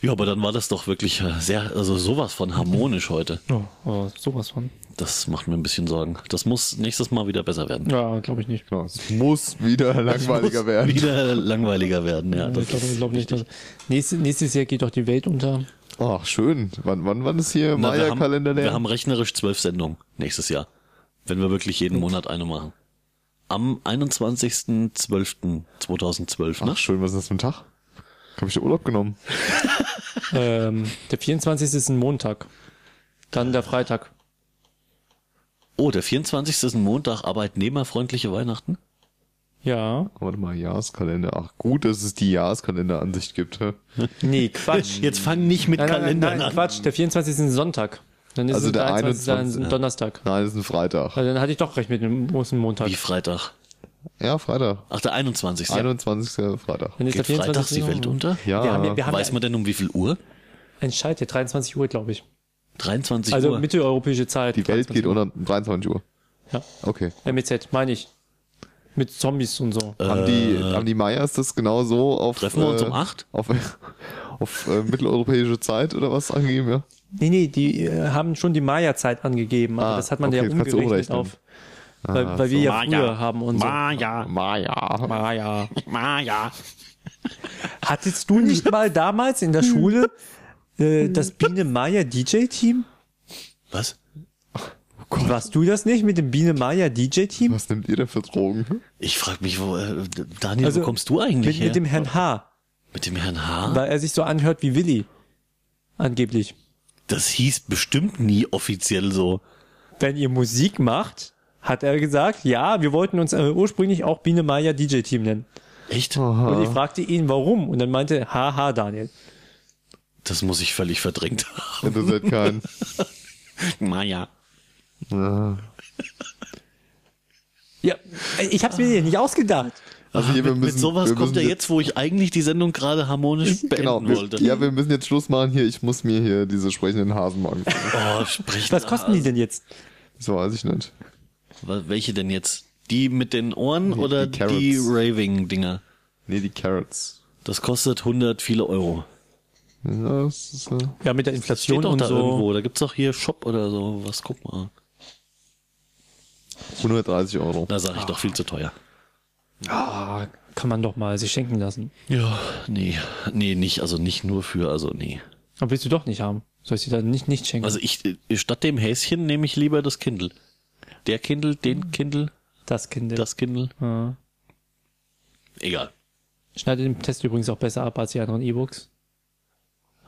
Ja, aber dann war das doch wirklich äh, sehr, also sowas von harmonisch heute. Oh, oh, sowas von. Das macht mir ein bisschen Sorgen. Das muss nächstes Mal wieder besser werden. Ja, glaube ich nicht. genau, es muss wieder langweiliger muss werden. Wieder langweiliger werden, ja. Ich Das glaube ist glaub nicht. richtig. Dass, nächstes, nächstes Jahr geht doch die Welt unter. Ach, schön. Wann, wann, wann ist hier Na, wir, haben, Maya-Kalender wir leer? haben rechnerisch zwölf Sendungen nächstes Jahr. Wenn wir wirklich jeden Monat eine machen. Am 21.12.2012, ne? Ach, schön, was ist das für ein Tag? Hab ich dir Urlaub genommen? Ähm, der 24. ist ein Montag. Dann der Freitag. Oh, der 24. ist ein Montag, arbeitnehmerfreundliche Weihnachten? Ja. Oh, Warte mal, Jahreskalender. Ach, gut, dass es die Jahreskaleransicht gibt. hä? Nee, Quatsch. Jetzt fang nicht mit Nein, nein, Kalendern nein, nein, an. Quatsch. Der 24. ist ein Sonntag. Dann ist Also es der 23. ein 21.. Donnerstag. Nein, das ist ein Freitag. Also dann hatte ich doch recht mit dem großen Montag. Wie Freitag? Ja, Freitag. Ach, der 21. 21. Freitag. Dann ist Geht der 24. Freitag die Welt unter? Ja, Wir haben, ja- wir haben Weiß ja, man denn um wie viel Uhr? entscheidet ja 23 Uhr, glaube ich. 23 Also Uhr. mitteleuropäische Zeit. die Welt geht unter um 23 Uhr. Ja. Okay. MEZ, meine ich. Mit Zombies und so. haben, die, haben die Mayas das genau so auf... Äh. äh, Treffen wir uns um acht? Auf, auf äh, mitteleuropäische Zeit oder was angegeben, ja? Nee, nee, die äh, haben schon die Maya-Zeit angegeben, aber Ah, das hat man okay, ja das kannst du umgerechnet umrechnen. Ah, auf. Weil, weil wir ja früher haben und so. Maya, Maya. Maya. Maya. Hattest du nicht mal damals in der Schule äh, das Biene Maya DJ-Team? Was? Warst du das nicht mit dem Biene Maya DJ-Team? Was nimmt ihr denn für Drogen? Ich frag mich, wo, äh, Daniel, wo kommst du mit, eigentlich her? mit dem Herrn H., mit dem Herrn H? weil er sich so anhört wie Willi. Angeblich. Das hieß bestimmt nie offiziell so. wenn ihr Musik macht, hat er gesagt, ja, wir wollten uns äh, ursprünglich auch Biene Maya DJ Team nennen. Echt? Und ich fragte ihn, warum? Und dann meinte, er, haha, Daniel. Das muss ich völlig verdrängt haben. Interessiert keinen. Maya. Ja. Ja, ich hab's mir nicht ausgedacht. Also hier, wir müssen, mit sowas wir kommt müssen er jetzt, wo ich eigentlich die Sendung gerade harmonisch beenden Genau, wollte. wir, ja, wir müssen jetzt Schluss machen hier. Ich muss mir hier diese sprechenden Hasen machen. Oh, sprich Was kosten die denn jetzt? Das weiß ich nicht. Wa- Welche denn jetzt? Die mit den Ohren oder die Carrots. die Raving-Dinger? Nee, die Carrots. Das kostet 100 viele Euro. Ja, das ist, äh, Ja, mit der Steht Inflation doch und da so. irgendwo. Da gibt's doch hier Shop oder so. Was guck mal. 130 Euro. Ah. Da sage ich doch viel zu teuer. Ah, Kann man doch mal sich schenken lassen. Ja, nee, nee, nicht, also nicht nur für, also nee. Aber willst du doch nicht haben. Soll ich dir dann nicht, nicht schenken? Also ich, äh, statt dem Häschen nehme ich lieber das Kindle. Der Kindle, den Kindle, das Kind. das Kindle. Ja. Egal. Schneidet den Test übrigens auch besser ab als die anderen E-Books.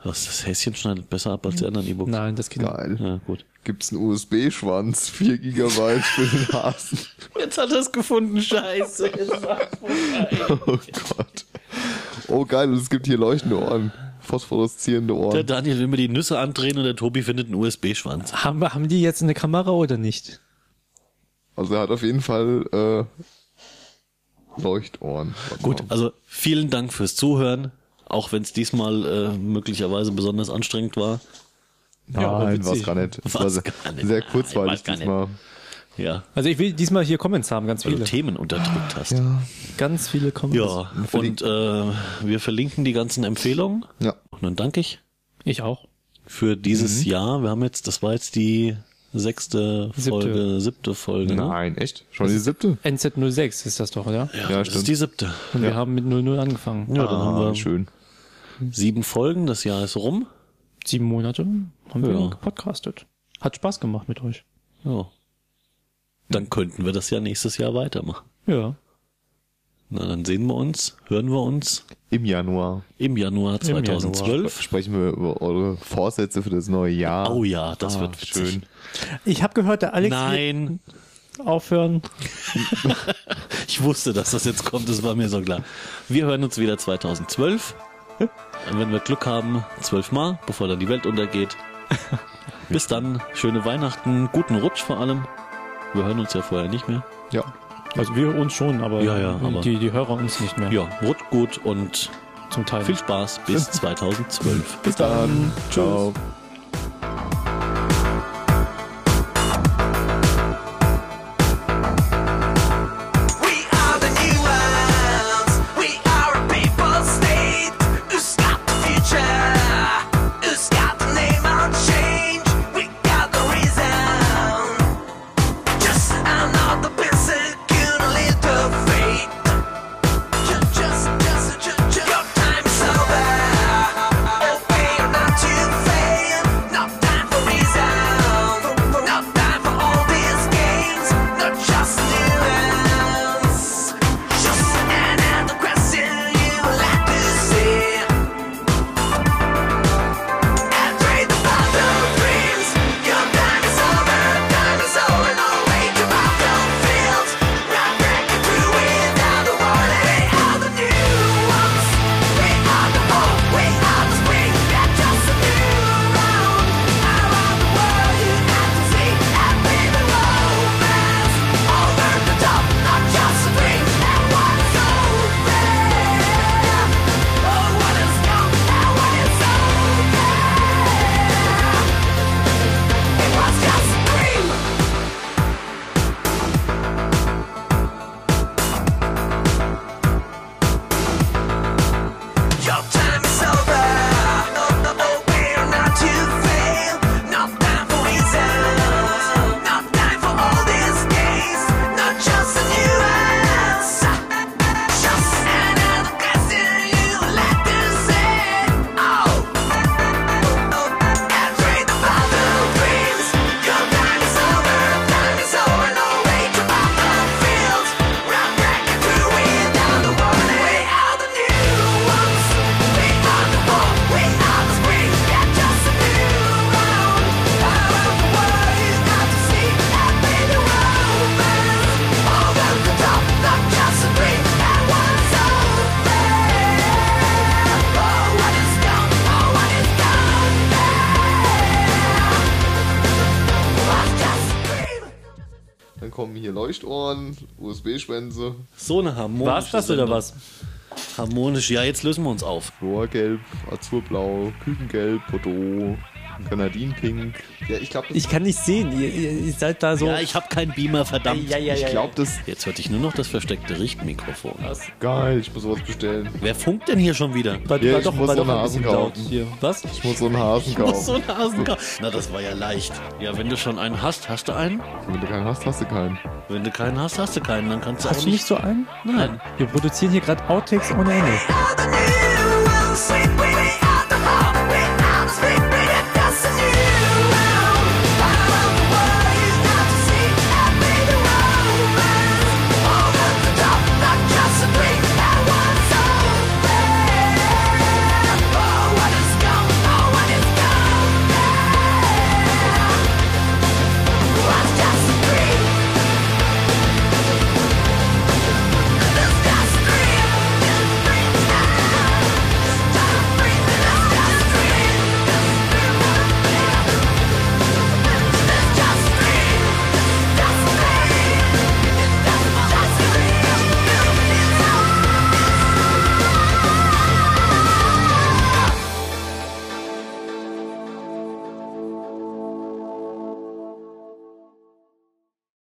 Was, das Häschen schneidet besser ab als die anderen E-Books. Nein, das Kind. Geil. Ja, gut. Gibt's einen USB-Schwanz, 4 Gigabyte für den Hasen. Jetzt hat er es gefunden, scheiße. Oh Gott. Oh geil, und es gibt hier leuchtende Ohren. Phosphoreszierende Der Ohren. Daniel will mir die Nüsse andrehen und der Tobi findet einen USB-Schwanz. Haben, wir- haben die jetzt eine Kamera oder nicht? Also er hat auf jeden Fall äh, Leuchtohren. Gut, also vielen Dank fürs Zuhören, auch wenn es diesmal äh, möglicherweise besonders anstrengend war. aber Nein, war's witzig. gar nicht. Es War's war sehr, gar nicht. sehr Nein, kurzweilig war's gar nicht. diesmal. Ja, Also ich will diesmal hier Comments haben, ganz weil viele. du Themen unterdrückt hast. Ja, Ja. Ganz viele Comments. und äh, wir verlinken die ganzen Empfehlungen. ja. Und dann danke ich Ich auch. für dieses Jahr. Wir haben jetzt, das war jetzt die sechste Siebte. Folge, siebte Folge. Ne? Nein, echt? Schon die siebte? NZ06 ist das doch, oder? Ja, Ja, das ist stimmt. Ah, die siebte. Und wir haben mit 00 angefangen. Ja, dann haben wir schön. sieben Folgen, das Jahr ist rum. Sieben Monate haben Ja. wir gepodcastet. Hat Spaß gemacht mit euch. Ja. Dann könnten wir das ja nächstes Jahr weitermachen. Ja. Na, dann sehen wir uns, hören wir uns Im Januar im Januar Januar. 2012. sprechen wir über eure Vorsätze für das neue Jahr. Oh ja, das wird witzig. Ah, schön. Ich habe gehört, der Alex Nein, wird aufhören. ich wusste, dass das jetzt kommt, das war mir so klar. Wir hören uns wieder 2012. Und wenn wir Glück haben, zwölfmal, bevor dann die Welt untergeht. Bis dann, schöne Weihnachten, guten Rutsch vor allem. Wir hören uns ja vorher nicht mehr. Ja. Also wir uns schon, aber, Ja, ja, aber- die, die Hörer uns nicht mehr. Ja, rutscht gut und Zum Teil. viel Spaß bis 2012. Bis dann. Tschüss. Ciao. We are the new ones. We are a people state. Who's got the future? Who's got the name on change? We got the reason. Just another person can lead to fate. Just, just, just, just, just. Your time's over. Obey or not to fail. No time for reason. No time for all these games. Not just new ones. Just another question you like to see. Oh, what is gone now? What is over? It was just a dream. Your time is over. No, no, no way or not to fail. No time for reasons. No time for all these days. Not just a new answer. Just another question you like to say. Oh. Just a dream that was over. Oh, what is gone? Oh, what is gone? Was just a dream. Dann kommen hier Leuchtohren, USB-Schwänze, So eine harmonische War's das oder Sendung. was? Harmonisch. Ja, jetzt lösen wir uns auf. Rohrgelb, Azurblau, Kükengelb, Bordeaux, Grenadin Pink. Ja, ich glaube, Ich kann nicht sehen. Ihr, ihr, ihr seid da so. Ja, ich habe keinen Beamer, verdammt. ja, ja, ja, ich glaub, das Jetzt hörte ich nur noch das versteckte Richtmikrofon. geil. Ich muss was bestellen. Wer funkt denn hier schon wieder? War, Ja, war ich doch, muss war so doch ein eine bisschen Hasenkaufen. laut hier. Was? Ich muss so einen Hasen kaufen. So ein Hasenkopf. Na, das war ja leicht. Ja, wenn du schon einen hast, hast du einen. Wenn du keinen hast, hast du keinen. Wenn du keinen hast, hast du keinen. Dann kannst du Hast auch du nicht nicht. so einen? Nein. Wir produzieren hier gerade Outtakes ohne Ende. All the new ones, sweet, we